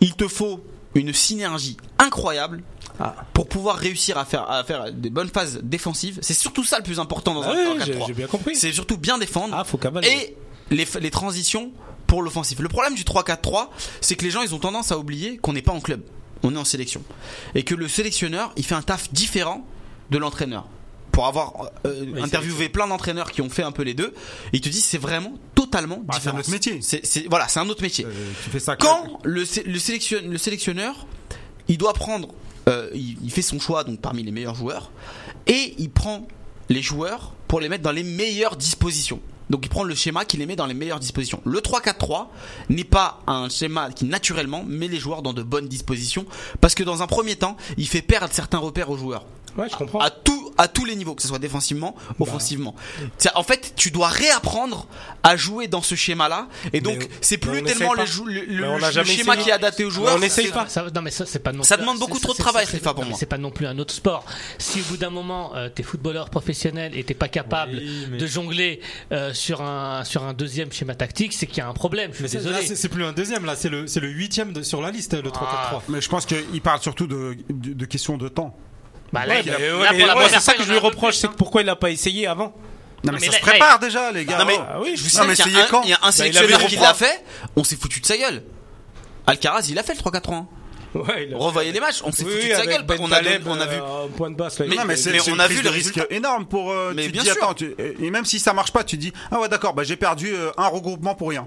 [SPEAKER 4] Il te faut une synergie incroyable
[SPEAKER 6] Ah.
[SPEAKER 4] pour pouvoir réussir à faire, à faire des bonnes phases défensives. C'est surtout ça le plus important dans
[SPEAKER 6] Ah
[SPEAKER 4] un
[SPEAKER 6] oui,
[SPEAKER 4] un 4-3.
[SPEAKER 6] j'ai j'ai bien compris.
[SPEAKER 4] C'est surtout bien défendre
[SPEAKER 6] Ah, faut cavaler.
[SPEAKER 4] et les, les transitions pour l'offensif. Le problème du 3-4-3, c'est que les gens ils ont tendance à oublier qu'on n'est pas en club, on est en sélection. Et que le sélectionneur, il fait un taf différent de l'entraîneur. Pour avoir euh, interviewé plein d'entraîneurs qui ont fait un peu les deux, il te dit c'est vraiment totalement
[SPEAKER 6] Ah,
[SPEAKER 1] Bah, c'est un
[SPEAKER 4] différent.
[SPEAKER 1] autre métier.
[SPEAKER 4] C'est- c'est- voilà, c'est un autre métier.
[SPEAKER 1] Euh, tu fais ça
[SPEAKER 4] Quand le, sé- le, sélection- le sélectionneur, il doit prendre, euh, il, il fait son choix donc parmi les meilleurs joueurs, et il prend les joueurs pour les mettre dans les meilleures dispositions. Donc il prend le schéma qui les met dans les meilleures dispositions. Le 3-4-3 n'est pas un schéma qui naturellement met les joueurs dans de bonnes dispositions, parce que dans un premier temps, il fait perdre certains repères aux joueurs
[SPEAKER 6] Ouais, je comprends.
[SPEAKER 4] à tout à tous les niveaux que ce soit défensivement
[SPEAKER 6] Bah.
[SPEAKER 4] offensivement C'est- en fait tu dois réapprendre à jouer dans ce schéma là et donc
[SPEAKER 6] Mais-
[SPEAKER 4] c'est
[SPEAKER 6] mais
[SPEAKER 4] plus
[SPEAKER 6] on
[SPEAKER 4] tellement
[SPEAKER 6] n'essaye
[SPEAKER 4] le,
[SPEAKER 6] pas.
[SPEAKER 4] jou- le, le-
[SPEAKER 6] Mais on
[SPEAKER 4] le
[SPEAKER 6] n'a jamais
[SPEAKER 4] schéma
[SPEAKER 6] essayé.
[SPEAKER 4] qui est adapté aux joueurs
[SPEAKER 6] on essaye
[SPEAKER 4] c'est-
[SPEAKER 6] pas.
[SPEAKER 2] Ça, non mais ça c'est pas non
[SPEAKER 4] Ça
[SPEAKER 2] plus-
[SPEAKER 4] demande beaucoup
[SPEAKER 2] c'est-
[SPEAKER 4] trop de
[SPEAKER 2] c'est-
[SPEAKER 4] travail,
[SPEAKER 2] c'est-
[SPEAKER 4] Stéphane, pour
[SPEAKER 2] non, mais
[SPEAKER 4] moi.
[SPEAKER 2] C'est pas non plus un autre sport. Si au bout d'un moment euh, t'es footballeur professionnel et t'es pas capable
[SPEAKER 3] Oui, mais-
[SPEAKER 2] de jongler euh, sur un sur un deuxième schéma tactique, c'est qu'il y a un problème. Je suis
[SPEAKER 3] Mais c'est- là,
[SPEAKER 2] désolé.
[SPEAKER 3] c'est c'est plus un deuxième, là, c'est le, c'est le huitième de- sur la liste, le 3-4-3.
[SPEAKER 1] Mais je pense qu'il parle surtout de, de, de questions de temps.
[SPEAKER 2] Bah,
[SPEAKER 6] Ouais,
[SPEAKER 2] il-
[SPEAKER 6] mais-
[SPEAKER 2] là,
[SPEAKER 6] ouais,
[SPEAKER 2] pour
[SPEAKER 6] mais-
[SPEAKER 2] la
[SPEAKER 6] ouais,
[SPEAKER 2] première
[SPEAKER 6] c'est ça
[SPEAKER 2] fois,
[SPEAKER 6] que
[SPEAKER 2] il
[SPEAKER 6] je
[SPEAKER 2] en
[SPEAKER 6] lui
[SPEAKER 2] a un peu
[SPEAKER 6] reproche,
[SPEAKER 2] plus,
[SPEAKER 6] c'est
[SPEAKER 2] hein.
[SPEAKER 6] que pourquoi il l'a pas essayé avant
[SPEAKER 1] Non,
[SPEAKER 2] Non,
[SPEAKER 1] mais,
[SPEAKER 2] mais
[SPEAKER 1] ça
[SPEAKER 2] là-
[SPEAKER 1] se prépare déjà, les gars.
[SPEAKER 4] Non, mais-
[SPEAKER 6] Ah oui,
[SPEAKER 4] je
[SPEAKER 6] je
[SPEAKER 4] vous
[SPEAKER 1] Non, mais
[SPEAKER 4] signale qu'il y
[SPEAKER 1] essayez
[SPEAKER 4] a un-
[SPEAKER 1] quand
[SPEAKER 4] il y a un
[SPEAKER 6] Bah, avait
[SPEAKER 4] sélectionneur qui
[SPEAKER 6] reprendre.
[SPEAKER 4] l'a fait on s'est foutu de sa gueule Alcaraz il a fait le 3-4 ans
[SPEAKER 6] Ouais, il a-
[SPEAKER 4] revoyez les matchs on s'est
[SPEAKER 6] Oui,
[SPEAKER 4] foutu
[SPEAKER 6] oui,
[SPEAKER 4] de sa
[SPEAKER 6] avec
[SPEAKER 4] gueule
[SPEAKER 6] Ben
[SPEAKER 4] on a,
[SPEAKER 6] Taleb,
[SPEAKER 4] on a vu
[SPEAKER 6] euh, en point de basse, là,
[SPEAKER 4] Mais-
[SPEAKER 6] il-
[SPEAKER 1] Non, mais
[SPEAKER 6] il-
[SPEAKER 1] c'est
[SPEAKER 4] mais
[SPEAKER 1] c'est
[SPEAKER 4] on
[SPEAKER 1] une
[SPEAKER 4] a
[SPEAKER 1] prise
[SPEAKER 4] vu le
[SPEAKER 1] de risque
[SPEAKER 4] résultat.
[SPEAKER 1] énorme pour. euh,
[SPEAKER 4] Mais
[SPEAKER 1] tu te
[SPEAKER 4] bien
[SPEAKER 1] dis,
[SPEAKER 4] sûr.
[SPEAKER 1] attends, tu- et même si ça marche pas, tu dis ah ouais d'accord, bah, j'ai perdu euh, un regroupement pour rien.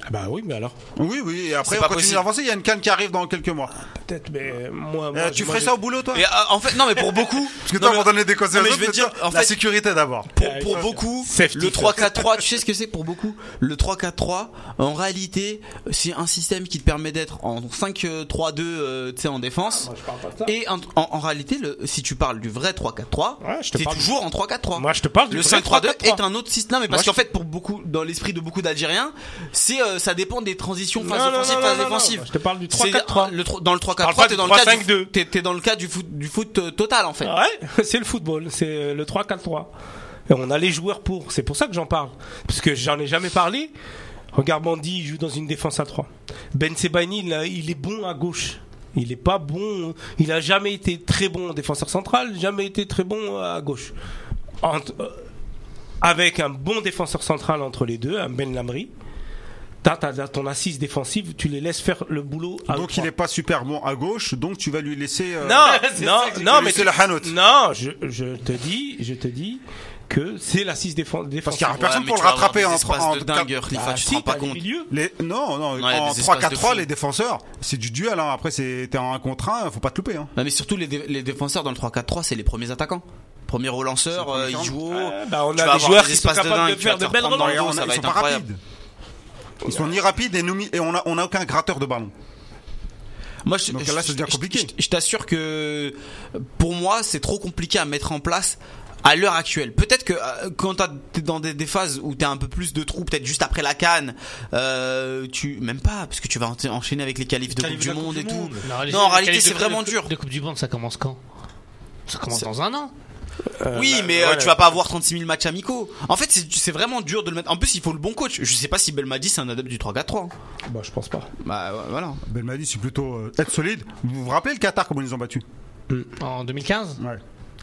[SPEAKER 6] Ah Bah oui, mais alors.
[SPEAKER 1] Oui oui, et après
[SPEAKER 4] C'est
[SPEAKER 1] on
[SPEAKER 4] pas
[SPEAKER 1] continue
[SPEAKER 4] possible.
[SPEAKER 1] d'avancer. Il y a une canne qui arrive dans quelques mois.
[SPEAKER 6] Ah, Peut-être, mais moi.
[SPEAKER 1] Euh,
[SPEAKER 6] moi,
[SPEAKER 1] tu
[SPEAKER 6] je-
[SPEAKER 1] ferais
[SPEAKER 6] moi,
[SPEAKER 1] ça au boulot toi
[SPEAKER 4] et euh, en fait non mais pour beaucoup
[SPEAKER 1] Parce que
[SPEAKER 4] non,
[SPEAKER 1] toi,
[SPEAKER 4] mais-
[SPEAKER 1] on donnait des conseils
[SPEAKER 4] non,
[SPEAKER 1] aux
[SPEAKER 4] mais
[SPEAKER 1] autres,
[SPEAKER 4] je vais
[SPEAKER 1] mais
[SPEAKER 4] te dire,
[SPEAKER 1] toi,
[SPEAKER 4] en
[SPEAKER 1] la
[SPEAKER 4] fait-
[SPEAKER 1] sécurité d'abord.
[SPEAKER 4] pour,
[SPEAKER 6] Ouais,
[SPEAKER 4] pour
[SPEAKER 6] ouais.
[SPEAKER 4] beaucoup,
[SPEAKER 6] Ah, Safety
[SPEAKER 4] le
[SPEAKER 6] first.
[SPEAKER 4] 3-4-3, tu sais ce que c'est pour beaucoup Le 3-4-3, en réalité, c'est un système qui te permet d'être en 5-3-2 euh, tu sais, en défense.
[SPEAKER 6] Ah, je parle pas de ça.
[SPEAKER 4] et en, en- en réalité, le, si tu parles du vrai 3-4-3,
[SPEAKER 6] Ouais, je te
[SPEAKER 4] t'es
[SPEAKER 6] parle-
[SPEAKER 4] toujours en 3-4-3.
[SPEAKER 6] Moi, je te parle du
[SPEAKER 4] le
[SPEAKER 6] vrai
[SPEAKER 4] 5-3-2
[SPEAKER 6] 3-4-3.
[SPEAKER 4] est un autre système. Non, mais
[SPEAKER 6] Moi,
[SPEAKER 4] parce
[SPEAKER 6] je-
[SPEAKER 4] qu'en fait, pour beaucoup, dans l'esprit de beaucoup d'Algériens, c'est euh, ça dépend des transitions phase
[SPEAKER 6] Non, non,
[SPEAKER 4] offensive,
[SPEAKER 6] non,
[SPEAKER 4] phase
[SPEAKER 6] non, non,
[SPEAKER 4] défensive.
[SPEAKER 6] moi, Je te parle du
[SPEAKER 4] C'est-
[SPEAKER 6] 3-4-3.
[SPEAKER 4] le tro- dans le
[SPEAKER 6] parle pas
[SPEAKER 4] 3-4-3, t'es
[SPEAKER 6] du
[SPEAKER 4] dans, le cas du
[SPEAKER 6] 3-5-2.
[SPEAKER 4] foot- t'es- t'es dans le cas du foot, du foot euh, total en fait.
[SPEAKER 6] Ouais, c'est le football, c'est le 3-4-3. Et on a les joueurs pour, c'est pour ça que j'en parle. Parce que j'en ai jamais parlé. Regarde Mandy, il joue dans une défense à 3. Ben Sebaini, il, a- il est bon à gauche. Il est pas bon, il a jamais été très bon en défenseur central, jamais été très bon à gauche. Entre- euh, avec un bon défenseur central entre les deux, un Ben Lamri, t'as t'as ton assise défensive, tu les laisses faire le boulot à
[SPEAKER 1] Donc
[SPEAKER 6] trois.
[SPEAKER 1] il est pas super bon à gauche, donc tu vas lui laisser. euh,
[SPEAKER 6] Non,
[SPEAKER 1] tu
[SPEAKER 6] non,
[SPEAKER 1] vas
[SPEAKER 6] non,
[SPEAKER 1] lui
[SPEAKER 6] mais
[SPEAKER 1] laisser la hanote.
[SPEAKER 6] Non, je, je te dis, je te dis que c'est l'assise défense.
[SPEAKER 1] Parce qu'il y a
[SPEAKER 4] Ouais,
[SPEAKER 1] Ah, personne
[SPEAKER 4] mais
[SPEAKER 1] pour
[SPEAKER 4] tu
[SPEAKER 1] le
[SPEAKER 4] vas avoir
[SPEAKER 1] rattraper
[SPEAKER 4] des
[SPEAKER 1] en
[SPEAKER 4] espaces
[SPEAKER 1] en- Bah,
[SPEAKER 4] de dingue,
[SPEAKER 7] Bah,
[SPEAKER 4] Khalifa, tu te rends pas compte.
[SPEAKER 1] Les- Non, non,
[SPEAKER 4] Non, il y a
[SPEAKER 1] en
[SPEAKER 4] des espaces de
[SPEAKER 1] 3-4-3,
[SPEAKER 4] fou.
[SPEAKER 1] les défenseurs, c'est du duel. Hein. Après, c'est- t'es en 1 contre 1, faut pas te louper. Hein.
[SPEAKER 4] Non, mais surtout les, dé- les défenseurs dans le 3-4-3, c'est les premiers attaquants. Premier au lanceur, euh, ils jouent
[SPEAKER 7] Oh,
[SPEAKER 4] haut.
[SPEAKER 6] bah, on
[SPEAKER 4] Tu
[SPEAKER 6] a
[SPEAKER 4] vas
[SPEAKER 6] des
[SPEAKER 4] avoir
[SPEAKER 6] joueurs qui sont
[SPEAKER 4] espaces
[SPEAKER 6] capables de
[SPEAKER 4] tu
[SPEAKER 6] faire
[SPEAKER 4] vas te
[SPEAKER 6] de
[SPEAKER 4] faire
[SPEAKER 6] belles
[SPEAKER 4] prendre dans le
[SPEAKER 1] Regarde,
[SPEAKER 4] dos, ça
[SPEAKER 1] ils
[SPEAKER 4] va
[SPEAKER 1] sont
[SPEAKER 4] être
[SPEAKER 1] pas
[SPEAKER 4] incroyable.
[SPEAKER 1] rapides. Ils sont ni rapides et, nous mis- et on a, on a aucun gratteur de ballon.
[SPEAKER 4] Moi, je,
[SPEAKER 1] Donc là, ça
[SPEAKER 4] je-
[SPEAKER 1] devient
[SPEAKER 4] je-
[SPEAKER 1] compliqué.
[SPEAKER 4] je- Je, t'assure que pour moi, c'est trop compliqué à mettre en place à l'heure actuelle. Peut-être que euh, quand t'as- t'es dans des, des phases où t'as un peu plus de trous, peut-être juste après la canne, euh, tu même pas, parce que tu vas en- enchaîner avec les qualifs de
[SPEAKER 3] Les qualifs
[SPEAKER 4] Coupe
[SPEAKER 3] de
[SPEAKER 4] du
[SPEAKER 3] la Coupe
[SPEAKER 4] Monde
[SPEAKER 3] du
[SPEAKER 4] et tout.
[SPEAKER 3] Monde.
[SPEAKER 2] les-
[SPEAKER 4] Non, en
[SPEAKER 2] les
[SPEAKER 4] réalité,
[SPEAKER 2] qualifs de-
[SPEAKER 4] c'est vraiment dur.
[SPEAKER 2] De Coupe du Monde, ça commence quand Ça commence dans un an.
[SPEAKER 4] Oui,
[SPEAKER 1] bah,
[SPEAKER 4] mais euh, tu vas pas avoir 36 000 matchs amicaux. En fait, c'est- c'est vraiment dur de le mettre. En plus, il faut le bon coach. Je sais pas si Belmadi c'est un adepte du 3-4-3.
[SPEAKER 6] Bah, je pense pas.
[SPEAKER 4] hein. Bah ouais, voilà.
[SPEAKER 1] Belmadi, c'est plutôt euh, être solide. Vous vous rappelez le Qatar, comment ils nous ont battus
[SPEAKER 2] En 2015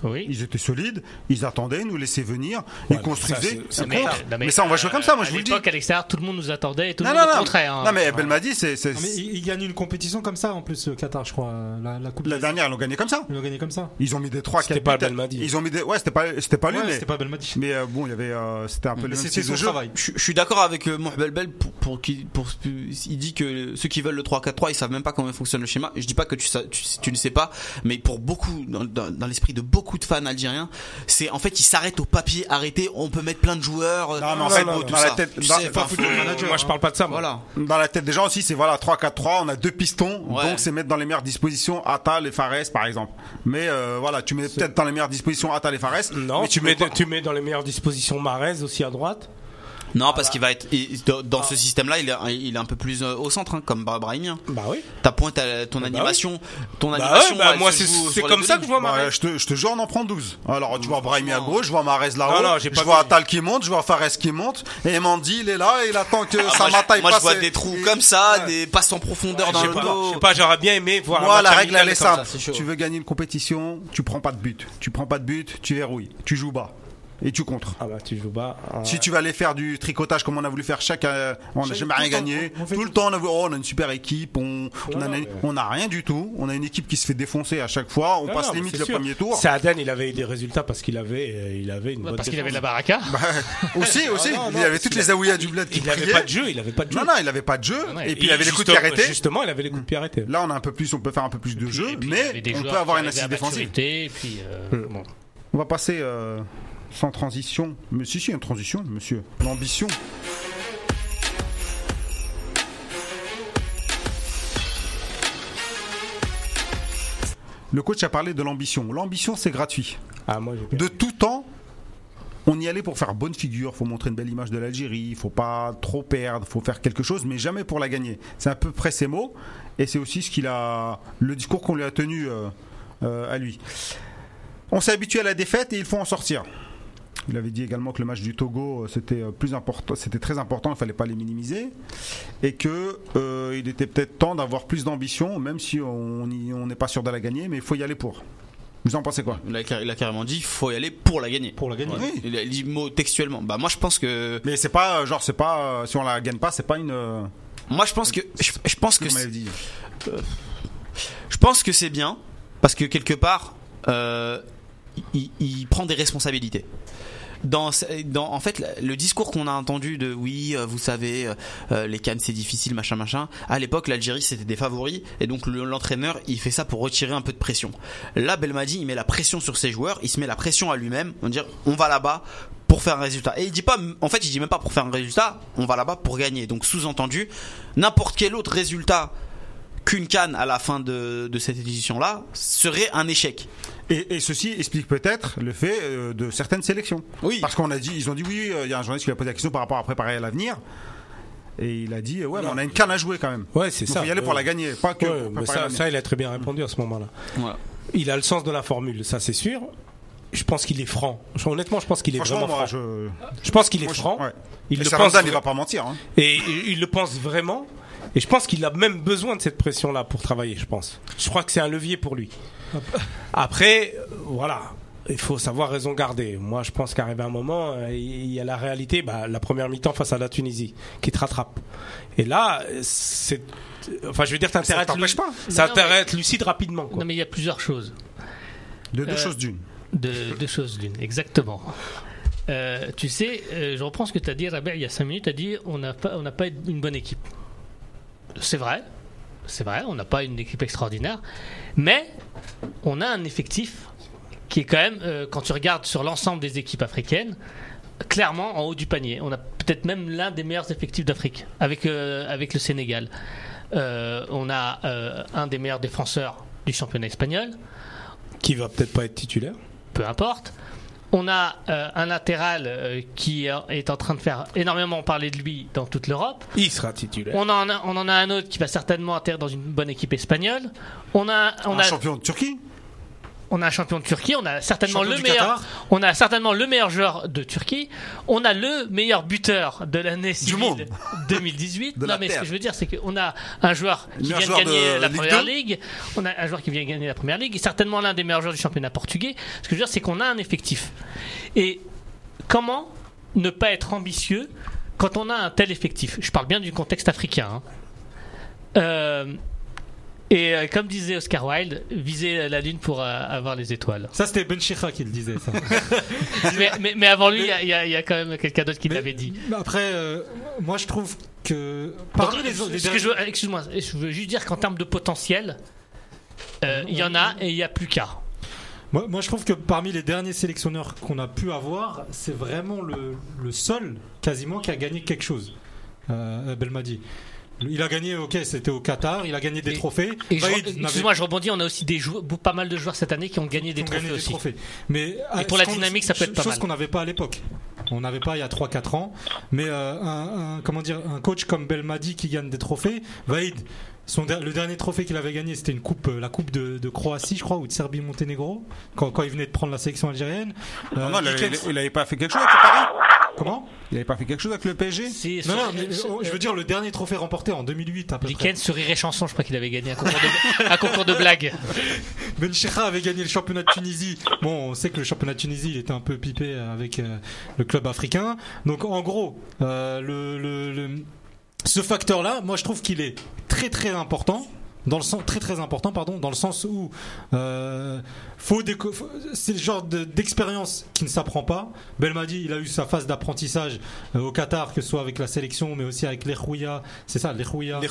[SPEAKER 2] Oui.
[SPEAKER 1] Ils étaient solides, ils attendaient, ils nous laissaient venir, ils construisaient.
[SPEAKER 6] c'est-
[SPEAKER 1] un
[SPEAKER 2] Mais,
[SPEAKER 1] contre.
[SPEAKER 2] non,
[SPEAKER 1] mais, ça, on va jouer comme ça, moi
[SPEAKER 2] à
[SPEAKER 1] je vous le dis.
[SPEAKER 2] l'époque, à l'extérieur, tout le monde nous attendait et tout
[SPEAKER 1] Non,
[SPEAKER 2] le
[SPEAKER 1] non,
[SPEAKER 2] monde au
[SPEAKER 1] non.
[SPEAKER 2] contraire. hein.
[SPEAKER 1] Non, Ah. mais Belmadi, c'est. c'est-
[SPEAKER 3] Non, mais il, il gagne une compétition comme ça en plus, le Qatar, je crois. euh, La, la Coupe
[SPEAKER 1] La
[SPEAKER 3] des-
[SPEAKER 1] dernière, ils l'ont gagné comme ça.
[SPEAKER 3] Ils l'ont gagné comme ça.
[SPEAKER 1] Ils ont mis des 3
[SPEAKER 6] C'était pas Belmadi.
[SPEAKER 1] Ils ont mis des. Ouais, c'était pas, c'était pas Ah, lui,
[SPEAKER 3] Ouais,
[SPEAKER 1] mais.
[SPEAKER 3] c'était pas Belmadi.
[SPEAKER 1] Mais euh, bon, il y avait. euh, c'était un peu le
[SPEAKER 3] Mais
[SPEAKER 1] même
[SPEAKER 3] c'était
[SPEAKER 1] style
[SPEAKER 3] son
[SPEAKER 1] de jeu.
[SPEAKER 3] travail.
[SPEAKER 4] Je, je suis d'accord avec euh, Mohbelbel pour, pour qu'il pour, il dit que ceux qui veulent le 3-4-3 ils savent même pas comment fonctionne le schéma. Je dis pas que tu, sa- tu, tu ne sais pas, mais pour beaucoup dans, dans- dans l'esprit de beaucoup de fans algériens, c'est en fait ils s'arrêtent au papier arrêté. On peut mettre plein de joueurs. euh,
[SPEAKER 1] Non, mais en
[SPEAKER 4] c'est
[SPEAKER 1] fait, dans
[SPEAKER 4] beau, tout
[SPEAKER 1] la hein.
[SPEAKER 4] ça.
[SPEAKER 1] tête-
[SPEAKER 4] Tu
[SPEAKER 1] dans-
[SPEAKER 4] sais,
[SPEAKER 1] c'est
[SPEAKER 4] enfin,
[SPEAKER 1] pas
[SPEAKER 4] faut-
[SPEAKER 6] moi, je parle pas de ça. Moi.
[SPEAKER 4] Voilà.
[SPEAKER 1] Dans la tête des gens aussi, c'est voilà 3-4-3, on a deux pistons,
[SPEAKER 4] Ouais.
[SPEAKER 1] donc c'est mettre dans les meilleures dispositions Atal et Fares par exemple. Mais euh, voilà, tu mets peut-être dans les meilleures dispositions Atal et Fares.
[SPEAKER 6] Non,
[SPEAKER 1] mais
[SPEAKER 6] tu, mets,
[SPEAKER 1] pas-
[SPEAKER 6] tu mets dans les meilleures dispositions Marez aussi à droite.
[SPEAKER 4] Non, parce qu'il va être il- dans,
[SPEAKER 7] Ah.
[SPEAKER 4] dans ce système-là, il est, il est un peu plus euh, au centre, hein, comme Bra- Brahimi. hein.
[SPEAKER 7] Bah oui.
[SPEAKER 4] Ta pointe, elle- ton animation, ton
[SPEAKER 7] Bah
[SPEAKER 4] animation.
[SPEAKER 7] ouais, bah
[SPEAKER 4] elle
[SPEAKER 7] moi
[SPEAKER 4] se
[SPEAKER 7] c'est
[SPEAKER 4] joue
[SPEAKER 7] c'est
[SPEAKER 4] sur les
[SPEAKER 7] comme
[SPEAKER 4] deux
[SPEAKER 7] ça que
[SPEAKER 4] lignes.
[SPEAKER 7] je vois ma
[SPEAKER 1] Ouais, Bah, je, te, je te jure, on en prend 12. Alors, tu vois Brahimi à gauche, je vois Mahrez là-haut,
[SPEAKER 7] Non, non, j'ai
[SPEAKER 1] je
[SPEAKER 7] pas
[SPEAKER 1] vois
[SPEAKER 7] vu.
[SPEAKER 1] Atal qui monte, je vois Fares qui monte, et Mandy, il est là, et il attend que
[SPEAKER 4] Ah, moi,
[SPEAKER 1] Samata
[SPEAKER 4] je,
[SPEAKER 1] il
[SPEAKER 4] moi, je
[SPEAKER 1] passe.
[SPEAKER 4] vois
[SPEAKER 1] et-
[SPEAKER 4] des trous
[SPEAKER 1] et-
[SPEAKER 4] comme ça, des passes en profondeur
[SPEAKER 7] Je
[SPEAKER 4] dans
[SPEAKER 7] sais
[SPEAKER 4] le
[SPEAKER 7] pas,
[SPEAKER 4] dos.
[SPEAKER 7] je sais pas, j'aurais bien aimé voir un
[SPEAKER 1] Moi,
[SPEAKER 4] Ah,
[SPEAKER 7] match
[SPEAKER 1] la règle,
[SPEAKER 7] amical
[SPEAKER 1] elle est
[SPEAKER 7] comme ça.
[SPEAKER 1] simple.
[SPEAKER 4] c'est chaud.
[SPEAKER 1] Tu veux gagner une compétition, tu prends pas de but. Tu prends pas de but, tu verrouilles. Tu joues bas. Et tu contres.
[SPEAKER 7] Ah bah tu joues bas. hein.
[SPEAKER 1] Si tu vas aller faire du tricotage comme on a voulu faire chaque, euh, on n'a jamais rien gagné. tout le temps, on a, oh, on a une super équipe, on on a- on n'a rien du tout. On a une équipe qui se fait défoncer à chaque fois. On
[SPEAKER 7] Non,
[SPEAKER 1] passe
[SPEAKER 7] non, mais
[SPEAKER 1] limite
[SPEAKER 7] c'est
[SPEAKER 1] le
[SPEAKER 7] sûr.
[SPEAKER 1] premier tour.
[SPEAKER 7] Saaden, il avait eu des résultats parce qu'il avait, euh, il avait une bonne
[SPEAKER 2] Parce qu'il
[SPEAKER 7] défense.
[SPEAKER 2] avait la baraka.
[SPEAKER 1] Bah, aussi, aussi,
[SPEAKER 7] non,
[SPEAKER 1] il
[SPEAKER 7] non,
[SPEAKER 1] y avait
[SPEAKER 7] parce
[SPEAKER 1] toutes
[SPEAKER 7] qu'il
[SPEAKER 1] les aouillas du bled qui
[SPEAKER 7] Il avait
[SPEAKER 1] priaient.
[SPEAKER 7] pas de jeu, il avait pas de jeu.
[SPEAKER 1] Non, non, il avait pas de jeu.
[SPEAKER 2] non,
[SPEAKER 1] et
[SPEAKER 2] et
[SPEAKER 1] puis il avait les coups de pied
[SPEAKER 7] Justement-
[SPEAKER 1] arrêtés.
[SPEAKER 7] Justement, il avait les coups de pied arrêtés.
[SPEAKER 1] Là, on a un peu plus, on peut faire un peu plus de jeu,
[SPEAKER 2] Et puis, il y
[SPEAKER 1] mais
[SPEAKER 2] avait des
[SPEAKER 1] on
[SPEAKER 2] joueurs
[SPEAKER 1] peut
[SPEAKER 2] qui
[SPEAKER 1] avoir une
[SPEAKER 2] arrivaient
[SPEAKER 1] assise
[SPEAKER 2] à
[SPEAKER 1] défensive.
[SPEAKER 2] maturité, Et puis, euh, bon.
[SPEAKER 1] On va passer euh, sans transition. Mais si, si, une transition, monsieur. L'ambition. Le coach a parlé de l'ambition. L'ambition, c'est gratuit.
[SPEAKER 7] Ah moi, j'ai
[SPEAKER 1] De tout temps, on y allait pour faire bonne figure, faut montrer une belle image de l'Algérie, faut pas trop perdre, faut faire quelque chose, mais jamais pour la gagner. C'est à peu près ses mots, et c'est aussi ce qu'il a, le discours qu'on lui a tenu euh, euh, à lui. On s'est habitué à la défaite et il faut en sortir. Il avait dit également que le match du Togo euh, c'était euh, plus important, c'était très important, il fallait pas les minimiser et que euh, il était peut-être temps d'avoir plus d'ambition, même si on y- on n'est pas sûr de la gagner, mais il faut y aller pour. Vous en pensez quoi
[SPEAKER 4] Il a, car- il a carrément dit, faut y aller pour la gagner.
[SPEAKER 3] pour la gagner.
[SPEAKER 1] Oui.
[SPEAKER 4] Il a dit mot textuellement. Bah moi je pense que,
[SPEAKER 1] Mais c'est pas euh, genre c'est pas euh, si on la gagne pas c'est pas une euh,
[SPEAKER 4] moi je pense que, je, je pense que,
[SPEAKER 1] comme
[SPEAKER 4] c'est-
[SPEAKER 1] elle dit.
[SPEAKER 4] je pense que c'est bien parce que quelque part, euh, il, il prend des responsabilités. Dans, ce- dans, en fait, le discours qu'on a entendu de oui, euh, vous savez, euh, euh, les cannes c'est difficile, machin, machin. À l'époque, l'Algérie c'était des favoris et donc le- l'entraîneur il fait ça pour retirer un peu de pression. Là, Belmadi il met la pression sur ses joueurs, il se met la pression à lui-même, on dire on va là-bas pour faire un résultat. Et il dit pas, en fait, il dit même pas pour faire un résultat, on va là-bas pour gagner. Donc sous-entendu, n'importe quel autre résultat qu'une canne à la fin de, de cette édition là serait un échec.
[SPEAKER 1] Et, et ceci explique peut-être le fait euh, de certaines sélections.
[SPEAKER 4] Oui.
[SPEAKER 1] Parce qu'on a dit ils ont dit oui euh, il y a un journaliste qui lui a posé la question par rapport à préparer à l'avenir et il a dit euh, ouais mais on a une canne à jouer quand même.
[SPEAKER 7] Ouais, c'est
[SPEAKER 1] Donc,
[SPEAKER 7] ça.
[SPEAKER 1] faut y aller pour
[SPEAKER 7] Ouais.
[SPEAKER 1] la gagner pas que
[SPEAKER 7] Ouais,
[SPEAKER 1] pour
[SPEAKER 7] mais
[SPEAKER 1] préparer
[SPEAKER 7] ça,
[SPEAKER 1] l'avenir.
[SPEAKER 7] ça, il a très bien répondu à ce moment-là.
[SPEAKER 4] Voilà.
[SPEAKER 7] Il a le sens de la formule, ça c'est sûr. Je pense qu'il est franc. Je- Honnêtement, je pense qu'il est
[SPEAKER 1] Franchement
[SPEAKER 7] vraiment
[SPEAKER 1] moi
[SPEAKER 7] franc.
[SPEAKER 1] je
[SPEAKER 7] Je pense qu'il est
[SPEAKER 1] moi, je-
[SPEAKER 7] franc.
[SPEAKER 1] ouais.
[SPEAKER 7] Il
[SPEAKER 1] Et
[SPEAKER 7] le pense
[SPEAKER 1] Sarrazin, il
[SPEAKER 7] vra-
[SPEAKER 1] va pas mentir hein.
[SPEAKER 7] et et il le pense vraiment. Et je pense qu'il a même besoin de cette pression-là pour travailler. Je pense. Je crois que c'est un levier pour lui. Après, euh, voilà. Il faut savoir raison garder. Moi, je pense qu'arrivé un moment, euh, il y a la réalité. Bah, la première mi-temps face à la Tunisie qui te rattrape. Et là, euh, c'est. Enfin, je veux dire, t'intérêtes.
[SPEAKER 1] t'empêche pas.
[SPEAKER 7] Ça
[SPEAKER 2] Non,
[SPEAKER 7] t'intéresse lucide rapidement. Quoi.
[SPEAKER 2] Non, mais il y a plusieurs choses.
[SPEAKER 1] de deux
[SPEAKER 2] Euh,
[SPEAKER 1] choses d'une.
[SPEAKER 2] De, deux choses l'une, exactement. Euh, tu sais, euh, je reprends ce que tu as dit, Rabia, il y a 5 minutes, tu as dit on n'a pas, on n'a pas une bonne équipe. C'est vrai, c'est vrai, on n'a pas une équipe extraordinaire, mais on a un effectif qui est quand même, euh, quand tu regardes sur l'ensemble des équipes africaines, clairement en haut du panier. On a peut-être même l'un des meilleurs effectifs d'Afrique avec, euh, avec le Sénégal. Euh, on a euh, un des meilleurs défenseurs du championnat espagnol
[SPEAKER 7] Qui va peut-être pas être titulaire.
[SPEAKER 2] peu importe. On a euh, un latéral euh, qui est en train de faire énormément parler de lui dans toute l'Europe.
[SPEAKER 7] Il sera titulaire.
[SPEAKER 2] On en, a, on en a un autre qui va certainement atterrir dans une bonne équipe espagnole. On a, on
[SPEAKER 1] Un
[SPEAKER 2] a,
[SPEAKER 1] champion de Turquie
[SPEAKER 2] on a un champion de Turquie. On a certainement
[SPEAKER 1] Champion
[SPEAKER 2] le
[SPEAKER 1] du
[SPEAKER 2] meilleur.
[SPEAKER 1] Qatar.
[SPEAKER 2] On a certainement le meilleur joueur de Turquie. On a le meilleur buteur de l'année civile
[SPEAKER 1] monde.
[SPEAKER 2] 2018.
[SPEAKER 1] De
[SPEAKER 2] non,
[SPEAKER 1] la
[SPEAKER 2] mais ce
[SPEAKER 1] Terre.
[SPEAKER 2] que je veux dire, c'est qu'on a un joueur qui
[SPEAKER 1] Meilleur
[SPEAKER 2] vient de
[SPEAKER 1] joueur de
[SPEAKER 2] gagner la
[SPEAKER 1] Ligue
[SPEAKER 2] première
[SPEAKER 1] 2.
[SPEAKER 2] ligue. On a un joueur qui vient de gagner la première ligue. Certainement l'un des meilleurs joueurs du championnat portugais. Ce que je veux dire, c'est qu'on a un effectif. Et comment ne pas être ambitieux quand on a un tel effectif Je parle bien du contexte africain. hein. Euh, et euh, comme disait Oscar Wilde, viser la lune pour euh, avoir les étoiles.
[SPEAKER 3] Ça, c'était Ben Chira qui le disait, ça.
[SPEAKER 2] mais, mais- mais avant lui, il y a- il y, a- il y a quand même quelqu'un d'autre qui
[SPEAKER 3] Mais-
[SPEAKER 2] l'avait dit.
[SPEAKER 3] Mais Après, euh, moi, je trouve que. Parmi
[SPEAKER 2] Donc,
[SPEAKER 3] les autres. les
[SPEAKER 2] ce que je veux- Excuse-moi, je veux juste dire qu'en termes de potentiel, euh, il y en a et il n'y a plus qu'à.
[SPEAKER 3] Moi, moi, je trouve que parmi les derniers sélectionneurs qu'on a pu avoir, c'est vraiment le, le seul quasiment qui a gagné quelque chose. Euh, Belmadi. Il a gagné, ok, c'était au Qatar, il a gagné des
[SPEAKER 2] Et-
[SPEAKER 3] trophées.
[SPEAKER 2] Et je-
[SPEAKER 3] Vaïd n'avait-
[SPEAKER 2] Excuse-moi, je rebondis, on a aussi des joueurs, pas mal de joueurs cette année qui ont gagné des
[SPEAKER 3] qui ont
[SPEAKER 2] trophées
[SPEAKER 3] gagné
[SPEAKER 2] aussi.
[SPEAKER 3] trophées. Mais, ah,
[SPEAKER 2] pour
[SPEAKER 3] ce
[SPEAKER 2] la
[SPEAKER 3] qu'on-
[SPEAKER 2] dynamique, ça peut être pas
[SPEAKER 3] Chose
[SPEAKER 2] mal.
[SPEAKER 3] qu'on n'avait pas à l'époque. On n'avait pas il y a 3-4 ans. Mais euh, un, un- comment dire, un coach comme Belmadi qui gagne des trophées, Vaïd, son der- le dernier trophée qu'il avait gagné, c'était une coupe, euh, la coupe de, de Croatie, je crois, ou de Serbie-Monténégro, quand, quand il venait de prendre la sélection algérienne. Euh,
[SPEAKER 1] Non, non, il avait-
[SPEAKER 3] Dickens-
[SPEAKER 1] il avait pas fait quelque chose avec le Paris
[SPEAKER 3] Comment
[SPEAKER 1] Ah Il avait pas fait quelque chose avec le PSG
[SPEAKER 2] Si,
[SPEAKER 3] Non,
[SPEAKER 2] sur-
[SPEAKER 3] non, mais, euh, je veux dire le dernier trophée remporté en 2008 à peu près.
[SPEAKER 2] Dickens sur Rire et Chanson, je crois qu'il avait gagné un concours de, un concours de blagues.
[SPEAKER 3] Ben Chira avait gagné le championnat de Tunisie. Bon, on sait que le championnat de Tunisie, il était un peu pipé avec euh, le club africain. Donc, en gros, euh, le, le- le- ce facteur-là, moi, je trouve qu'il est très très important. Dans le sens très très important pardon dans le sens où euh, faut déco- faut- c'est le genre de- d'expérience qui ne s'apprend pas Belmadi il a eu sa phase d'apprentissage euh, au Qatar que ce soit avec la sélection mais aussi avec l'Erouya c'est ça l'Erouya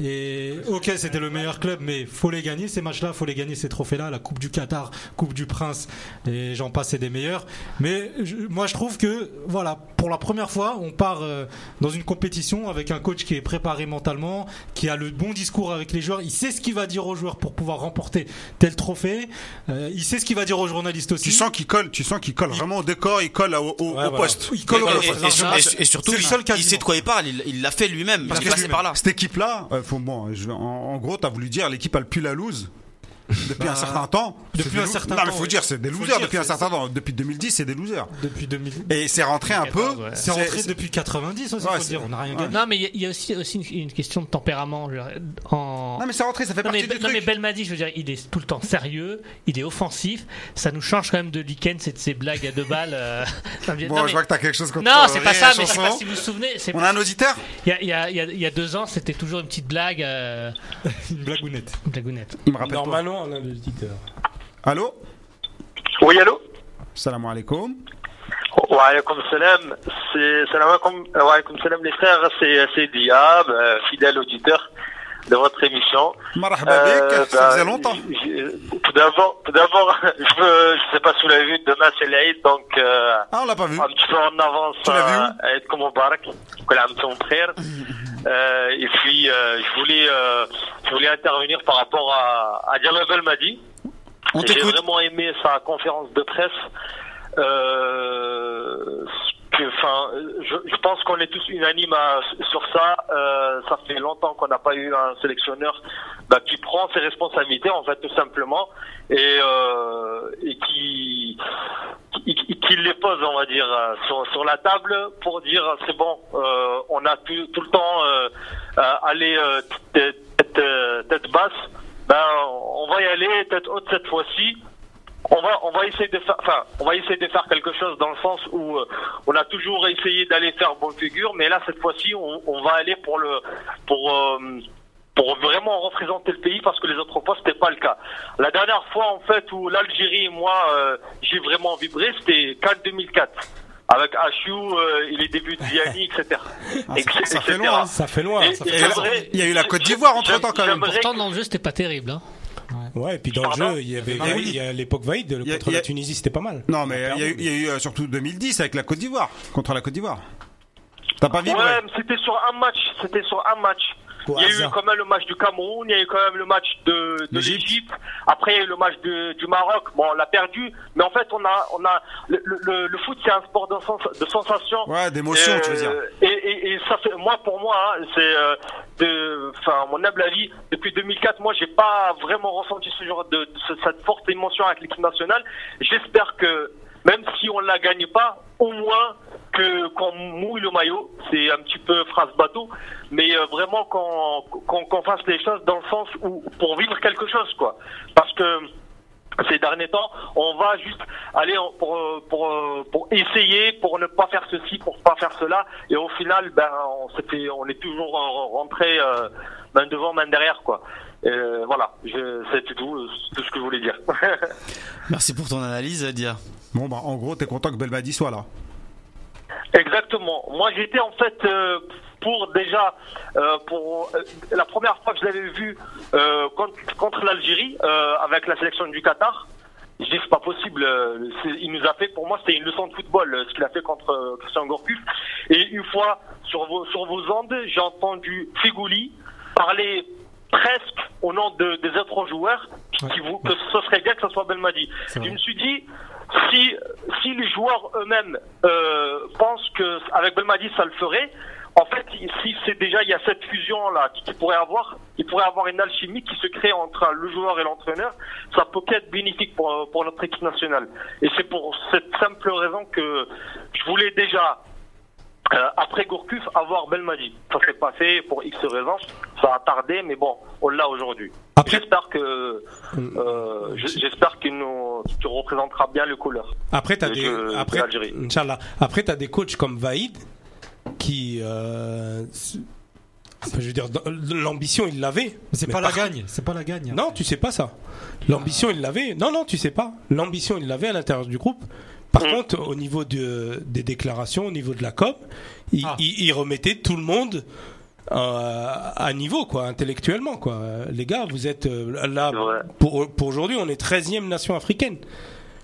[SPEAKER 3] et ok, c'était le meilleur club, mais faut les gagner ces matchs-là, faut les gagner ces trophées-là, la Coupe du Qatar, Coupe du Prince, et j'en passe et des meilleurs. Mais je- moi, je trouve que voilà, pour la première fois, on part euh, dans une compétition avec un coach qui est préparé mentalement, qui a le bon discours avec les joueurs, il sait ce qu'il va dire aux joueurs pour pouvoir remporter tel trophée, euh, il sait ce qu'il va dire aux journalistes aussi.
[SPEAKER 1] Tu sens qu'il colle, tu sens qu'il colle vraiment au décor, il colle au, au-
[SPEAKER 6] Ouais,
[SPEAKER 1] au
[SPEAKER 6] voilà.
[SPEAKER 1] poste.
[SPEAKER 3] il colle au
[SPEAKER 4] et,
[SPEAKER 3] poste.
[SPEAKER 4] et- et sur- et- et surtout,
[SPEAKER 3] C'est le seul
[SPEAKER 4] il- il,
[SPEAKER 3] quasiment.
[SPEAKER 4] sait de quoi il parle, il il l'a fait lui-même, parce qu'il est passé par là.
[SPEAKER 1] Cette équipe-là, euh, faut- bon, je vais- en, en gros, t'as voulu dire l'équipe a le plus la loose depuis
[SPEAKER 2] Bah,
[SPEAKER 1] un certain temps.
[SPEAKER 3] depuis
[SPEAKER 1] C'est des
[SPEAKER 3] un
[SPEAKER 1] loo-
[SPEAKER 3] certain
[SPEAKER 1] non, mais
[SPEAKER 3] temps,
[SPEAKER 1] faut
[SPEAKER 3] oui.
[SPEAKER 1] dire, c'est des
[SPEAKER 3] Faut le
[SPEAKER 1] losers
[SPEAKER 3] dire,
[SPEAKER 1] depuis un
[SPEAKER 3] c'est-
[SPEAKER 1] certain temps. Depuis 2010, c'est des losers.
[SPEAKER 3] depuis 2000.
[SPEAKER 1] Et c'est rentré un peu.
[SPEAKER 2] 2014, ouais.
[SPEAKER 3] C'est rentré depuis 90, aussi,
[SPEAKER 1] Ouais,
[SPEAKER 3] faut
[SPEAKER 1] c'est-
[SPEAKER 3] dire, on n'a rien
[SPEAKER 1] ouais.
[SPEAKER 3] gagné.
[SPEAKER 2] Non, mais il y a- il y, a aussi, aussi une, une question de tempérament. je veux dire, En...
[SPEAKER 1] Non, mais c'est rentré, ça fait
[SPEAKER 2] Non mais,
[SPEAKER 1] partie du
[SPEAKER 2] non, mais
[SPEAKER 1] truc.
[SPEAKER 2] Belmadi, je veux dire, il est tout le temps sérieux, il est offensif, ça nous change quand même de Dickens et de ses blagues à deux balles. euh, ça me vient-
[SPEAKER 1] Bon,
[SPEAKER 2] non,
[SPEAKER 1] je
[SPEAKER 2] mais-
[SPEAKER 1] vois que t'as quelque chose contre
[SPEAKER 2] non,
[SPEAKER 1] euh,
[SPEAKER 2] c'est pas
[SPEAKER 1] Rire et
[SPEAKER 2] ça, mais je sais
[SPEAKER 1] Chanson.
[SPEAKER 2] pas si vous vous souvenez, c'est-
[SPEAKER 1] On a un auditeur
[SPEAKER 2] il y a, il y a- il y a- il y a deux ans, c'était toujours une petite blague, euh,
[SPEAKER 3] Une blagounette.
[SPEAKER 2] une blagounette.
[SPEAKER 1] Il me rappelle pas.
[SPEAKER 6] Normalement, on a l'auditeur.
[SPEAKER 1] Allô
[SPEAKER 8] Oui, allô
[SPEAKER 1] Salam alaikum.
[SPEAKER 8] Wa alaykoum salam. C'est salam alaikum. Wa alaykoum salam les frères, c'est c'est Diab, euh, fidèle auditeur de votre émission.
[SPEAKER 1] Marhaba
[SPEAKER 8] Euh,
[SPEAKER 1] bik, ça
[SPEAKER 8] bah,
[SPEAKER 1] faisait longtemps.
[SPEAKER 8] je- je- Tout d'abord, tout d'abord, je veux, je sais pas si vous l'avez vu, demain c'est l'Aïd, donc euh,
[SPEAKER 1] Ah, on l'a pas vu.
[SPEAKER 8] un petit peu en avance
[SPEAKER 1] Tu l'as vu
[SPEAKER 8] à à Aïd Moubarak, que l'âme son frère. Euh, et puis euh, je voulais, euh, je voulais intervenir par rapport à à Diallo Belmadi.
[SPEAKER 4] On
[SPEAKER 8] J'ai
[SPEAKER 4] t'écoute.
[SPEAKER 8] vraiment aimé sa conférence de presse. Euh, que- enfin, je, je pense qu'on est tous unanimes à- sur ça. Euh, ça fait longtemps qu'on n'a pas eu un sélectionneur bah, qui prend ses responsabilités, en fait, tout simplement, et, euh, et qui, qui, qui les pose, on va dire, euh, sur, sur la table pour dire c'est bon, euh, on a pu tout le temps euh, euh, aller euh, tête, tête, euh, tête basse. Ben, on va y aller tête haute cette fois-ci on va on va essayer de faire enfin on va essayer de faire quelque chose dans le sens où euh, on a toujours essayé d'aller faire bonne figure mais là cette fois-ci on, on va aller pour le pour euh, pour vraiment représenter le pays parce que les autres fois c'était pas le cas. La dernière fois en fait où l'Algérie et moi euh, j'ai vraiment vibré c'était Cannes 2004 avec Achiou euh, et les débuts de Diani etc.
[SPEAKER 1] Ah, ça- ça fait loin, hein.
[SPEAKER 6] Ça fait loin.
[SPEAKER 8] Et-
[SPEAKER 6] ça
[SPEAKER 8] et
[SPEAKER 6] fait loin.
[SPEAKER 8] j'aimerais-
[SPEAKER 1] Il y a eu la Côte d'Ivoire entre-temps, quand même.
[SPEAKER 8] j'aimerais
[SPEAKER 2] Pourtant, dans le jeu, c'était pas terrible. Hein.
[SPEAKER 6] Ouais, et puis dans le
[SPEAKER 8] Pardon
[SPEAKER 6] jeu, il y avait
[SPEAKER 1] Ah oui.
[SPEAKER 6] il y a l'époque Vaïd, le
[SPEAKER 1] Il y a-
[SPEAKER 6] contre
[SPEAKER 1] il y a-
[SPEAKER 6] la Tunisie, c'était pas mal.
[SPEAKER 1] Non, mais il y a eu- il y, a eu euh, surtout 2010 avec la Côte d'Ivoire, contre la Côte d'Ivoire. T'as pas vibré
[SPEAKER 8] Ouais, mais c'était sur un match. C'était sur un match.
[SPEAKER 6] Au
[SPEAKER 8] il y a eu
[SPEAKER 6] hasard.
[SPEAKER 8] quand même le match du Cameroun, il y a eu quand même le match de, de
[SPEAKER 1] L'Égypte.
[SPEAKER 8] l'Égypte. Après, il y a eu le match de- du Maroc. Bon, on l'a perdu, mais en fait, on a, on a le, le- le- le foot, c'est un sport de, sens- de sensation.
[SPEAKER 1] Ouais, d'émotion,
[SPEAKER 8] Euh,
[SPEAKER 1] tu veux dire.
[SPEAKER 8] Et, et- et ça fait, moi, pour moi, hein, c'est, euh, de, enfin, mon humble avis, depuis 2004, moi, j'ai pas vraiment ressenti ce genre de, de- cette forte émotion avec l'équipe nationale. J'espère que, même si on la gagne pas, au moins que qu'on mouille le maillot, c'est un petit peu phrase bateau, mais euh, vraiment qu'on qu'on qu'on fasse les choses dans le sens où pour vivre quelque chose, quoi. Parce que ces derniers temps, on va juste aller en- pour, euh, pour, euh, pour essayer, pour ne pas faire ceci, pour pas faire cela, et au final, ben, on, s'est fait- on est toujours en- rentré euh, main devant, main derrière, quoi. Euh, voilà, je- c'est tout, c'est tout ce que je voulais dire.
[SPEAKER 4] Merci pour ton analyse, Dia.
[SPEAKER 1] Bon, bah, en gros, t'es content que Belmadi soit là.
[SPEAKER 8] Exactement. Moi, j'étais en fait euh, pour déjà euh, pour euh, la première fois que je l'avais vu euh, contre, contre l'Algérie euh, avec la sélection du Qatar. Je dis c'est pas possible. euh, c'est- il nous a fait pour moi c'était une leçon de football euh, ce qu'il a fait contre euh, Christian Gourcuff. Et une fois sur vos sur vos ondes, j'ai entendu Figouli parler presque au nom de- des autres joueurs qui- qui vou- que ce serait bien que ce soit Belmadi. Je me suis dit si, si les joueurs eux-mêmes euh, pensent que avec Belmadi ça le ferait, en fait, si c'est déjà il y a cette fusion là qui pourrait avoir, il pourrait avoir une alchimie qui se crée entre le joueur et l'entraîneur, ça peut être bénéfique pour, pour notre équipe nationale. Et c'est pour cette simple raison que je voulais déjà euh, après Gourcuff avoir Belmadi. Ça s'est passé pour X raisons, ça a tardé, mais bon, on l'a aujourd'hui.
[SPEAKER 3] Après-
[SPEAKER 8] J'espère que euh, j- j'espère qu'il nous tu représenteras bien le couleur.
[SPEAKER 7] Après, t'as
[SPEAKER 8] Et
[SPEAKER 7] des,
[SPEAKER 8] que-
[SPEAKER 7] après,
[SPEAKER 8] de l'Algérie.
[SPEAKER 7] Inch'Allah. après, t'as des coachs comme Vaïd qui, euh, c'est- enfin, je veux dire, dans- l'ambition, il l'avait.
[SPEAKER 3] C'est
[SPEAKER 7] Mais
[SPEAKER 3] pas la
[SPEAKER 7] par-
[SPEAKER 3] gagne, c'est pas la gagne. hein.
[SPEAKER 7] Non, tu sais pas ça. L'ambition, il l'avait. Non, non, tu sais pas. L'ambition, il l'avait à l'intérieur du groupe. Par contre, au niveau de- des déclarations, au niveau de la com, il,
[SPEAKER 3] Ah.
[SPEAKER 7] il- il remettait tout le monde euh, à niveau, quoi, intellectuellement, quoi. Euh, Les gars, vous êtes euh, là
[SPEAKER 8] Ouais.
[SPEAKER 7] pour, pour aujourd'hui, on est 13e nation africaine.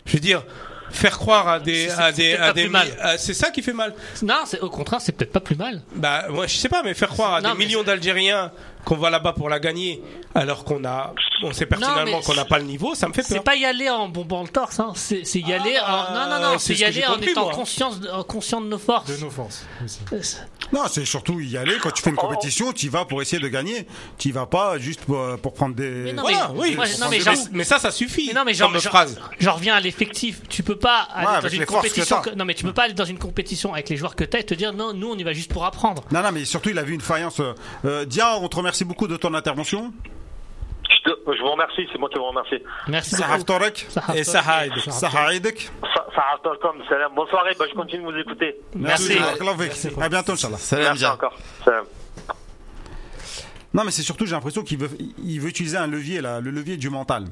[SPEAKER 7] Je veux dire, faire croire à des,
[SPEAKER 2] C'est-
[SPEAKER 7] à
[SPEAKER 2] c'est
[SPEAKER 7] des,
[SPEAKER 2] peut-être
[SPEAKER 7] à
[SPEAKER 2] pas
[SPEAKER 7] des
[SPEAKER 2] plus
[SPEAKER 7] mi-
[SPEAKER 2] mal.
[SPEAKER 7] à- c'est ça qui fait mal.
[SPEAKER 2] Non, c'est- au contraire, c'est peut-être pas plus mal.
[SPEAKER 7] Bah, moi, je sais pas, mais faire croire à
[SPEAKER 2] Non,
[SPEAKER 7] des
[SPEAKER 2] mais-
[SPEAKER 7] millions d'Algériens qu'on va là-bas pour la gagner, alors qu'on a, on sait pertinemment
[SPEAKER 2] mais
[SPEAKER 7] qu'on n'a
[SPEAKER 2] c'est-
[SPEAKER 7] pas le niveau, ça me fait
[SPEAKER 2] C'est
[SPEAKER 7] peur.
[SPEAKER 2] pas y aller en bombant le torse, hein. c'est c'est y aller
[SPEAKER 1] Ah,
[SPEAKER 7] bah,
[SPEAKER 2] en. Non, non, non,
[SPEAKER 7] c'est
[SPEAKER 2] c'est
[SPEAKER 7] ce
[SPEAKER 2] y
[SPEAKER 7] que
[SPEAKER 2] aller
[SPEAKER 7] j'ai
[SPEAKER 2] en
[SPEAKER 7] compris,
[SPEAKER 2] étant
[SPEAKER 7] moi.
[SPEAKER 2] conscience de- euh, conscient de nos forces.
[SPEAKER 3] De nos forces. oui, c'est-
[SPEAKER 1] Non, c'est surtout y aller. Quand tu fais une compétition, tu y vas pour essayer de gagner. Tu y vas pas juste pour, pour prendre des.
[SPEAKER 2] Mais non,
[SPEAKER 7] Voilà,
[SPEAKER 2] mais-
[SPEAKER 7] oui.
[SPEAKER 2] ouais,
[SPEAKER 7] c'est
[SPEAKER 2] non, mais
[SPEAKER 7] mais,
[SPEAKER 2] j'avoue-
[SPEAKER 7] mais ça, ça suffit.
[SPEAKER 2] Mais non, mais genre,
[SPEAKER 7] comme
[SPEAKER 2] genre-
[SPEAKER 7] phrase.
[SPEAKER 2] j'en reviens à l'effectif. Tu peux pas aller
[SPEAKER 1] Ouais,
[SPEAKER 2] dans
[SPEAKER 1] avec
[SPEAKER 2] une
[SPEAKER 1] les forces que
[SPEAKER 2] compétition.
[SPEAKER 1] t'as.
[SPEAKER 2] que- non, mais tu peux pas aller dans une compétition avec les joueurs que t'as et te dire non, nous on y va juste pour apprendre.
[SPEAKER 1] Non, non, mais surtout, il a vu une faïence. euh, euh, Dia, on te remercie beaucoup de ton intervention.
[SPEAKER 8] Je, te- je vous remercie, c'est moi qui vous remercie.
[SPEAKER 2] Merci
[SPEAKER 1] Saraf
[SPEAKER 2] beaucoup.
[SPEAKER 1] Torek,
[SPEAKER 2] Sarah
[SPEAKER 7] Et
[SPEAKER 2] Stoll.
[SPEAKER 7] ça hide.
[SPEAKER 1] Saharidek.
[SPEAKER 8] Ça, ça rapporte comme salam. Bonne soirée, bah, je continue de vous écouter.
[SPEAKER 2] Merci.
[SPEAKER 1] À bientôt, Inch'Allah.
[SPEAKER 4] Salam
[SPEAKER 8] Merci
[SPEAKER 4] Dia.
[SPEAKER 8] encore. Salam.
[SPEAKER 1] Non, mais c'est surtout, j'ai l'impression qu'il veut, il veut utiliser un levier, là, le levier du mental.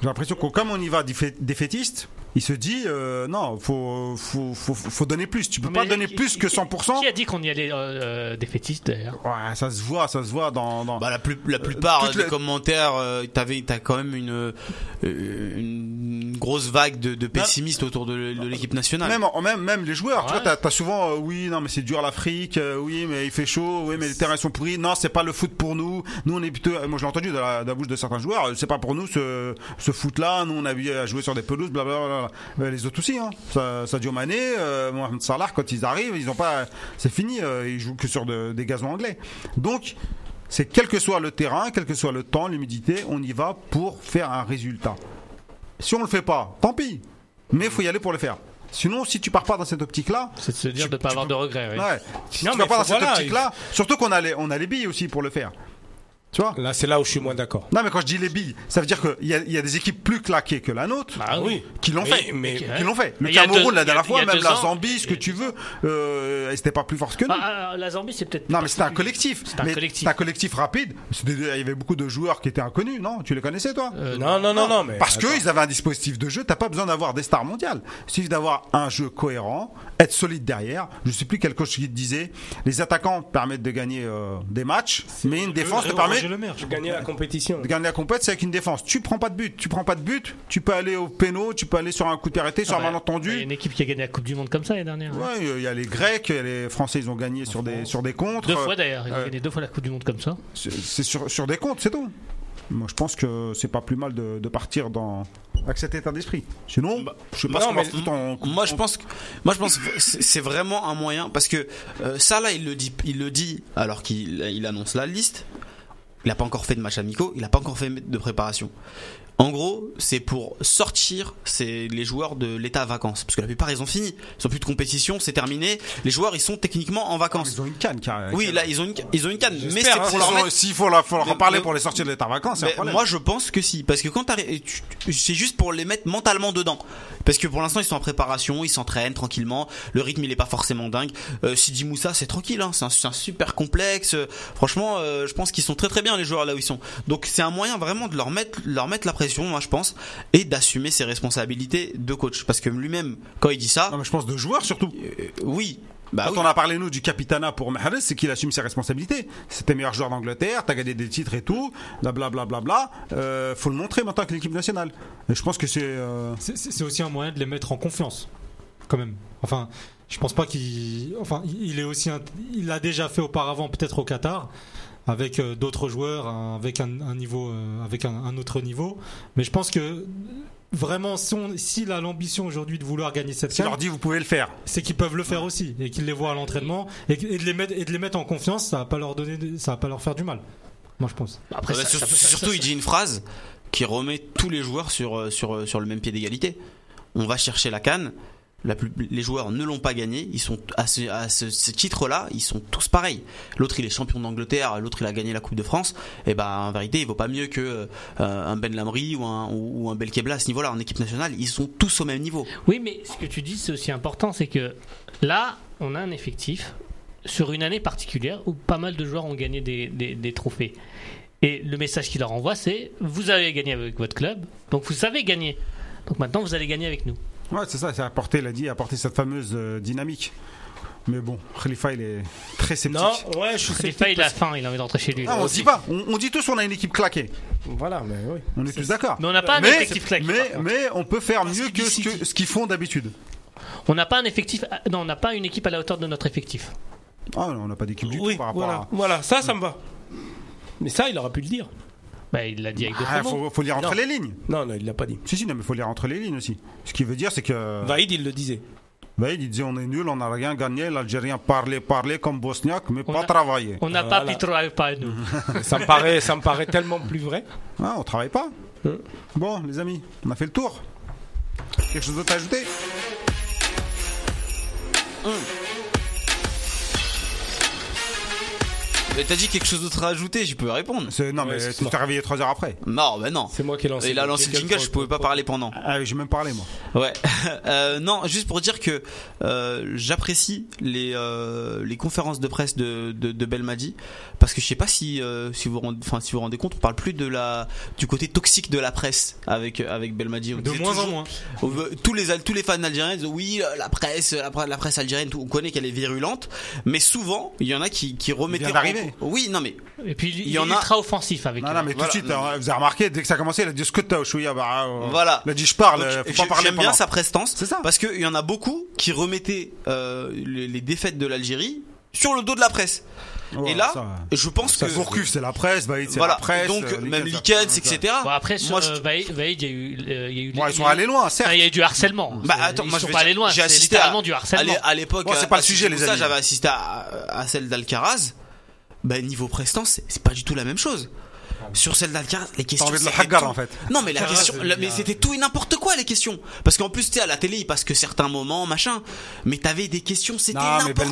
[SPEAKER 1] J'ai l'impression que comme on y va défai- défaitiste, il se dit euh, non, faut, faut, faut, faut donner plus. Tu peux
[SPEAKER 2] Mais
[SPEAKER 1] pas donner
[SPEAKER 2] qui-
[SPEAKER 1] plus que
[SPEAKER 2] qui-
[SPEAKER 1] 100%.
[SPEAKER 2] Qui a dit qu'on y allait euh, euh, défaitiste d'ailleurs
[SPEAKER 1] Ouais, ça se voit, ça se voit dans. dans-
[SPEAKER 4] Bah, la, plus, la plupart
[SPEAKER 1] toutes
[SPEAKER 4] des
[SPEAKER 1] les-
[SPEAKER 4] commentaires, euh, t'avais, t'as quand même une, euh, une grosse vague de, de pessimistes autour de, l- de l'équipe nationale.
[SPEAKER 1] Même, en- même, même les joueurs, tu vois,
[SPEAKER 2] Ouais.
[SPEAKER 1] t'as- t'as souvent, euh, oui, non, mais c'est dur l'Afrique, euh, oui, mais il fait chaud, oui, mais les terrains sont pourris, non, c'est pas le foot pour nous, nous on est plutôt, euh, moi je l'ai entendu de la, de la bouche de certains joueurs, euh, c'est pas pour nous ce, ce foot-là, nous on a vu à jouer sur des pelouses, blablabla. Mais les autres aussi, hein. Sa- Sadio Mané, euh, Mohamed Salah, quand ils arrivent, ils ont pas, c'est fini, euh, ils jouent que sur de- des gazons anglais. Donc, c'est quel que soit le terrain, quel que soit le temps, l'humidité, on y va pour faire un résultat. Si on le fait pas, tant pis. Mais il faut y aller pour le faire. Sinon, si tu pars pas dans cette optique-là,
[SPEAKER 2] C'est de se dire
[SPEAKER 1] Tu-
[SPEAKER 2] de pas
[SPEAKER 1] tu
[SPEAKER 2] avoir
[SPEAKER 1] peux-
[SPEAKER 2] de regrets. oui.
[SPEAKER 1] ouais, si
[SPEAKER 7] Non,
[SPEAKER 1] tu
[SPEAKER 7] mais
[SPEAKER 1] pars pas
[SPEAKER 7] faut-
[SPEAKER 1] dans cette
[SPEAKER 7] voilà,
[SPEAKER 1] optique-là, surtout qu'on a les, on a les billes aussi pour le faire. Tu vois
[SPEAKER 7] Là, c'est là où je suis moins d'accord.
[SPEAKER 1] Non, mais quand je dis les billes, ça veut dire qu'il y, a- il y a des équipes plus claquées que la nôtre
[SPEAKER 2] Bah oui.
[SPEAKER 1] qui l'ont
[SPEAKER 7] Oui,
[SPEAKER 1] fait.
[SPEAKER 7] mais-
[SPEAKER 1] qui l'ont fait. Le
[SPEAKER 2] Il y a deux-
[SPEAKER 1] Cameroun,
[SPEAKER 2] il y a-
[SPEAKER 1] la dernière
[SPEAKER 2] il
[SPEAKER 1] fois,
[SPEAKER 2] y a
[SPEAKER 1] même
[SPEAKER 2] deux
[SPEAKER 1] la
[SPEAKER 2] ans,
[SPEAKER 1] Zambie, ce que
[SPEAKER 2] il y a
[SPEAKER 1] tu veux, euh, et c'était pas plus forte que nous.
[SPEAKER 2] Bah, euh, la Zambie, c'est peut-être.
[SPEAKER 1] Non,
[SPEAKER 2] pas
[SPEAKER 1] mais c'était un
[SPEAKER 2] plus-
[SPEAKER 1] collectif.
[SPEAKER 2] C'était un
[SPEAKER 1] Mais
[SPEAKER 2] collectif.
[SPEAKER 1] c'était un collectif rapide. C'était des- Il y avait beaucoup de joueurs qui étaient inconnus, non Tu les connaissais, toi
[SPEAKER 2] Euh,
[SPEAKER 7] non, non, non, non, mais.
[SPEAKER 1] Ah, Parce
[SPEAKER 7] attends.
[SPEAKER 1] qu'ils avaient un dispositif de jeu, t'as pas besoin d'avoir des stars mondiales. Il suffit d'avoir un jeu cohérent, être solide derrière. Je sais plus quel coach qui te disait, les attaquants permettent de gagner euh, des matchs, mais une défense te
[SPEAKER 3] Roger
[SPEAKER 1] permet
[SPEAKER 3] Le Maire, je crois.
[SPEAKER 7] Gagner la compétition.
[SPEAKER 1] de gagner la compète, c'est avec une défense. Tu prends pas de but, tu prends pas de but, tu peux aller au péno, tu peux aller sur un coup de pied arrêté, sur
[SPEAKER 2] bah,
[SPEAKER 1] un
[SPEAKER 2] Il y a
[SPEAKER 1] malentendu.
[SPEAKER 2] une équipe qui a gagné la Coupe du Monde comme ça les dernières.
[SPEAKER 1] Ouais, il y a les Grecs, il y a les Français, ils ont gagné sur des, sur des contres.
[SPEAKER 2] Deux fois d'ailleurs, ils ont
[SPEAKER 1] euh,
[SPEAKER 2] gagné deux fois la Coupe du Monde comme ça.
[SPEAKER 1] C'est c'est sur, sur des comptes, c'est tout. Moi, je pense que c'est pas plus mal de, de partir dans avec cet état d'esprit. Sinon, je sais pas
[SPEAKER 4] Bah, non,
[SPEAKER 1] ce qu'on va
[SPEAKER 4] mais-
[SPEAKER 1] foutre en-
[SPEAKER 4] Moi je
[SPEAKER 1] en-
[SPEAKER 4] pense que moi je pense que c'est c'est vraiment un moyen parce que euh, Salah il le dit il le dit alors qu'il il annonce la liste. Il a pas encore fait de match amicaux, il a pas encore fait de préparation. En gros, c'est pour sortir c'est les joueurs de l'état vacances parce que la plupart ils ont fini, ils ont plus de compétition, c'est terminé. Les joueurs ils sont techniquement en vacances.
[SPEAKER 1] Ils ont une canne, carrément.
[SPEAKER 4] Oui, là Ah, ils ont une ils ont une canne, mais c'est
[SPEAKER 1] Hein,
[SPEAKER 4] pour
[SPEAKER 1] faut
[SPEAKER 4] leur
[SPEAKER 1] leur-
[SPEAKER 4] mettre-
[SPEAKER 1] S'il faut, leur- faut leur en
[SPEAKER 4] Mais-
[SPEAKER 1] parler
[SPEAKER 4] mais-
[SPEAKER 1] pour les sortir de l'état vacances, c'est un
[SPEAKER 4] Mais
[SPEAKER 1] problème.
[SPEAKER 4] moi je pense que si parce que quand t'arri- et tu- tu- c'est juste pour les mettre mentalement dedans parce que pour l'instant ils sont en préparation ils s'entraînent tranquillement le rythme il est pas forcément dingue euh, Sidi Moussa c'est tranquille hein, c'est un, c'est un super complexe Euh, franchement euh, je pense qu'ils sont très très bien les joueurs là où ils sont donc c'est un moyen vraiment de leur mettre leur mettre la pression moi je pense et d'assumer ses responsabilités de coach parce que lui-même quand il dit ça
[SPEAKER 1] Non, mais je pense de joueurs surtout.
[SPEAKER 4] euh, oui bah
[SPEAKER 1] Quand
[SPEAKER 4] oui.
[SPEAKER 1] on a parlé, nous, du capitana pour Mahrez, c'est qu'il assume ses responsabilités. C'est tes meilleur joueur d'Angleterre, t'as gagné des titres et tout, bla bla bla bla bla. Euh, faut le montrer maintenant avec l'équipe nationale. Et je pense que c'est. euh,
[SPEAKER 3] C'est- C'est c'est aussi un moyen de les mettre en confiance, quand même. Enfin, je pense pas qu'il. Enfin, il est aussi. un- Il l'a déjà fait auparavant, peut-être au Qatar, avec euh, d'autres joueurs, un- avec un, un niveau, euh, avec un, un autre niveau. Mais je pense que vraiment, si on- s'il a l'ambition aujourd'hui de vouloir gagner cette
[SPEAKER 1] Tu
[SPEAKER 3] canne,
[SPEAKER 1] leur dis, vous pouvez le faire.
[SPEAKER 3] c'est qu'ils peuvent le faire aussi et qu'ils les voient à l'entraînement et, que- et de les mettre et de les mettre en confiance, ça va pas leur donner, de- ça va pas leur faire du mal. Moi, je pense.
[SPEAKER 2] Après,
[SPEAKER 4] Bah,
[SPEAKER 2] ça-
[SPEAKER 4] sur-
[SPEAKER 2] ça- ça-
[SPEAKER 4] surtout,
[SPEAKER 2] ça-
[SPEAKER 4] il dit une phrase qui remet tous les joueurs sur, euh, sur, euh, sur le même pied d'égalité. On va chercher la canne. La plus- les joueurs ne l'ont pas gagnée. Ils sont à ce, à ce, ce titre-là, ils sont tous pareils. L'autre, il est champion d'Angleterre. L'autre, il a gagné la Coupe de France. Et ben, en vérité, il vaut pas mieux que euh, un Ben Lamry ou un ou, ou un Belkebla à ce niveau-là en équipe nationale. Ils sont tous au même niveau.
[SPEAKER 2] Oui, mais ce que tu dis, c'est aussi important, c'est que là, on a un effectif sur une année particulière où pas mal de joueurs ont gagné des, des- des trophées. Et le message qu'il leur envoie, c'est vous avez gagné avec votre club, donc vous savez gagner. Donc maintenant, vous allez gagner avec nous.
[SPEAKER 1] Ouais, c'est ça, c'est apporter, il a dit, apporter cette fameuse euh, dynamique. Mais bon, Khalifa, il est très sceptique.
[SPEAKER 6] Non, ouais, je suis
[SPEAKER 2] Des
[SPEAKER 6] sceptique
[SPEAKER 2] fois, il a
[SPEAKER 6] parce-
[SPEAKER 2] faim, il a envie de rentrer chez lui.
[SPEAKER 1] Ah, on se dit pas, on, on dit tous on a une équipe claquée.
[SPEAKER 6] Voilà, mais oui.
[SPEAKER 1] On est tous d'accord.
[SPEAKER 2] Mais on n'a pas un
[SPEAKER 1] Mais-
[SPEAKER 2] effectif claqué. par
[SPEAKER 1] mais,
[SPEAKER 2] contre.
[SPEAKER 1] mais on peut faire mieux que ce
[SPEAKER 4] City.
[SPEAKER 1] que- ce qu'ils font d'habitude.
[SPEAKER 2] On n'a pas un effectif. Non, on n'a pas une équipe à la hauteur de notre effectif.
[SPEAKER 1] Ah, non, on n'a pas d'équipe du
[SPEAKER 6] Oui,
[SPEAKER 1] tout par rapport
[SPEAKER 6] voilà,
[SPEAKER 1] à.
[SPEAKER 6] voilà, ça, ça me va. Mais ça, il aurait pu le dire.
[SPEAKER 2] Bah, il l'a dit avec
[SPEAKER 1] Ah,
[SPEAKER 2] d'autres mots.
[SPEAKER 1] faut, faut lire entre
[SPEAKER 6] Non.
[SPEAKER 1] les lignes.
[SPEAKER 6] Non, non, il l'a pas dit.
[SPEAKER 1] Si, si, non, mais faut lire entre les lignes aussi. Ce qui veut dire, c'est que.
[SPEAKER 6] Vaïd, il le disait.
[SPEAKER 1] Vaïd, il disait on est nul, on n'a rien gagné. L'Algérien parlait, parlait comme Bosniaque, mais
[SPEAKER 2] On
[SPEAKER 1] pas
[SPEAKER 2] a-
[SPEAKER 1] travaillé.
[SPEAKER 2] On n'a
[SPEAKER 6] Ah,
[SPEAKER 2] pas
[SPEAKER 6] voilà.
[SPEAKER 2] Pitro Alpa, nous.
[SPEAKER 6] ça me paraît, ça me paraît tellement plus vrai.
[SPEAKER 1] Ah, on travaille pas. Bon, les amis, on a fait le tour. Quelque chose d'autre à ajouter
[SPEAKER 4] Mais T'as dit quelque chose d'autre à ajouter Je peux répondre.
[SPEAKER 1] C'est- Non,
[SPEAKER 6] Ouais,
[SPEAKER 1] mais
[SPEAKER 6] c'est
[SPEAKER 1] tu
[SPEAKER 6] smart.
[SPEAKER 1] t'es réveillé 3 heures après.
[SPEAKER 4] Non, ben non.
[SPEAKER 6] C'est moi qui ai lancé.
[SPEAKER 4] Il a lancé le jingle, je pouvais pas parler pendant.
[SPEAKER 1] Ah, j'ai même parlé, moi.
[SPEAKER 4] Ouais. Euh, non, juste pour dire que euh, j'apprécie les euh, les conférences de presse de, de, de Belmadi parce que je sais pas si euh, si vous rendez, enfin si vous rendez compte, on parle plus de la du côté toxique de la presse avec avec Belmadi. On
[SPEAKER 3] De
[SPEAKER 4] disait
[SPEAKER 3] moins
[SPEAKER 4] toujours-
[SPEAKER 3] en moins.
[SPEAKER 4] on veut- tous les tous les fans algériens disent oui euh, la presse la, pre- la presse algérienne tout, on connaît qu'elle est virulente, mais souvent il y en a qui qui remettaient
[SPEAKER 1] vient d'arriver.
[SPEAKER 4] en- Oui, non mais
[SPEAKER 2] Et puis, il,
[SPEAKER 4] Il y en
[SPEAKER 2] est
[SPEAKER 4] a-
[SPEAKER 2] ultra offensif avec
[SPEAKER 1] Non,
[SPEAKER 2] eux.
[SPEAKER 1] non, mais tout de
[SPEAKER 4] Voilà,
[SPEAKER 1] suite,
[SPEAKER 4] non,
[SPEAKER 1] euh, vous avez remarqué, dès que ça a commencé, il a dit ce que t'as, Chouïa, bah. euh,
[SPEAKER 4] Voilà.
[SPEAKER 1] Il a dit je parle,
[SPEAKER 4] Donc,
[SPEAKER 1] euh, faut
[SPEAKER 4] je-
[SPEAKER 1] pas parler
[SPEAKER 4] J'aime bien
[SPEAKER 1] pendant.
[SPEAKER 4] sa prestance.
[SPEAKER 1] C'est ça.
[SPEAKER 4] Parce qu'il y en a beaucoup qui remettaient euh, les, les défaites de l'Algérie sur le dos de la presse.
[SPEAKER 1] Ouais,
[SPEAKER 4] Et là,
[SPEAKER 1] ça, ouais.
[SPEAKER 4] je pense
[SPEAKER 1] Ça
[SPEAKER 4] que.
[SPEAKER 1] Gourcuff, c'est la presse, Vaïd, c'est
[SPEAKER 4] voilà.
[SPEAKER 1] la presse.
[SPEAKER 4] Donc,
[SPEAKER 1] euh, Likens,
[SPEAKER 4] même Likens,
[SPEAKER 1] c'est la presse.
[SPEAKER 4] etc.
[SPEAKER 2] Bon, après, sur,
[SPEAKER 4] Moi, je-
[SPEAKER 2] euh, Vaïd- Vaïd, il y a eu. euh, il y a eu
[SPEAKER 1] Bon, ils sont allés loin, certes.
[SPEAKER 2] Ah, il y a eu du harcèlement.
[SPEAKER 4] Bah, attends,
[SPEAKER 2] ils
[SPEAKER 4] moi,
[SPEAKER 2] sont
[SPEAKER 4] je vais
[SPEAKER 2] pas
[SPEAKER 4] dire,
[SPEAKER 2] allés loin.
[SPEAKER 4] j'ai
[SPEAKER 2] C'est
[SPEAKER 4] assisté à-
[SPEAKER 2] littéralement du
[SPEAKER 4] À
[SPEAKER 2] harcèlement.
[SPEAKER 4] l'é- à l'époque,
[SPEAKER 1] Bon, c'est
[SPEAKER 4] à-
[SPEAKER 1] pas le
[SPEAKER 4] à
[SPEAKER 1] sujet,
[SPEAKER 4] ce
[SPEAKER 1] les
[SPEAKER 4] niveau-là,
[SPEAKER 1] amis.
[SPEAKER 4] j'avais assisté à, à celle d'Alcaraz. Bah, niveau prestance, c'est- c'est pas du tout la même chose. Sur celle d'Alcaraz, les
[SPEAKER 1] T'as
[SPEAKER 4] questions.
[SPEAKER 1] envie de le
[SPEAKER 4] c'était
[SPEAKER 1] haggar,
[SPEAKER 4] tout-
[SPEAKER 1] en fait.
[SPEAKER 4] Non, mais la
[SPEAKER 3] Alcaraz,
[SPEAKER 4] question,
[SPEAKER 3] euh,
[SPEAKER 4] la-
[SPEAKER 3] il
[SPEAKER 4] mais
[SPEAKER 3] a-
[SPEAKER 4] c'était tout et n'importe quoi les questions. Parce qu'en plus, tu sais, à la télé, il passe que certains moments, machin. Mais t'avais des questions, c'était
[SPEAKER 1] Non, mais
[SPEAKER 4] n'importe quoi.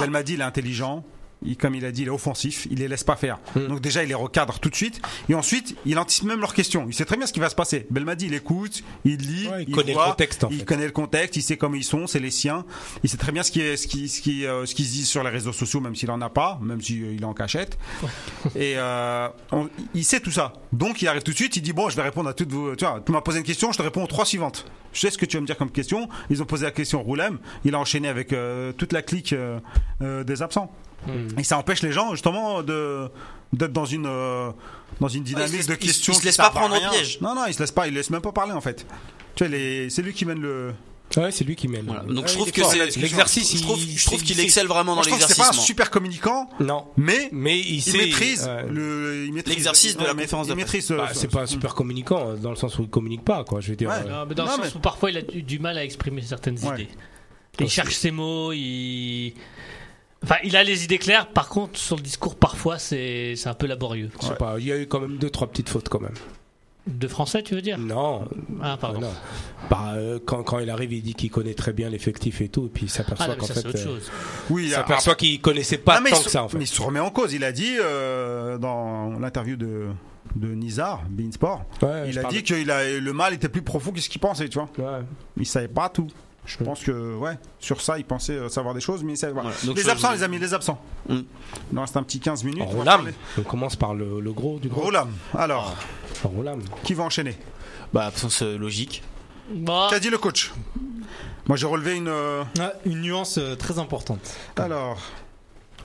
[SPEAKER 1] Belmadi, Belmadi, il est intelligent. Il, comme il a dit, il est offensif. Il les laisse pas faire. Donc déjà, il les recadre tout de suite. Et ensuite, il anticipe même leurs questions. Il sait très bien ce qui va se passer. Belmadi, il écoute, il lit,
[SPEAKER 6] Ouais, il
[SPEAKER 1] il,
[SPEAKER 6] connaît le
[SPEAKER 1] voit,
[SPEAKER 6] contexte, en
[SPEAKER 1] il
[SPEAKER 6] fait.
[SPEAKER 1] connaît le contexte. Il sait comment ils sont, c'est les siens. Il sait très bien ce qui est, ce qui, ce qui, euh, ce qui se dit sur les réseaux sociaux, même s'il en a pas, même s'il euh, est en cachette. Et euh, on- il sait tout ça. Donc il arrive tout de suite. Il dit bon, je vais répondre à toutes vos. Tu vois, tu m'as posé une question, je te réponds aux trois suivantes. Je sais ce que tu vas me dire comme question. Ils ont posé la question Roulem. Il a enchaîné avec euh, toute la clique euh, euh, des absents. Et ça empêche les gens justement de d'être dans une euh, dans une dynamique
[SPEAKER 4] se laissent-
[SPEAKER 1] de
[SPEAKER 4] ils se-
[SPEAKER 1] questions.
[SPEAKER 4] ils se
[SPEAKER 1] qui
[SPEAKER 4] laissent pas
[SPEAKER 1] servent à
[SPEAKER 4] prendre au
[SPEAKER 1] rien.
[SPEAKER 4] piège.
[SPEAKER 1] Non non, ils se laissent pas. Ils laissent même pas parler en fait. Tu vois, les- c'est lui qui mène le.
[SPEAKER 6] Ah Ouais, c'est lui qui mène.
[SPEAKER 4] Voilà. Donc
[SPEAKER 6] Ouais,
[SPEAKER 4] je
[SPEAKER 6] il
[SPEAKER 4] trouve
[SPEAKER 6] est
[SPEAKER 4] que
[SPEAKER 6] fort.
[SPEAKER 4] c'est
[SPEAKER 6] l'exercice.
[SPEAKER 4] Je
[SPEAKER 6] il-
[SPEAKER 4] trouve, je trouve
[SPEAKER 6] il
[SPEAKER 4] qu'il
[SPEAKER 6] sait-
[SPEAKER 4] excelle vraiment dans
[SPEAKER 1] Moi, je trouve que c'est
[SPEAKER 4] l'exercice.
[SPEAKER 1] pas un
[SPEAKER 4] moi. euh,
[SPEAKER 1] super communicant,
[SPEAKER 6] Non.
[SPEAKER 1] mais
[SPEAKER 6] Mais il,
[SPEAKER 1] il
[SPEAKER 6] sait-
[SPEAKER 1] maîtrise
[SPEAKER 6] ouais.
[SPEAKER 1] le il maîtrise-
[SPEAKER 4] L'exercice de la
[SPEAKER 1] ouais, mais-
[SPEAKER 4] conférence de
[SPEAKER 1] Il
[SPEAKER 4] presse.
[SPEAKER 1] maîtrise. euh,
[SPEAKER 6] Bah, c'est pas un super communicant euh, dans le sens où il communique pas, quoi. Je veux dire.
[SPEAKER 1] Ouais.
[SPEAKER 6] euh,
[SPEAKER 2] Non, mais dans
[SPEAKER 1] Non,
[SPEAKER 2] le sens
[SPEAKER 1] mais-
[SPEAKER 2] où parfois il a du, du mal à exprimer certaines
[SPEAKER 1] Ouais.
[SPEAKER 2] idées. Il cherche ses mots, il. Enfin, il a les idées claires, par contre, sur le discours, parfois, c'est c'est un peu laborieux.
[SPEAKER 6] Je sais pas. Il y a eu quand même deux, trois petites fautes, quand même.
[SPEAKER 2] De français, tu veux dire
[SPEAKER 6] Non.
[SPEAKER 2] Ah, pardon.
[SPEAKER 6] non. Bah, euh, quand, quand il arrive, il dit qu'il connaît très bien l'effectif et tout, et puis il
[SPEAKER 2] Ah,
[SPEAKER 6] s'aperçoit
[SPEAKER 2] non, mais
[SPEAKER 6] qu'en
[SPEAKER 2] ça, c'est
[SPEAKER 6] fait.
[SPEAKER 2] autre
[SPEAKER 6] euh,
[SPEAKER 2] chose.
[SPEAKER 1] Oui,
[SPEAKER 6] il
[SPEAKER 1] ah,
[SPEAKER 6] s'aperçoit qu'il connaissait pas
[SPEAKER 1] Non, mais
[SPEAKER 6] tant
[SPEAKER 1] il se-
[SPEAKER 6] que ça, en fait.
[SPEAKER 1] Mais il se remet en cause. Il a dit euh, dans l'interview de, de Nizar, Beansport,
[SPEAKER 6] Ouais,
[SPEAKER 1] il
[SPEAKER 6] je
[SPEAKER 1] a
[SPEAKER 6] parle-
[SPEAKER 1] dit que il a- le mal était plus profond que ce qu'il pensait, tu vois.
[SPEAKER 6] Ouais.
[SPEAKER 1] Il savait pas tout. Je pense que, ouais, sur ça, il pensait euh, savoir des choses, mais il savait pas.
[SPEAKER 4] Voilà. Donc,
[SPEAKER 1] les
[SPEAKER 4] je-
[SPEAKER 1] absents, les amis, les absents.
[SPEAKER 4] Mm.
[SPEAKER 1] Il nous reste un petit 15 minutes. on va
[SPEAKER 6] Rolam.
[SPEAKER 1] parler-
[SPEAKER 6] On commence par le, le gros du gros.
[SPEAKER 1] Rolam. Alors,
[SPEAKER 6] Rolam.
[SPEAKER 1] qui va enchaîner
[SPEAKER 4] Bah, absence euh, logique.
[SPEAKER 2] Bon,
[SPEAKER 1] Qu'a dit le coach Moi, j'ai relevé une. euh,
[SPEAKER 3] Ah, une nuance euh, très importante.
[SPEAKER 1] Alors.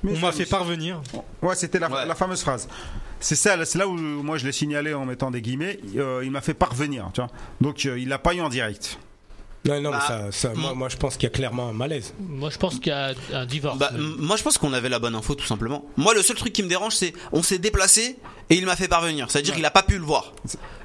[SPEAKER 3] On m'a fait
[SPEAKER 1] pas
[SPEAKER 3] parvenir.
[SPEAKER 1] Ouais, c'était la,
[SPEAKER 4] Ouais.
[SPEAKER 1] la fameuse phrase. C'est ça, c'est là où euh, moi je l'ai signalé en mettant des guillemets. euh, il m'a fait parvenir, tu vois. Donc euh, il l'a pas eu en direct.
[SPEAKER 6] Non, non, mais
[SPEAKER 4] Bah,
[SPEAKER 6] ça, ça- moi,
[SPEAKER 4] hmm.
[SPEAKER 6] moi, je pense qu'il y a clairement un malaise.
[SPEAKER 2] moi, je pense qu'il y a un divorce.
[SPEAKER 4] Bah,
[SPEAKER 2] même.
[SPEAKER 4] m- moi, je pense qu'on avait la bonne info, tout simplement. Moi, le seul truc qui me dérange, c'est on s'est déplacé et il m'a fait parvenir. C'est-à-dire qu'il n'a pas pu le voir.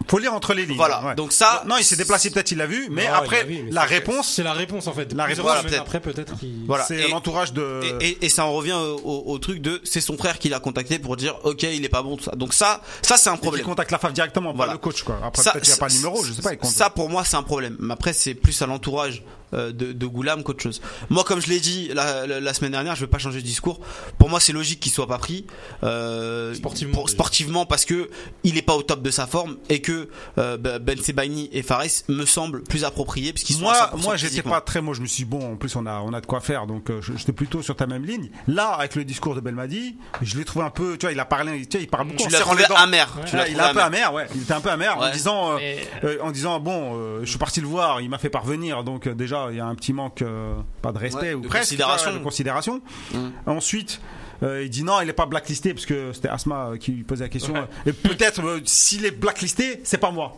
[SPEAKER 1] Faut lire entre les lignes.
[SPEAKER 4] Voilà.
[SPEAKER 1] ouais.
[SPEAKER 4] Donc ça-
[SPEAKER 1] Non, il s'est déplacé, peut-être il l'a vu, mais
[SPEAKER 6] Non, il
[SPEAKER 1] après,
[SPEAKER 6] l'a vu, mais
[SPEAKER 1] la
[SPEAKER 6] c'est-
[SPEAKER 1] réponse,
[SPEAKER 3] C'est la réponse en fait.
[SPEAKER 1] La
[SPEAKER 3] Plusieurs
[SPEAKER 1] réponse,
[SPEAKER 3] semaines
[SPEAKER 4] peut-être.
[SPEAKER 3] après peut-être. qu'il-
[SPEAKER 4] Voilà.
[SPEAKER 1] c'est euh,
[SPEAKER 4] Et-
[SPEAKER 1] l'entourage de.
[SPEAKER 4] Et, et- et ça en revient au, au- au truc de c'est son frère qui l'a contacté pour dire ok il est pas bon tout ça. Donc ça ça c'est un
[SPEAKER 1] Il
[SPEAKER 4] problème.
[SPEAKER 1] contacte la femme directement,
[SPEAKER 4] Voilà.
[SPEAKER 1] pas le coach, quoi. Après,
[SPEAKER 4] Ça,
[SPEAKER 1] peut-être il n'y a
[SPEAKER 4] ça-
[SPEAKER 1] pas le numéro, je sais pas. il compte.
[SPEAKER 4] Ça pour moi c'est un problème. Mais après c'est plus à l'entourage euh, de, de Goulam qu'autre chose. Moi comme je l'ai dit la, la- la semaine dernière, je vais pas changer de discours. Pour moi c'est logique qu'il soit pas pris euh,
[SPEAKER 3] Sportivement,
[SPEAKER 4] pour-
[SPEAKER 3] déjà.
[SPEAKER 4] sportivement parce que il est pas au top de sa forme et que euh, Ben- Ben Sebaini et Fares me semblent plus appropriés parce qu'ils sont à
[SPEAKER 1] Moi,
[SPEAKER 4] 100%
[SPEAKER 1] moi, j'étais
[SPEAKER 4] physiquement.
[SPEAKER 1] pas très. Moi, je me suis dit, bon. En plus, on a, on a de quoi faire. Donc, euh, je- j'étais plutôt sur ta même ligne. Là, avec le discours de Belmadi, je l'ai trouvé un peu. Tu vois, il a parlé. Tu vois, il parle beaucoup.
[SPEAKER 4] Tu
[SPEAKER 1] en
[SPEAKER 4] l'as
[SPEAKER 1] serrant les
[SPEAKER 4] trouvé
[SPEAKER 1] dents.
[SPEAKER 4] amer. Tu
[SPEAKER 1] Ah,
[SPEAKER 4] l'as
[SPEAKER 1] il
[SPEAKER 4] trouvé
[SPEAKER 1] est un peu
[SPEAKER 4] amer.
[SPEAKER 1] amer, ouais. Il était un peu amer en
[SPEAKER 4] Ouais.
[SPEAKER 1] disant, euh,
[SPEAKER 2] Mais-
[SPEAKER 1] euh, en disant bon, euh, je suis parti le voir, il m'a fait parvenir, donc euh, déjà il y a un petit manque, euh, pas de respect
[SPEAKER 4] Ouais,
[SPEAKER 1] ou
[SPEAKER 4] de
[SPEAKER 1] presque,
[SPEAKER 4] considération.
[SPEAKER 1] ouais, de considération. Mm. Ensuite, euh, il dit non, il est pas blacklisté parce que c'était Asma euh, qui lui posait la question. Et peut-être euh, s'il est blacklisté, c'est pas moi.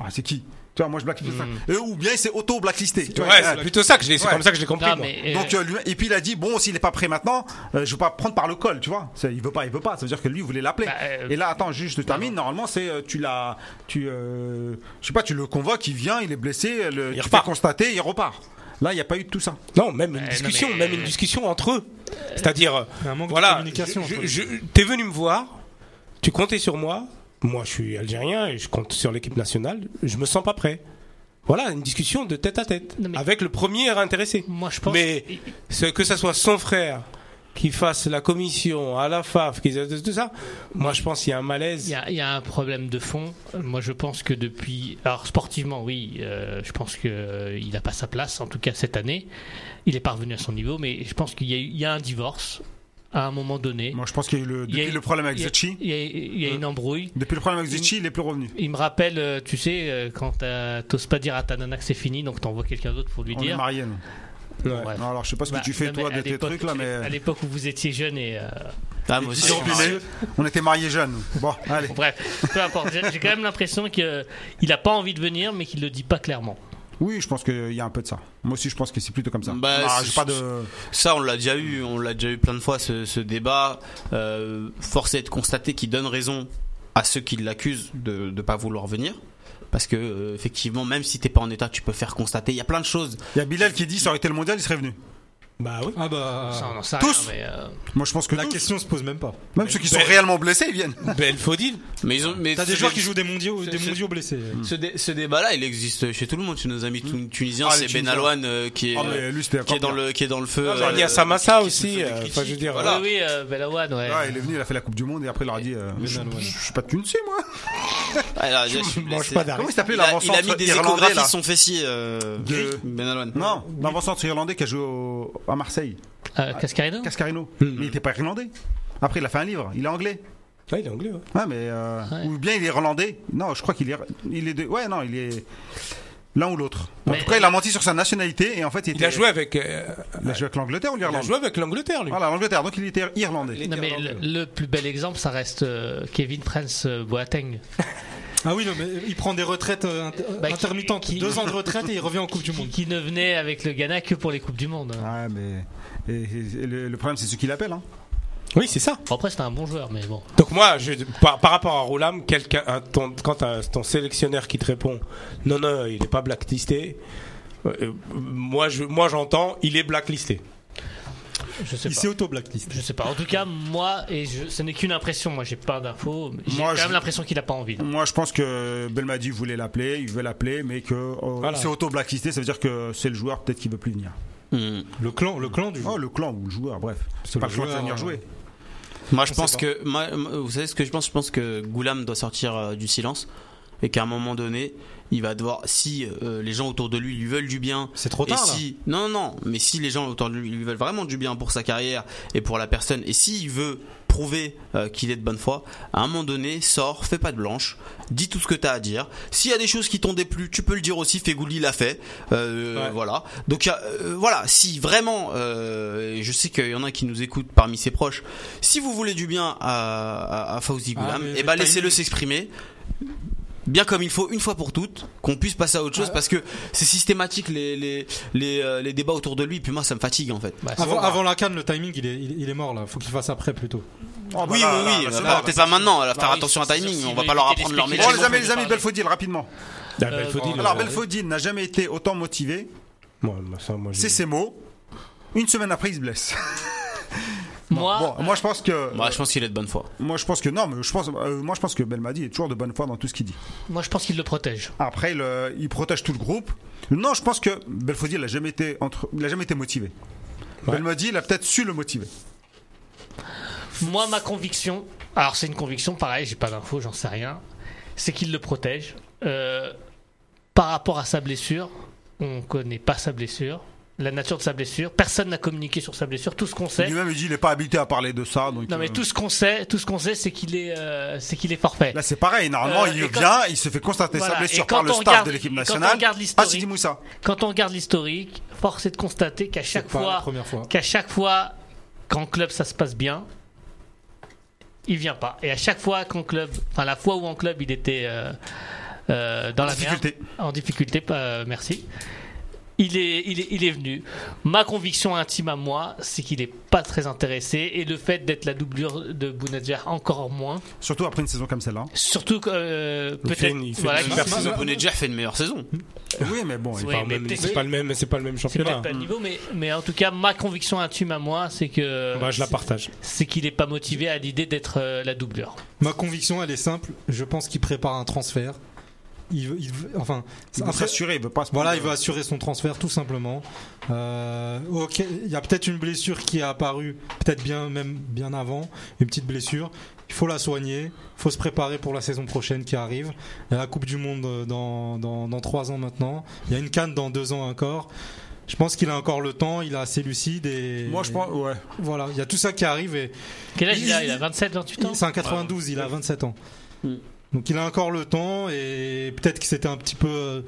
[SPEAKER 1] Ah, c'est qui Tu vois, moi je blackliste. Euh, ou bien il s'est auto blacklisté. Tu vois,
[SPEAKER 6] Ouais,
[SPEAKER 1] euh,
[SPEAKER 6] c'est plutôt ça que je l'ai. C'est
[SPEAKER 1] Ouais.
[SPEAKER 6] comme ça que je l'ai compris.
[SPEAKER 2] Non,
[SPEAKER 6] moi.
[SPEAKER 2] mais, euh,
[SPEAKER 1] donc euh, lui- et puis il a dit bon s'il est pas prêt maintenant euh, je vais pas prendre par le col tu vois C'est- il veut pas il veut pas ça veut dire que lui il voulait l'appeler
[SPEAKER 2] Bah, euh,
[SPEAKER 1] et là attends juste je te termine normalement c'est euh, tu l'as tu euh, je sais pas tu le convoques il vient il est blessé le, il repart constaté il repart là il n'y a pas eu de tout ça
[SPEAKER 6] Non, même
[SPEAKER 2] Euh,
[SPEAKER 6] une
[SPEAKER 2] non,
[SPEAKER 6] discussion,
[SPEAKER 2] mais-
[SPEAKER 6] même une discussion entre eux. C'est-à-dire, euh,
[SPEAKER 3] Il y a un manque de
[SPEAKER 6] voilà,
[SPEAKER 3] communication
[SPEAKER 6] je-
[SPEAKER 3] entre les
[SPEAKER 6] je- je- t'es venu me voir, tu comptais sur moi. Moi, je suis algérien et je compte sur l'équipe nationale. Je me sens pas prêt. Voilà, une discussion de tête à tête
[SPEAKER 2] Non, mais-
[SPEAKER 6] avec le premier intéressé.
[SPEAKER 2] Moi, je pense.
[SPEAKER 6] Mais ce- que ça soit son frère qui fasse la commission à la FAF, qui tout ça, moi, je pense qu'il y a un
[SPEAKER 2] Il y,
[SPEAKER 6] malaise.
[SPEAKER 2] a, il y a un problème de fond. Euh, Moi, je pense que depuis, alors sportivement, oui, euh, je pense que euh, il n'a pas sa place. En tout cas, cette année, il est pas revenu à son niveau. Mais je pense qu'il y, a eu- il y a un divorce à un moment donné.
[SPEAKER 1] moi je pense qu'il y a eu le,
[SPEAKER 2] Il y a
[SPEAKER 1] depuis
[SPEAKER 2] eu-
[SPEAKER 1] le problème avec
[SPEAKER 2] il y a-
[SPEAKER 1] Zetchi
[SPEAKER 2] Il y a, il y
[SPEAKER 1] Euh.
[SPEAKER 2] a une embrouille.
[SPEAKER 1] depuis le problème avec Zetchi il est plus revenu
[SPEAKER 2] Il me rappelle, euh, tu sais, euh, quand t'as- t'oses pas dire à ta nana que c'est fini, donc t'envoies quelqu'un d'autre pour lui
[SPEAKER 1] on est
[SPEAKER 2] dire.
[SPEAKER 1] mariés nous.
[SPEAKER 6] Ouais.
[SPEAKER 2] Bref.
[SPEAKER 1] Non, alors je sais pas ce que
[SPEAKER 2] Bah,
[SPEAKER 1] tu fais
[SPEAKER 2] non,
[SPEAKER 1] toi
[SPEAKER 2] mais
[SPEAKER 1] de
[SPEAKER 2] à
[SPEAKER 1] tes
[SPEAKER 2] l'époque-
[SPEAKER 1] trucs là mais
[SPEAKER 2] À l'époque où vous étiez jeune et. euh,
[SPEAKER 4] Ah, moi aussi, je suis
[SPEAKER 1] Discipliné.
[SPEAKER 4] marié.
[SPEAKER 1] on était mariés jeunes bon allez
[SPEAKER 2] Bon, bref, peu importe. J'ai j'ai quand même l'impression qu'il n'a pas envie de venir, mais qu'il le dit pas clairement.
[SPEAKER 1] oui je pense qu'il y a un peu de ça moi aussi je pense que c'est plutôt comme ça
[SPEAKER 4] Bah,
[SPEAKER 1] Ah,
[SPEAKER 4] c'est-
[SPEAKER 1] j'ai pas de
[SPEAKER 4] Ça, on l'a déjà eu, on l'a déjà eu plein de fois ce, ce débat. Euh, force est de constater qu'il donne raison à ceux qui l'accusent de ne pas vouloir venir. Parce que euh, effectivement, même si t'es pas en état, tu peux faire constater. Il y a plein de choses.
[SPEAKER 1] il y a Bilal qui dit ça aurait été le mondial il serait venu
[SPEAKER 6] Bah oui.
[SPEAKER 3] Ah bah.
[SPEAKER 2] Ça, on en sait
[SPEAKER 1] tous
[SPEAKER 2] rien, mais, euh,
[SPEAKER 1] moi je pense que
[SPEAKER 3] La
[SPEAKER 1] tous.
[SPEAKER 3] question se pose même pas.
[SPEAKER 1] Même ceux qui sont réellement blessés, ils viennent.
[SPEAKER 6] Belle faudil.
[SPEAKER 4] Mais ils ont, mais
[SPEAKER 3] T'as
[SPEAKER 4] ce
[SPEAKER 3] des joueurs
[SPEAKER 4] dé-
[SPEAKER 3] qui jouent des mondiaux, des
[SPEAKER 4] c'est-
[SPEAKER 3] mondiaux blessés.
[SPEAKER 4] Ce, dé- ce débat-là, il existe chez tout le monde. Chez nos amis tu- tunisiens,
[SPEAKER 1] Ah, les
[SPEAKER 4] c'est Ben
[SPEAKER 1] Tunisiens.
[SPEAKER 4] Alouane euh, qui est,
[SPEAKER 1] Ah, mais lui, c'était
[SPEAKER 4] qui est
[SPEAKER 1] encore
[SPEAKER 4] dans le qui est dans le feu.
[SPEAKER 6] genre, il y a Samassa aussi, euh, enfin, je veux dire,
[SPEAKER 4] Voilà.
[SPEAKER 2] Oui, oui, euh, Belawan, ouais.
[SPEAKER 1] Ah, il est venu, il a fait la Coupe du Monde et après il leur a dit euh, je, je- je suis pas de Tunisie moi.
[SPEAKER 4] Ah, là, je suis
[SPEAKER 6] Mange
[SPEAKER 4] blessé.
[SPEAKER 6] pas d'arrêt.
[SPEAKER 1] Comment il s'appelait
[SPEAKER 4] il, a, il a
[SPEAKER 1] l'avant-centre
[SPEAKER 4] mis des
[SPEAKER 1] irlandais
[SPEAKER 4] échographies
[SPEAKER 1] là
[SPEAKER 4] sur son fessier. euh,
[SPEAKER 1] De-
[SPEAKER 4] Ben Alouane.
[SPEAKER 1] Non, l'avant-centre irlandais qui a joué au- à Marseille,
[SPEAKER 2] Euh, Cascarino
[SPEAKER 1] Cascarino. Mais il était pas irlandais. Après il a fait un livre, il est anglais.
[SPEAKER 6] Ouais, il est anglais. hein. ouais.
[SPEAKER 1] Ouais, mais euh,
[SPEAKER 2] Ouais.
[SPEAKER 1] ou bien il est irlandais. Non, je crois qu'il est il est de ouais non, il est l'un ou l'autre. En
[SPEAKER 2] Mais-
[SPEAKER 1] tout cas, il a menti sur sa nationalité et en fait il,
[SPEAKER 6] Il a
[SPEAKER 1] était-
[SPEAKER 6] joué avec, euh,
[SPEAKER 1] il a joué avec l'Angleterre ou
[SPEAKER 6] il a
[SPEAKER 1] l'Irlande
[SPEAKER 6] joué avec l'Angleterre, lui.
[SPEAKER 1] Voilà, l'Angleterre. Donc il était irlandais.
[SPEAKER 2] Non, mais le, le plus bel exemple, ça reste euh, Kevin Prince euh, Boateng.
[SPEAKER 3] Ah oui, non, mais il prend des retraites euh, int-
[SPEAKER 2] Bah, qui-
[SPEAKER 3] intermittentes,
[SPEAKER 2] qui-
[SPEAKER 3] deux ans de retraite et il revient en Coupe du Monde.
[SPEAKER 2] Qui ne venait avec le Ghana que pour les Coupes du Monde.
[SPEAKER 1] Ouais, mais et- et- et le, le problème c'est ce qu'il appelle hein.
[SPEAKER 6] Oui, c'est ça.
[SPEAKER 2] Bon, après, c'était un bon joueur, mais bon.
[SPEAKER 6] Donc moi, je, par, par rapport à Roulam, quelqu'un, un- ton- quand t'as ton sélectionneur qui te répond, non, non, il n'est pas blacklisté. euh, euh, Moi, je, moi, j'entends, il est blacklisté.
[SPEAKER 2] Je sais
[SPEAKER 3] Il
[SPEAKER 2] pas.
[SPEAKER 3] s'est auto-blacklist.
[SPEAKER 2] Je sais pas. En tout cas, moi, et je, ce n'est qu'une impression. Moi, j'ai pas d'infos. mais J'ai
[SPEAKER 1] Moi,
[SPEAKER 2] quand
[SPEAKER 1] je-
[SPEAKER 2] même l'impression qu'il a pas envie. Bah,
[SPEAKER 1] Moi, je pense que Belmadi voulait l'appeler, il veut l'appeler, mais que euh,
[SPEAKER 6] Voilà.
[SPEAKER 1] c'est auto-blacklisté, ça veut dire que c'est le joueur peut-être qui veut plus venir.
[SPEAKER 4] Hmm.
[SPEAKER 3] Le clan, le clan du.
[SPEAKER 1] Oh, le clan ou le joueur, bref. C'est pas le
[SPEAKER 3] le
[SPEAKER 1] choix de
[SPEAKER 3] joueur,
[SPEAKER 1] venir
[SPEAKER 3] euh,
[SPEAKER 1] jouer.
[SPEAKER 4] Moi, je
[SPEAKER 3] On
[SPEAKER 4] pense
[SPEAKER 3] sait
[SPEAKER 4] que, moi, moi, vous savez ce que je pense Je pense que Goulam doit sortir euh, du silence et qu'à un moment donné, il va devoir, si euh, les gens autour de lui lui veulent du bien,
[SPEAKER 3] C'est trop
[SPEAKER 4] et
[SPEAKER 3] tard. là.
[SPEAKER 4] si, non, non, non, mais si les gens autour de lui lui veulent vraiment du bien pour sa carrière et pour la personne, et s'il veut prouver euh, qu'il est de bonne foi, à un moment donné, sors, fais pas de blanche, dis tout ce que t'as à dire. S'il y a des choses qui t'ont déplu, tu peux le dire aussi. Fegouli l'a fait, Euh,
[SPEAKER 6] Ouais.
[SPEAKER 4] voilà. Donc il y a, euh, voilà, si vraiment, euh, et je sais qu'il y en a qui nous écoutent parmi ses proches, si vous voulez du bien à, à, à Fawzi
[SPEAKER 3] Ah,
[SPEAKER 4] Goulam,
[SPEAKER 3] mais-
[SPEAKER 4] et
[SPEAKER 3] mais
[SPEAKER 4] ben
[SPEAKER 3] timing.
[SPEAKER 4] laissez-le s'exprimer. Bien comme il faut une fois pour toutes qu'on puisse passer à autre chose parce que c'est systématique les les les, euh, les débats autour de lui puis moi ça me fatigue en fait.
[SPEAKER 2] Bah, c'est
[SPEAKER 3] Avant,
[SPEAKER 2] bon,
[SPEAKER 3] avant la canne, le timing, il est, il, il est mort là. Faut qu'il fasse après plutôt.
[SPEAKER 1] Oh, bah
[SPEAKER 4] oui,
[SPEAKER 1] là,
[SPEAKER 4] oui,
[SPEAKER 1] là,
[SPEAKER 4] oui.
[SPEAKER 1] là, c'est
[SPEAKER 4] bah,
[SPEAKER 1] bon.
[SPEAKER 4] Peut-être pas maintenant, là, faire
[SPEAKER 2] Bah oui,
[SPEAKER 4] attention à
[SPEAKER 2] c'est-
[SPEAKER 4] timing.
[SPEAKER 2] c'est-
[SPEAKER 4] On
[SPEAKER 2] c'est-
[SPEAKER 4] va pas leur
[SPEAKER 2] il
[SPEAKER 4] apprendre leur
[SPEAKER 2] explique
[SPEAKER 1] Bon, les
[SPEAKER 2] les
[SPEAKER 4] métier.
[SPEAKER 1] amis,
[SPEAKER 2] dont
[SPEAKER 1] les
[SPEAKER 2] on
[SPEAKER 1] amis,
[SPEAKER 2] parle.
[SPEAKER 1] Belfodil, rapidement.
[SPEAKER 6] La
[SPEAKER 2] Euh,
[SPEAKER 6] Belfodil,
[SPEAKER 2] bon,
[SPEAKER 6] euh,
[SPEAKER 1] Alors, Belfodil n'a jamais été autant motivé.
[SPEAKER 6] moi, ça, moi, j'ai-
[SPEAKER 1] C'est ses mots. Une semaine après, il se blesse.
[SPEAKER 2] Moi,
[SPEAKER 1] Bon, moi, je pense que.
[SPEAKER 4] Bah, je pense qu'il est de bonne foi.
[SPEAKER 1] Moi, je pense que non, mais je pense, euh, moi, je pense que Belmadi est toujours de bonne foi dans tout ce qu'il dit.
[SPEAKER 2] moi, je pense qu'il le protège.
[SPEAKER 1] Après, le- il protège tout le groupe. Non, je pense que Belfodil il a jamais été entre, il a jamais été motivé. Belmadi, il a peut-être su le motiver.
[SPEAKER 2] Moi, ma conviction, alors c'est une conviction, pareil, j'ai pas d'infos, j'en sais rien, c'est qu'il le protège. Euh, par rapport à sa blessure, on connaît pas sa blessure, la nature de sa blessure, personne n'a communiqué sur sa blessure, tout ce qu'on sait.
[SPEAKER 1] Lui-même, il dit, il est pas habité à parler de ça. Donc,
[SPEAKER 2] Non mais
[SPEAKER 1] euh,
[SPEAKER 2] tout ce qu'on sait, tout ce qu'on sait, c'est qu'il est, euh, c'est qu'il est forfait.
[SPEAKER 1] Là, c'est pareil. Normalement,
[SPEAKER 2] Euh,
[SPEAKER 1] il
[SPEAKER 2] et quand-
[SPEAKER 1] vient, il se fait constater
[SPEAKER 2] Voilà,
[SPEAKER 1] sa
[SPEAKER 2] et
[SPEAKER 1] blessure
[SPEAKER 2] quand
[SPEAKER 1] par le
[SPEAKER 2] on
[SPEAKER 1] staff
[SPEAKER 2] regarde-
[SPEAKER 1] de l'équipe
[SPEAKER 2] et quand on
[SPEAKER 1] nationale.
[SPEAKER 2] regarde
[SPEAKER 1] ah,
[SPEAKER 2] l'historique-
[SPEAKER 1] Sidi Moussa.
[SPEAKER 2] Quand on regarde l'historique, force est de constater qu'à chaque
[SPEAKER 6] Pas la
[SPEAKER 2] fois,
[SPEAKER 6] première fois.
[SPEAKER 2] qu'à chaque fois qu'en club ça se passe bien, il vient pas. Et à chaque fois qu'en club, enfin la fois où en club il était euh, euh, dans la
[SPEAKER 1] Difficulté.
[SPEAKER 2] merde, en difficulté, pas- euh, merci. Il est, il, est, il est venu. Ma conviction intime à moi, c'est qu'il n'est pas très intéressé. Et le fait d'être la doublure de Bounedjah, encore moins.
[SPEAKER 1] Surtout après une saison comme celle-là.
[SPEAKER 2] Surtout que euh, peut-être.
[SPEAKER 6] une- il fait
[SPEAKER 2] voilà,
[SPEAKER 6] une
[SPEAKER 2] qu'il-
[SPEAKER 6] super
[SPEAKER 2] oui,
[SPEAKER 4] Maxime Bonedja fait une meilleure saison.
[SPEAKER 1] Oui, mais bon, il-
[SPEAKER 6] Enfin,
[SPEAKER 2] mais
[SPEAKER 6] même-
[SPEAKER 2] peut-être-
[SPEAKER 6] C'est pas le même, c'est pas le même
[SPEAKER 2] c'est
[SPEAKER 6] championnat.
[SPEAKER 2] peut-être pas le niveau, mais, mais en tout cas, ma conviction intime à moi, c'est que
[SPEAKER 6] Bah, je la partage.
[SPEAKER 2] c'est qu'il n'est pas motivé à l'idée d'être euh, la doublure.
[SPEAKER 3] Ma conviction, elle est simple. Je pense qu'il prépare un transfert. Il veut, il veut- enfin,
[SPEAKER 1] il veut
[SPEAKER 3] un tra-
[SPEAKER 1] s'assurer, il veut pas se
[SPEAKER 3] Voilà, il
[SPEAKER 1] prendre- euh,
[SPEAKER 3] veut assurer son transfert tout simplement. Euh, ok, il y a peut-être une blessure qui est apparue, peut-être bien même bien avant, une petite blessure. Il faut la soigner, il faut se préparer pour la saison prochaine qui arrive. Il y a la Coupe du Monde euh, dans, dans, dans trois ans maintenant. Il y a une canne dans deux ans encore. Je pense qu'il a encore le temps, il est assez lucide et
[SPEAKER 1] Moi, je pense, ouais.
[SPEAKER 3] voilà, il y a tout ça qui arrive et
[SPEAKER 2] Quel âge il a
[SPEAKER 3] Il-
[SPEAKER 2] Il a 27, 28 ans
[SPEAKER 3] c'est un 92, il a 27 ans. Donc il a encore le temps et peut-être que c'était un petit peu. euh,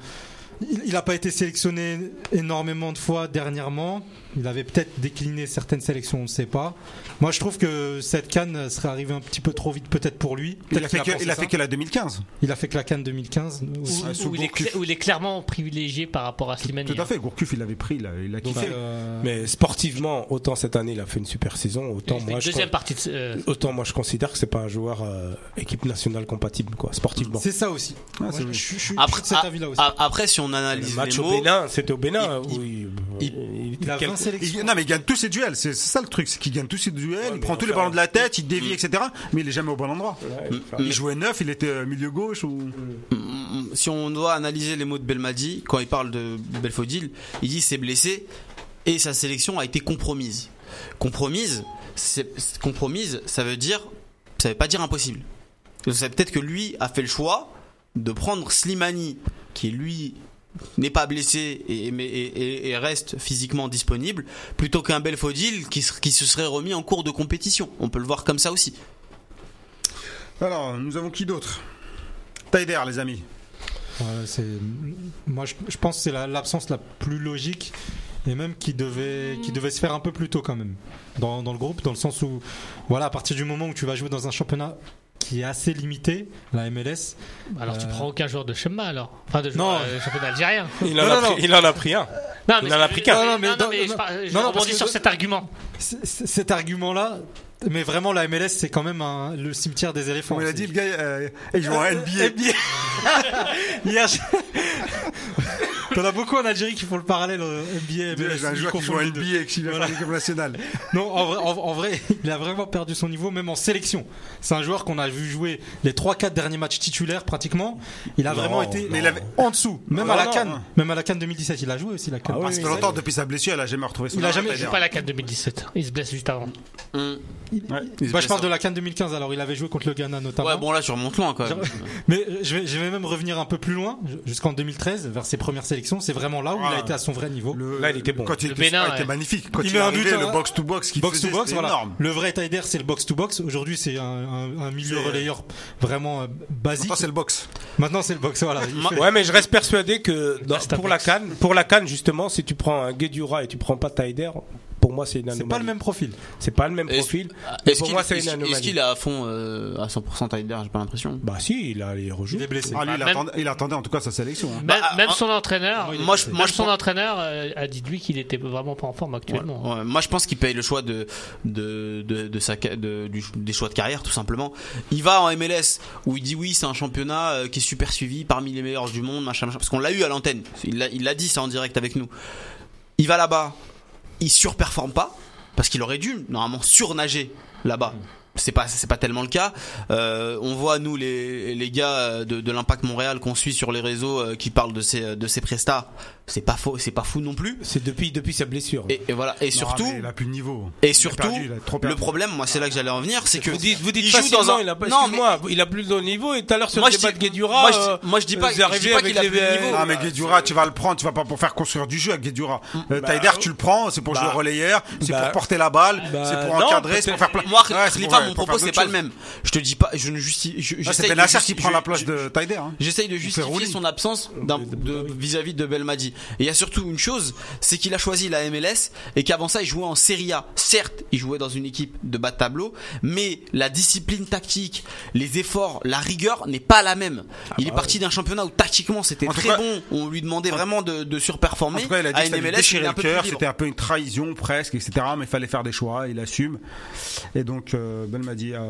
[SPEAKER 3] Il n'a pas été sélectionné énormément de fois dernièrement. Il avait peut-être décliné certaines sélections, on ne sait pas. Moi, je trouve que cette canne serait arrivée un petit peu trop vite, peut-être pour
[SPEAKER 1] Il
[SPEAKER 3] lui.
[SPEAKER 1] a
[SPEAKER 3] Peut-être
[SPEAKER 1] fait
[SPEAKER 3] qu'il
[SPEAKER 1] que,
[SPEAKER 3] pensé
[SPEAKER 1] il a
[SPEAKER 3] ça.
[SPEAKER 1] fait que la 2015.
[SPEAKER 3] Il a fait que la canne 2015.
[SPEAKER 2] Où,
[SPEAKER 1] Ah, sous
[SPEAKER 2] où il est,
[SPEAKER 1] Gourcuff.
[SPEAKER 2] cla- où il est clairement privilégié par rapport à Slimani.
[SPEAKER 1] Tout à fait. Gourcuff, il l'avait pris, il a, il a
[SPEAKER 3] Donc,
[SPEAKER 1] kiffé.
[SPEAKER 3] euh,
[SPEAKER 6] Ah. Mais sportivement, autant cette année, il a fait une super saison,
[SPEAKER 2] Il
[SPEAKER 6] autant
[SPEAKER 2] fait
[SPEAKER 6] moi, je,
[SPEAKER 2] deuxième partie de. ce- euh,
[SPEAKER 6] autant moi, je considère que c'est pas un joueur euh, équipe nationale compatible, quoi, sportivement.
[SPEAKER 3] c'est ça aussi.
[SPEAKER 1] Ah, c'est
[SPEAKER 3] Ouais,
[SPEAKER 1] vrai. ah,
[SPEAKER 3] je, je- je suis
[SPEAKER 4] Après,
[SPEAKER 3] de cet
[SPEAKER 4] a-
[SPEAKER 3] avis-là aussi.
[SPEAKER 4] a- après, si on
[SPEAKER 6] Le
[SPEAKER 4] analyse les
[SPEAKER 6] match au
[SPEAKER 4] mots,
[SPEAKER 6] Bénin, c'était au Bénin.
[SPEAKER 4] il-
[SPEAKER 6] oui, euh,
[SPEAKER 4] il-
[SPEAKER 3] il a 20 sélections.
[SPEAKER 1] Il- non mais il gagne tous ses duels, c'est c'est ça le truc, c'est qu'il gagne tous ses duels, il
[SPEAKER 6] mais
[SPEAKER 1] prend
[SPEAKER 6] il
[SPEAKER 1] tous
[SPEAKER 6] en
[SPEAKER 1] les
[SPEAKER 6] fait
[SPEAKER 1] ballons
[SPEAKER 6] un-
[SPEAKER 1] de
[SPEAKER 3] euh,
[SPEAKER 1] la tête, il
[SPEAKER 3] mm.
[SPEAKER 1] dévie, etc. Mais il est jamais au bon endroit.
[SPEAKER 4] mais-
[SPEAKER 1] Il jouait neuf, il était euh, milieu gauche ou.
[SPEAKER 4] Mm, si on doit analyser les mots de Belmadi, quand il parle de Belfodil, il dit s'est blessé et sa sélection a été compromise. Compromise, c'est c'est- compromise, ça veut dire, ça veut pas dire impossible. Donc, Ça veut peut-être que lui a fait le choix de prendre Slimani, qui lui n'est pas blessé et, mais- et- et- et reste physiquement disponible, plutôt qu'un Belfodil qui, se- qui se serait remis en cours de compétition. On peut le voir comme ça aussi.
[SPEAKER 1] Alors nous avons qui d'autre Taider les amis.
[SPEAKER 3] Voilà, c'est- moi, je, je pense que c'est la- l'absence la, plus logique et même qui devait, qui devait se faire un peu plus tôt quand même dans, dans le groupe, dans le sens où, voilà, à partir du moment où tu vas jouer dans un championnat qui est assez limité, la MLS.
[SPEAKER 2] alors tu
[SPEAKER 3] Euh,
[SPEAKER 2] prends aucun joueur de Chema alors Enfin, de
[SPEAKER 3] Non.
[SPEAKER 2] joueur euh, championnat algérien
[SPEAKER 6] Il en,
[SPEAKER 3] Non,
[SPEAKER 6] a
[SPEAKER 3] non,
[SPEAKER 6] pris,
[SPEAKER 3] non.
[SPEAKER 6] il en a pris un.
[SPEAKER 2] Non,
[SPEAKER 6] Il en a pris qu'un.
[SPEAKER 2] Non,
[SPEAKER 3] Non,
[SPEAKER 2] non,
[SPEAKER 3] non, mais
[SPEAKER 2] mais,
[SPEAKER 3] dans-
[SPEAKER 2] je,
[SPEAKER 3] non,
[SPEAKER 2] par- je
[SPEAKER 3] non, parce
[SPEAKER 2] rebondis
[SPEAKER 3] que
[SPEAKER 2] sur
[SPEAKER 3] de-
[SPEAKER 2] cet argument.
[SPEAKER 3] c- c- cet argument-là, mais vraiment la MLS, c'est quand même un- le cimetière des éléphants.
[SPEAKER 1] Comme il a
[SPEAKER 3] C'est-
[SPEAKER 1] dit le gars, euh, il joue en NBA.
[SPEAKER 3] Hier, je- T'en as beaucoup en Algérie qui font le parallèle euh, NBA,
[SPEAKER 1] Il y
[SPEAKER 3] MLS.
[SPEAKER 1] a un joueur
[SPEAKER 3] ils
[SPEAKER 1] qui joue
[SPEAKER 3] confondent
[SPEAKER 1] en
[SPEAKER 3] les deux.
[SPEAKER 1] NBA et qui vient
[SPEAKER 3] Voilà.
[SPEAKER 1] faire l'équipe nationale.
[SPEAKER 3] Non, en vrai, en- en vrai, il a vraiment perdu son niveau, même en sélection. C'est un joueur qu'on a vu jouer les 3-4 derniers matchs titulaires pratiquement. Il a vraiment été
[SPEAKER 1] mais il avait-
[SPEAKER 3] en dessous, même
[SPEAKER 1] Non,
[SPEAKER 3] à la
[SPEAKER 1] non,
[SPEAKER 3] Cannes.
[SPEAKER 1] non.
[SPEAKER 3] Même à la Cannes 2017, il a joué aussi la Cannes.
[SPEAKER 1] Ah, ça fait longtemps depuis sa blessure, elle a jamais retrouvé son.
[SPEAKER 3] Il a jamais-
[SPEAKER 2] Il joue pas la 4 2017. Il se blesse juste avant.
[SPEAKER 3] Bah, je parle de la Cannes 2015, alors il avait joué contre le Ghana notamment.
[SPEAKER 4] Ouais, bon là, tu remontes loin quand même.
[SPEAKER 3] Mais euh, je vais, je vais même revenir un peu plus loin, jusqu'en 2013, vers ses premières sélections. C'est vraiment là où il a
[SPEAKER 1] Voilà.
[SPEAKER 3] été à son vrai niveau.
[SPEAKER 6] Là, il était bon.
[SPEAKER 1] Quand il
[SPEAKER 2] Le
[SPEAKER 1] était,
[SPEAKER 2] Bénin,
[SPEAKER 1] ah, il était
[SPEAKER 2] ouais.
[SPEAKER 1] magnifique. Quand
[SPEAKER 3] Il
[SPEAKER 1] il,
[SPEAKER 3] met
[SPEAKER 1] est
[SPEAKER 3] un
[SPEAKER 1] arrivé,
[SPEAKER 3] but,
[SPEAKER 1] le
[SPEAKER 3] hein.
[SPEAKER 1] box to box qui
[SPEAKER 3] box
[SPEAKER 1] faisait,
[SPEAKER 3] to box,
[SPEAKER 1] c'était
[SPEAKER 3] voilà.
[SPEAKER 1] énorme.
[SPEAKER 3] Le vrai Taider, c'est le box to box. Aujourd'hui, c'est un, un, un milieu
[SPEAKER 1] C'est-
[SPEAKER 3] relayeur vraiment euh, basique.
[SPEAKER 1] Pourtant, c'est le box.
[SPEAKER 3] Maintenant, c'est le box, voilà. Il fait-
[SPEAKER 6] Ouais, mais je reste persuadé que dans-
[SPEAKER 2] Basta
[SPEAKER 6] pour la
[SPEAKER 2] Box.
[SPEAKER 6] canne, pour la canne justement, si tu prends un Guedura et tu prends pas Taider, pour moi, c'est une
[SPEAKER 3] C'est
[SPEAKER 6] anomalie.
[SPEAKER 3] pas le même profil.
[SPEAKER 6] C'est pas le même
[SPEAKER 4] Est-ce-
[SPEAKER 6] profil.
[SPEAKER 4] Est-ce
[SPEAKER 6] Pour
[SPEAKER 4] qu'il-
[SPEAKER 6] moi, c'est
[SPEAKER 4] est-ce-
[SPEAKER 6] une anomalie.
[SPEAKER 4] Est-ce qu'il est à fond euh, à 100% Tyler J'ai pas l'impression.
[SPEAKER 6] Bah si, il a les rejoues.
[SPEAKER 3] Il est blessé.
[SPEAKER 1] Ah, lui, il,
[SPEAKER 2] Même-
[SPEAKER 1] attendait, il attendait en tout cas sa sélection. hein.
[SPEAKER 2] Même,
[SPEAKER 4] Bah,
[SPEAKER 2] même
[SPEAKER 4] ah,
[SPEAKER 2] son entraîneur,
[SPEAKER 4] moi,
[SPEAKER 2] même
[SPEAKER 4] je- moi, je
[SPEAKER 2] son
[SPEAKER 4] pense-
[SPEAKER 2] entraîneur euh, a dit de lui qu'il était vraiment pas en forme actuellement. hein.
[SPEAKER 4] Ouais, ouais, moi, je pense qu'il paye le choix de, de, de, de sa, ca- de- du- des choix de carrière, tout simplement. Il va en MLS où il dit oui, c'est un championnat euh, qui est super suivi parmi les meilleurs du monde, machin, machin. Parce qu'on l'a eu à l'antenne. Il l'a- il l'a dit, ça en direct avec nous. Il va là-bas, il surperforme pas parce qu'il aurait dû normalement surnager là-bas. C'est pas c'est pas tellement le cas. Euh, on voit nous les les gars euh, de, de l'Impact Montréal qu'on suit sur les réseaux euh, qui parlent de ces de ces prestats. C'est pas faux, c'est pas fou non plus.
[SPEAKER 6] C'est depuis, depuis sa blessure.
[SPEAKER 4] Et, et voilà. Et surtout,
[SPEAKER 1] Non, mais il a plus de niveau.
[SPEAKER 4] et surtout,
[SPEAKER 1] perdu, il a trop perdu.
[SPEAKER 4] le problème, moi, c'est là que j'allais en venir, c'est que
[SPEAKER 6] vous dites, vous dites
[SPEAKER 4] il joue dans
[SPEAKER 6] facilement,
[SPEAKER 4] un.
[SPEAKER 6] il a pas,
[SPEAKER 4] non, mais
[SPEAKER 6] excuse-moi, il a plus le haut niveau et tout à l'heure sur
[SPEAKER 4] moi
[SPEAKER 6] le
[SPEAKER 4] je
[SPEAKER 6] débat de
[SPEAKER 4] dis,
[SPEAKER 6] Guedjura,
[SPEAKER 4] moi, je dis-
[SPEAKER 6] euh,
[SPEAKER 4] moi, je dis
[SPEAKER 6] vous
[SPEAKER 4] pas, je dis
[SPEAKER 6] arrivez
[SPEAKER 4] pas
[SPEAKER 6] avec
[SPEAKER 4] qu'il a
[SPEAKER 6] les-
[SPEAKER 4] plus de niveau.
[SPEAKER 6] Ah,
[SPEAKER 1] Non mais Guedjura, tu vas le prendre, tu vas pas pour faire construire du jeu à Guedjura.
[SPEAKER 4] Bah,
[SPEAKER 1] Euh, Taider,
[SPEAKER 4] oh.
[SPEAKER 1] tu le prends, c'est pour
[SPEAKER 6] bah,
[SPEAKER 1] jouer relayeur, c'est
[SPEAKER 6] bah,
[SPEAKER 1] pour porter la balle,
[SPEAKER 6] bah,
[SPEAKER 1] c'est pour
[SPEAKER 6] non,
[SPEAKER 1] encadrer, c'est
[SPEAKER 6] peut-être-
[SPEAKER 1] pour faire plein.
[SPEAKER 4] Moi,
[SPEAKER 1] Ouais, c'est
[SPEAKER 4] Khalifa,
[SPEAKER 1] pour-
[SPEAKER 4] mon
[SPEAKER 1] pour
[SPEAKER 4] propos,
[SPEAKER 1] faire
[SPEAKER 4] c'est
[SPEAKER 1] d'autres
[SPEAKER 4] pas le
[SPEAKER 1] choses.
[SPEAKER 4] même. Je te dis pas, je ne justifie. je-
[SPEAKER 1] Là,
[SPEAKER 4] j'essaye
[SPEAKER 1] C'est
[SPEAKER 4] de
[SPEAKER 1] Benacer
[SPEAKER 4] justi-
[SPEAKER 1] qui prend la place
[SPEAKER 4] je-
[SPEAKER 1] de Taider. hein.
[SPEAKER 4] J'essaye de justifier
[SPEAKER 1] rouler. bah
[SPEAKER 4] son absence d'un- de- vis-à-vis de Belmadi. Et il y a surtout une chose, c'est qu'il a choisi la MLS et qu'avant ça, il jouait en Serie A. Certes, il jouait dans une équipe de bas de tableau, mais la discipline tactique, les efforts, la rigueur n'est pas la même. il est parti d'un championnat où tactiquement c'était
[SPEAKER 1] Ah bah En tout
[SPEAKER 4] très
[SPEAKER 1] cas-
[SPEAKER 4] bon, on lui demandait vraiment de, de
[SPEAKER 1] En
[SPEAKER 4] surperformer.
[SPEAKER 1] tout cas, il a dit
[SPEAKER 4] à
[SPEAKER 1] que ça
[SPEAKER 4] une
[SPEAKER 1] lui
[SPEAKER 4] MLS, il
[SPEAKER 1] déchirait
[SPEAKER 4] est un
[SPEAKER 1] le
[SPEAKER 4] peu plus
[SPEAKER 1] cœur,
[SPEAKER 4] libre.
[SPEAKER 1] c'était un peu une trahison presque, etc. Mais il fallait faire des choix, il assume. Et donc, euh, Belmadi a,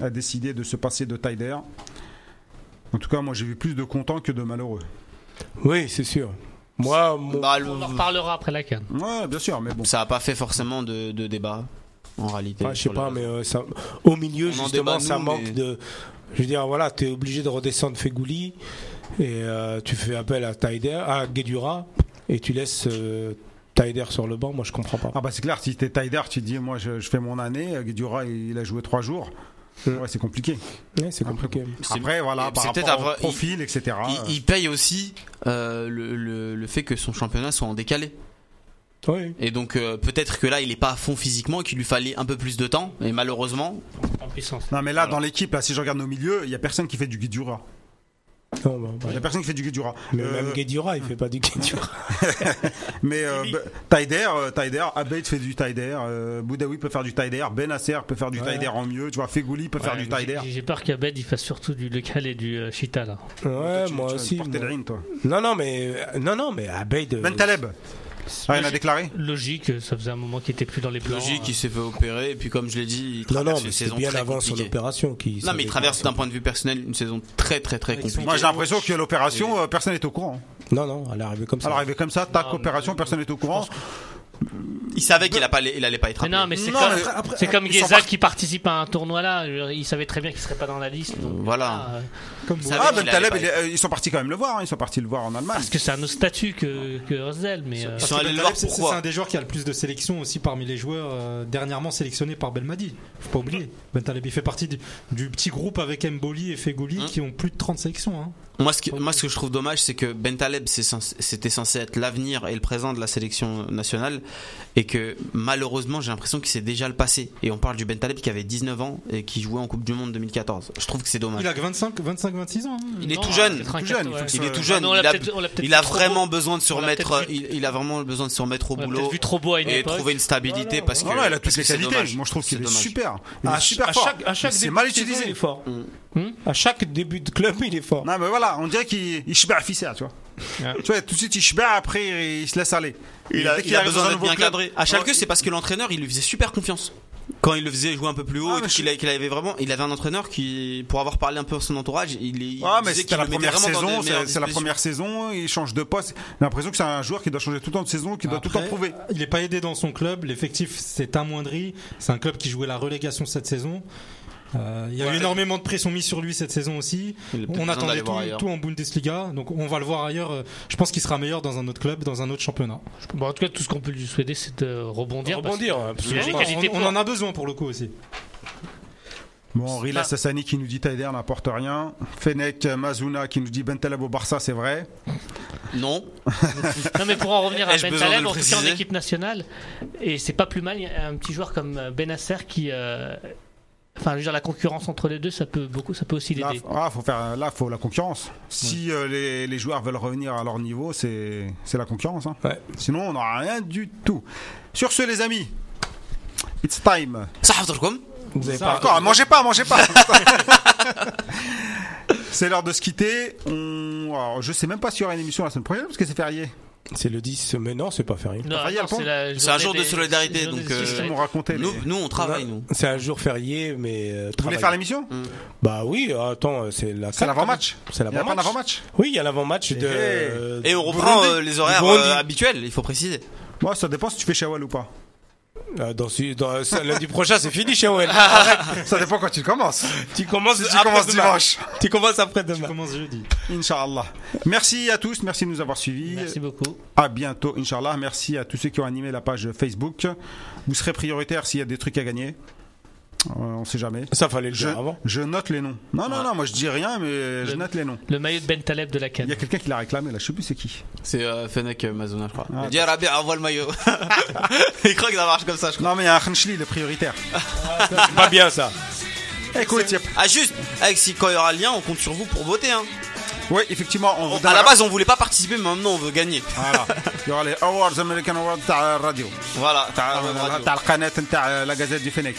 [SPEAKER 1] a décidé de se passer de Taider. En tout cas, moi j'ai vu plus de contents que de malheureux.
[SPEAKER 6] Oui, c'est sûr. Moi, mon-
[SPEAKER 4] Bah, le-
[SPEAKER 2] On en reparlera après la canne.
[SPEAKER 1] Ouais, bien sûr, mais bon.
[SPEAKER 4] Ça n'a pas fait forcément de, de débat en réalité.
[SPEAKER 6] Ah, je sais
[SPEAKER 4] sur le-
[SPEAKER 6] pas, mais euh, ça, au milieu,
[SPEAKER 4] On en
[SPEAKER 6] justement,
[SPEAKER 4] débat,
[SPEAKER 6] ça
[SPEAKER 4] nous,
[SPEAKER 6] manque
[SPEAKER 4] mais-
[SPEAKER 6] de. Je veux dire, voilà, t'es obligé de redescendre Fegouli et euh, tu fais appel à Taider, à Guedura et tu laisses euh, Taider sur le banc. Moi, je comprends pas.
[SPEAKER 1] Ah bah c'est clair, si t'es Taider, tu te dis moi je, je fais mon année, euh, Guedjura il a joué trois jours.
[SPEAKER 6] Mm.
[SPEAKER 1] Ouais, c'est compliqué.
[SPEAKER 6] Ouais, c'est compliqué.
[SPEAKER 4] C'est-
[SPEAKER 1] Après voilà,
[SPEAKER 4] c'est
[SPEAKER 1] par
[SPEAKER 4] peut-être
[SPEAKER 1] rapport au
[SPEAKER 4] après- il-
[SPEAKER 1] profil, etc.
[SPEAKER 4] il,
[SPEAKER 1] euh,
[SPEAKER 4] il paye aussi euh, le, le- le fait que son championnat soit en décalé.
[SPEAKER 6] Oui.
[SPEAKER 4] Et donc euh, peut-être que là il est pas à fond physiquement et qu'il lui fallait un peu plus de temps. Et malheureusement,
[SPEAKER 2] En puissance.
[SPEAKER 1] Euh, Non mais là dans l'équipe, là, si je regarde au milieu, il y a personne qui fait du Guedjura.
[SPEAKER 6] Non, bah, bah,
[SPEAKER 1] Il y a personne qui fait du Guedjura.
[SPEAKER 6] mais
[SPEAKER 1] Euh,
[SPEAKER 6] même Guedura, il fait pas du Guedura.
[SPEAKER 1] Mais euh, bah, Taider, euh, Taider, Abate fait du Taider, euh, Boudaoui peut faire du Taider, Benasser peut faire du
[SPEAKER 6] Ouais.
[SPEAKER 1] Taider en mieux, tu vois, Fegouli peut faire
[SPEAKER 2] Ouais,
[SPEAKER 1] du
[SPEAKER 2] mais
[SPEAKER 1] Taider.
[SPEAKER 2] j'ai- J'ai peur qu'Abed il fasse surtout du local et du euh, Chita là.
[SPEAKER 6] Ouais,
[SPEAKER 1] Toi, tu-
[SPEAKER 6] moi
[SPEAKER 1] tu vas
[SPEAKER 6] aussi.
[SPEAKER 1] porter
[SPEAKER 6] moi. Euh,
[SPEAKER 1] le ring, toi.
[SPEAKER 6] Non, non, mais non, non, mais Abeid. euh,
[SPEAKER 1] Ben Taleb, ah, il a déclaré.
[SPEAKER 2] Logique, euh, ça faisait un moment qu'il était plus dans les plans.
[SPEAKER 4] logique,
[SPEAKER 2] euh.
[SPEAKER 4] il s'est fait opérer. Et puis comme je l'ai dit, il
[SPEAKER 6] Non,
[SPEAKER 4] traverse
[SPEAKER 6] non,
[SPEAKER 4] une
[SPEAKER 6] mais c'est
[SPEAKER 4] saison
[SPEAKER 6] bien
[SPEAKER 4] très
[SPEAKER 6] avant son
[SPEAKER 4] compliquée.
[SPEAKER 6] opération qui.
[SPEAKER 4] Non, mais il traverse d'un point de vue personnel une saison très très très compliquée.
[SPEAKER 1] Moi j'ai l'impression que l'opération, euh, personne n'est au courant.
[SPEAKER 6] Non, non, elle est arrivée comme ça.
[SPEAKER 1] Alors arrivé comme ça, tac,
[SPEAKER 2] Non, mais-
[SPEAKER 1] opération, personne n'est au courant.
[SPEAKER 4] Il savait qu'il a pas, il allait pas être
[SPEAKER 2] Mais non, mais c'est
[SPEAKER 1] Non,
[SPEAKER 2] comme,
[SPEAKER 1] mais après- euh,
[SPEAKER 2] c'est comme
[SPEAKER 1] ils sont
[SPEAKER 2] Guéza
[SPEAKER 1] partis.
[SPEAKER 2] qui participe à un tournoi là. Je veux dire, Il savait très bien qu'il serait pas dans la liste. donc,
[SPEAKER 4] Voilà.
[SPEAKER 2] ah, euh,
[SPEAKER 4] Il savait
[SPEAKER 1] Ah,
[SPEAKER 4] qu'il
[SPEAKER 1] Ben
[SPEAKER 4] allait
[SPEAKER 1] Taleb,
[SPEAKER 4] pas
[SPEAKER 1] il est- euh, ils sont partis quand même le voir, hein, ils sont partis le voir en Allemagne.
[SPEAKER 2] parce que c'est un autre statut que, que Rosdell, mais. euh,
[SPEAKER 4] Ils sont
[SPEAKER 3] Parce que
[SPEAKER 4] allés le
[SPEAKER 3] Bentaleb,
[SPEAKER 4] voir
[SPEAKER 3] c'est- c'est
[SPEAKER 4] pourquoi
[SPEAKER 3] un des joueurs qui a le plus de sélections aussi parmi les joueurs euh, dernièrement sélectionnés par Belmadi. Faut pas oublier. Bentaleb il fait partie du, du petit groupe avec Mboli et Fegoli
[SPEAKER 4] Hein
[SPEAKER 3] qui ont plus de 30 sélections. hein.
[SPEAKER 4] Moi ce, que, moi, ce que je trouve dommage, c'est que Bentaleb, c'est cens- c'était censé être l'avenir et le présent de la sélection nationale, et que malheureusement, j'ai l'impression que c'est déjà le passé. Et on parle du Bentaleb qui avait 19 ans et qui jouait en Coupe du Monde 2014. Je trouve que c'est dommage.
[SPEAKER 3] Il a que 25, 25, 26 ans. hein.
[SPEAKER 4] Il est
[SPEAKER 2] non,
[SPEAKER 4] tout
[SPEAKER 2] euh,
[SPEAKER 4] jeune.
[SPEAKER 2] 84,
[SPEAKER 1] tout jeune, il
[SPEAKER 2] ouais.
[SPEAKER 1] faut que
[SPEAKER 4] Il
[SPEAKER 1] Euh,
[SPEAKER 4] est tout jeune.
[SPEAKER 2] Ah non, on l'a
[SPEAKER 4] il, a,
[SPEAKER 2] peut-être- on l'a peut-être
[SPEAKER 4] il a
[SPEAKER 2] vu trop
[SPEAKER 4] vraiment besoin de se
[SPEAKER 2] On l'a
[SPEAKER 4] remettre.
[SPEAKER 2] peut-être vu-
[SPEAKER 4] Il, il a vraiment besoin de se remettre au
[SPEAKER 2] beau. On l'a
[SPEAKER 4] boulot
[SPEAKER 2] peut-être vu trop beau à une
[SPEAKER 4] et
[SPEAKER 2] époque.
[SPEAKER 4] trouver une stabilité parce que.
[SPEAKER 1] Voilà, il a toutes
[SPEAKER 4] parce
[SPEAKER 1] les
[SPEAKER 4] que c'est
[SPEAKER 1] qualités.
[SPEAKER 4] dommage.
[SPEAKER 1] Moi, je trouve
[SPEAKER 4] C'est
[SPEAKER 1] qu'il est
[SPEAKER 4] dommage.
[SPEAKER 1] super. Il est Ah, super fort.
[SPEAKER 6] chaque, à chaque
[SPEAKER 1] Mais C'est
[SPEAKER 6] début
[SPEAKER 1] mal
[SPEAKER 6] de saison, il
[SPEAKER 1] utilisé.
[SPEAKER 6] est fort. Hmm.
[SPEAKER 2] Hum
[SPEAKER 6] À chaque début de club, il est fort.
[SPEAKER 1] Non, mais voilà, on dirait qu'il il chibère à Fissa, tu vois. Tu vois, tout de suite, il chibère, après, il se laisse aller.
[SPEAKER 4] Il a,
[SPEAKER 1] Dès qu'il
[SPEAKER 4] il a
[SPEAKER 1] arrive dans
[SPEAKER 4] besoin
[SPEAKER 1] un
[SPEAKER 4] d'être
[SPEAKER 1] nouveau
[SPEAKER 4] bien
[SPEAKER 1] club-
[SPEAKER 4] cadré. À Schalke, c'est parce que l'entraîneur, il lui faisait super confiance. Quand il le faisait jouer un peu plus haut,
[SPEAKER 1] Ah,
[SPEAKER 4] et
[SPEAKER 1] mais
[SPEAKER 4] qu'il a- qu'il avait vraiment, il avait un entraîneur qui, pour avoir parlé un peu à son entourage, il, il
[SPEAKER 1] Ouais, Ah, mais
[SPEAKER 4] disait
[SPEAKER 1] c'était
[SPEAKER 4] qu'il
[SPEAKER 1] la
[SPEAKER 4] le mettait
[SPEAKER 1] première
[SPEAKER 4] vraiment dans
[SPEAKER 1] saison,
[SPEAKER 4] des meilleures
[SPEAKER 1] c'est c'est la
[SPEAKER 4] dispositions.
[SPEAKER 1] première saison, il change de poste. J'ai l'impression que c'est un joueur qui doit changer tout le temps de saison, qui doit tout le
[SPEAKER 3] Après,
[SPEAKER 1] temps prouver.
[SPEAKER 3] Il n'est pas aidé dans son club. L'effectif s'est amoindri. C'est un club qui jouait la relégation cette saison. Euh, il y a eu énormément de pression mise sur lui cette saison aussi.
[SPEAKER 4] Il a peut-être
[SPEAKER 3] On
[SPEAKER 4] besoin d'aller
[SPEAKER 3] attendait
[SPEAKER 4] voir
[SPEAKER 3] tout,
[SPEAKER 4] ailleurs.
[SPEAKER 3] tout en Bundesliga. Donc on va le voir ailleurs. Euh, Je pense qu'il sera meilleur dans un autre club, dans un autre championnat.
[SPEAKER 2] Bon, en tout cas, tout ce qu'on peut lui souhaiter, c'est de rebondir. parce
[SPEAKER 6] Rebondir, hein,
[SPEAKER 2] Il y a des
[SPEAKER 3] On-
[SPEAKER 2] qualités
[SPEAKER 3] on,
[SPEAKER 2] pour.
[SPEAKER 3] en a besoin pour le coup aussi.
[SPEAKER 1] Bon, Henri
[SPEAKER 2] Bah-
[SPEAKER 1] Sassani qui nous dit Taider n'apporte rien. Fennec euh, Mazuna qui nous dit Bentaleb au Barça, c'est vrai.
[SPEAKER 4] Non.
[SPEAKER 2] Non mais pour en revenir à
[SPEAKER 4] Ai-je
[SPEAKER 2] Ben
[SPEAKER 4] besoin de
[SPEAKER 2] Taleb,
[SPEAKER 4] le
[SPEAKER 2] en tout cas en
[SPEAKER 4] préciser
[SPEAKER 2] équipe nationale, et c'est pas plus mal, il y a un petit joueur comme Ben euh, Benasser qui euh, Enfin, je veux dire, la concurrence entre les deux, ça peut beaucoup, ça peut aussi
[SPEAKER 1] Là,
[SPEAKER 2] l'aider.
[SPEAKER 1] f- ah, faut faire, là, faut la concurrence. Si euh, les, les joueurs veulent revenir à leur niveau, c'est c'est la concurrence. hein.
[SPEAKER 6] Ouais.
[SPEAKER 1] Sinon, on n'aura rien du tout. Sur ce, les amis, it's time.
[SPEAKER 4] Ça, Haftarkom
[SPEAKER 6] Vous avez
[SPEAKER 1] Ah,
[SPEAKER 6] pas
[SPEAKER 1] Encore, mangez pas, mangez pas. c'est l'heure de se quitter. On... alors, je sais même pas s'il y aura une émission la semaine prochaine parce que c'est férié.
[SPEAKER 6] C'est le 10, mais non, c'est pas férié.
[SPEAKER 2] Non,
[SPEAKER 1] Enfin, il y a le pont.
[SPEAKER 2] la
[SPEAKER 4] C'est un
[SPEAKER 2] journée
[SPEAKER 4] jour de
[SPEAKER 2] des-
[SPEAKER 4] solidarité,
[SPEAKER 2] journée
[SPEAKER 4] donc,
[SPEAKER 2] des
[SPEAKER 4] euh,
[SPEAKER 2] suicides.
[SPEAKER 1] Ils m'ont raconté. les-
[SPEAKER 4] nous, nous, on travaille,
[SPEAKER 6] Non,
[SPEAKER 4] nous.
[SPEAKER 6] C'est un jour férié, mais. euh,
[SPEAKER 1] Vous voulez
[SPEAKER 6] travail.
[SPEAKER 1] faire l'émission
[SPEAKER 6] Bah oui, attends, c'est la.
[SPEAKER 1] Mm. C'est l'avant-match.
[SPEAKER 6] C'est
[SPEAKER 1] Il y a pas
[SPEAKER 6] l'avant-match.
[SPEAKER 1] d'avant-match.
[SPEAKER 6] Oui, il y a l'avant-match de.
[SPEAKER 1] Hey.
[SPEAKER 4] Et on reprend
[SPEAKER 6] Burundi.
[SPEAKER 4] euh, les horaires
[SPEAKER 6] Burundi.
[SPEAKER 4] euh, habituels, il faut préciser.
[SPEAKER 1] Moi, ça dépend si tu fais Shawal ou pas.
[SPEAKER 6] Euh, dans, ce- dans ce- lundi prochain, c'est fini chez OL.
[SPEAKER 1] Ça dépend quand tu commences.
[SPEAKER 6] tu commences,
[SPEAKER 1] Si tu
[SPEAKER 6] après
[SPEAKER 1] commences
[SPEAKER 6] demain.
[SPEAKER 1] dimanche.
[SPEAKER 6] Tu commences après
[SPEAKER 4] Bah.
[SPEAKER 6] demain.
[SPEAKER 3] Commence jeudi.
[SPEAKER 1] Inch'Allah. Merci à tous, merci de nous avoir suivis.
[SPEAKER 2] Merci beaucoup.
[SPEAKER 1] À bientôt, Inch'Allah. Merci à tous ceux qui ont animé la page Facebook. Vous serez prioritaire s'il y a des trucs à gagner. Euh, on sait jamais.
[SPEAKER 6] Ça fallait le
[SPEAKER 1] Je,
[SPEAKER 6] dire avant.
[SPEAKER 1] je note les noms. Non, non, non, moi je dis rien, mais je
[SPEAKER 2] Le-
[SPEAKER 1] note les noms.
[SPEAKER 2] Le maillot de Ben Taleb de la
[SPEAKER 1] Il y
[SPEAKER 2] Cannes.
[SPEAKER 1] a quelqu'un qui l'a réclamé là, je sais plus c'est qui.
[SPEAKER 4] C'est euh, Fennec euh, Mazona, je crois.
[SPEAKER 1] Ah,
[SPEAKER 4] il dit Arabi, envoie le maillot. il croit que ça marche comme ça, je crois.
[SPEAKER 1] Non, mais il y a un Khenchli, le prioritaire.
[SPEAKER 6] C'est pas bien ça.
[SPEAKER 1] Écoute, yep.
[SPEAKER 4] Ah, juste, avec, si quand il y aura le lien, on compte sur vous pour voter. Hein.
[SPEAKER 1] Oui, effectivement, on vous
[SPEAKER 4] On-
[SPEAKER 1] donne-
[SPEAKER 4] à la base, on voulait pas participer, mais maintenant, on veut gagner.
[SPEAKER 1] Voilà. Il y aura les Awards, American Awards, تاع radio.
[SPEAKER 4] Voilà. Ah,
[SPEAKER 1] تاع-
[SPEAKER 4] on va radio.
[SPEAKER 1] تاع القناة نتاع la gazette du Fennec.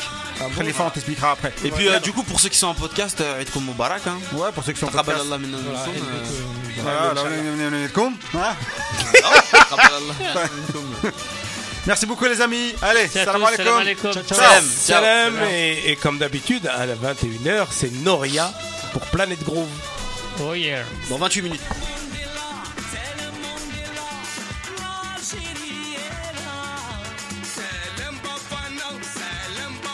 [SPEAKER 1] Khalifa, on t'expliquera après.
[SPEAKER 4] Et puis, euh, du coup, pour ceux qui sont en podcast, euh, Aïdkoum Moubarak. Hein.
[SPEAKER 1] Ouais, pour ceux qui sont
[SPEAKER 4] Taqabbal
[SPEAKER 1] podcast.
[SPEAKER 4] Allah minna minkum, euh, ah
[SPEAKER 1] Voilà, voilà.
[SPEAKER 4] taqabbal Allah minkum.
[SPEAKER 1] Merci beaucoup les amis. Allez,
[SPEAKER 2] Salam
[SPEAKER 1] salam
[SPEAKER 2] alaikum.
[SPEAKER 1] alaikum.
[SPEAKER 2] Ciao, ciao.
[SPEAKER 4] Salam, ciao.
[SPEAKER 6] Salam, et, et comme d'habitude, à la 21h, c'est Noria pour Planète Groove.
[SPEAKER 2] Oh yeah.
[SPEAKER 4] Dans 28 minutes.
[SPEAKER 9] Tell 'em on, tell 'em on, roll, shit,